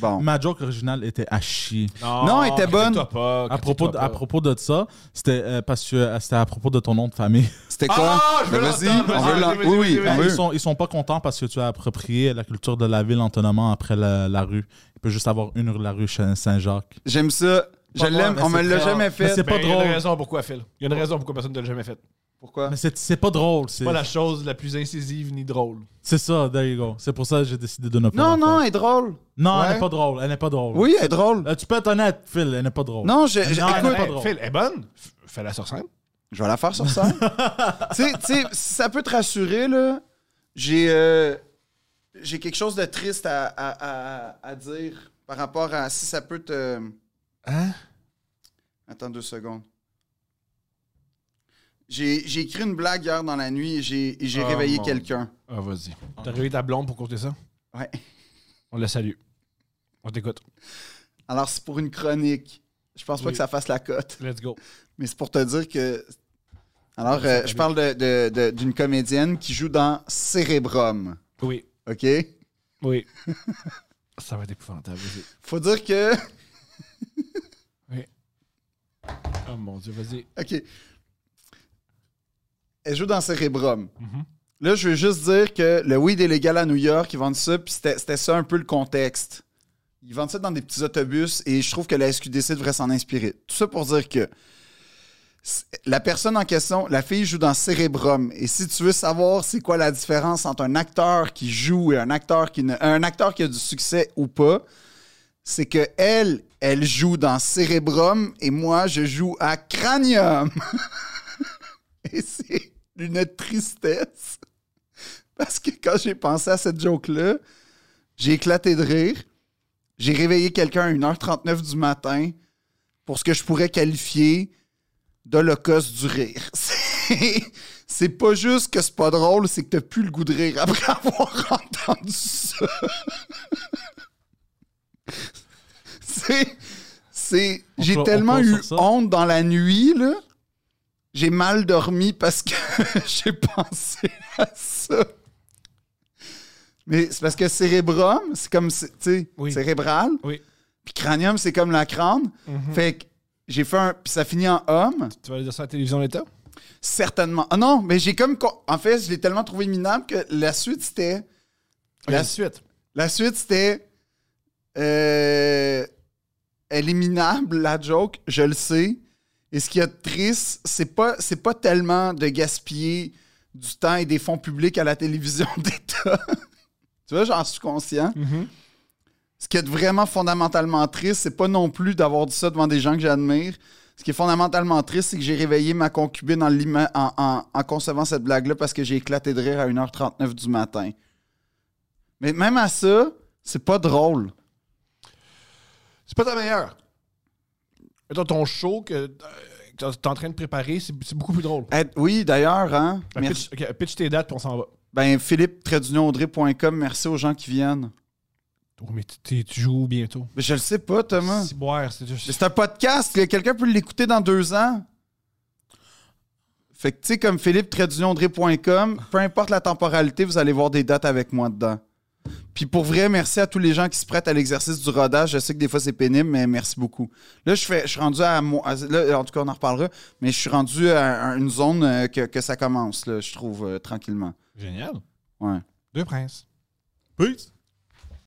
Bon.
Ma joke originale était à chier.
Non, elle était bonne.
critique-toi pas,
À propos,
critique-toi
de,
pas.
à propos de ça, c'était euh, parce que euh, c'était à propos de ton nom de famille.
C'était quoi?
Ah, je veux
Ben,
l'entendre,
on veut
vas-y,
l'en-
vas-y,
Oui, oui,
vas-y,
on
vas-y.
veut.
Ils sont, ils sont pas contents parce que tu as approprié la culture de la ville en te nommant après la, la rue. Il peut juste avoir une rue, la rue Ch- Saint-Jacques.
J'aime ça. Je
Pas moi,
l'aime.
mais
On me
c'est
l'a
très
jamais
rare. Mais
fait.
c'est pas
Ben, Il y a
drôle.
une raison pourquoi, Phil. Il y a une raison pourquoi personne ne l'a jamais faite.
Pourquoi?
Mais c'est c'est pas drôle. C'est
Pas la chose la plus incisive ni drôle.
c'est ça, there you go. C'est pour ça que j'ai décidé de ne pas.
Non,
la faire.
non, elle est drôle.
Non, elle
Ouais.
n'est pas drôle. Elle n'est pas drôle.
Oui, elle est drôle.
Euh, tu peux être honnête, Phil, elle n'est pas drôle.
Non, je, je-
Non,
écoute,
elle est pas drôle.
Hey, Ah, ben, Phil, elle est bonne. F- Fais-la sur scène.
Je vais la faire sur scène. tu sais- tu sais, si ça peut te rassurer, là, j'ai euh, j'ai quelque chose de triste à, à- à- à dire par rapport à si ça peut te.
Hein?
Attends deux secondes. J'ai j'ai écrit une blague hier dans la nuit et j'ai et j'ai
Oh
réveillé
mon
quelqu'un.
Ah, vas-y. T'as réveillé ta blonde pour compter ça?
Ouais.
On la salue. On t'écoute.
Alors, c'est pour une chronique. Je pense pas
Oui.
que ça fasse la cote.
Let's go.
Mais c'est pour te dire que. Alors,
Ah, Ça,
euh,
ça
je parle de- de- de- d'une comédienne qui joue dans Cérébrum.
Oui.
OK?
Oui. ça va être épouvantable. Vas-y.
Faut dire que.
Oh mon Dieu, vas-y.
OK. Elle joue dans Cérébrum.
Mhm.
Là, je veux juste dire que le weed est légal à New York, ils vendent ça, puis c'était c'était ça un peu le contexte. Ils vendent ça dans des petits autobus et je trouve que la SQDC devrait s'en inspirer. Tout ça pour dire que c- la personne en question, la fille joue dans Cérébrum. Et si tu veux savoir c'est quoi la différence entre un acteur qui joue et un acteur qui ne- un acteur qui a du succès ou pas, c'est que elle, elle joue dans Cérébrum et moi, je joue à Cranium. et c'est une tristesse. Parce que quand j'ai pensé à cette joke-là, j'ai éclaté de rire. J'ai réveillé quelqu'un à 1h39 du matin pour ce que je pourrais qualifier d'holocauste du rire. C'est- C'est pas juste que c'est pas drôle, c'est que t'as plus le goût de rire après avoir entendu ça. C'est. c'est-
On
J'ai
peut- on
tellement
peut
eu
sur ça.
honte dans la nuit, là. J'ai mal dormi parce que j'ai pensé à ça. Mais c'est parce que cérébrum, c'est comme, c'est- tu sais,
Oui.
cérébral.
Oui.
Puis cranium, c'est comme la crâne. Mm. Fait que j'ai fait un. Puis ça finit en homme.
Tu vas aller dire ça à la télévision d'État?
Certainement. Ah non, mais j'ai comme. con- En fait, je l'ai tellement trouvé minable que la suite, c'était. La,
La suite.
la suite, c'était. euh, elle est minable, la joke, je le sais. Et ce qui est triste, c'est pas, c'est pas tellement de gaspiller du temps et des fonds publics à la télévision d'État. tu vois, j'en suis conscient.
Mm-hmm.
Ce qui est vraiment fondamentalement triste, c'est pas non plus d'avoir dit ça devant des gens que j'admire. Ce qui est fondamentalement triste, c'est que j'ai réveillé ma concubine en, lima- en, en- en concevant cette blague-là parce que j'ai éclaté de rire à 1h39 du matin. Mais même à ça, c'est pas drôle.
C'est pas ta meilleure. Mettons, ton show que euh, que t'es en train de préparer, c'est c'est beaucoup plus drôle.
Eh, oui, d'ailleurs, hein?
Ben,
merci-
Pitch, ok, pitch tes dates, puis on s'en va.
Ben, philippe audreycom merci aux gens qui viennent.
Oh, mais tu- tu- tu joues bientôt.
Mais je le sais pas, Thomas.
Si boire, c'est juste.
Mais c'est un podcast, là. quelqu'un peut l'écouter dans deux ans. Fait que, tu sais, comme philippe audreycom peu importe la temporalité, vous allez voir des dates avec moi dedans. Puis pour vrai, merci à tous les gens qui se prêtent à l'exercice du rodage. Je sais que des fois c'est pénible, mais merci beaucoup. Là, je fais, je suis rendu à, mo- à- là, en tout cas, on en reparlera, mais je suis rendu à, à une zone euh, que, que ça commence, là, je trouve, euh, tranquillement.
Génial.
Ouais.
Deux princes.
Peace.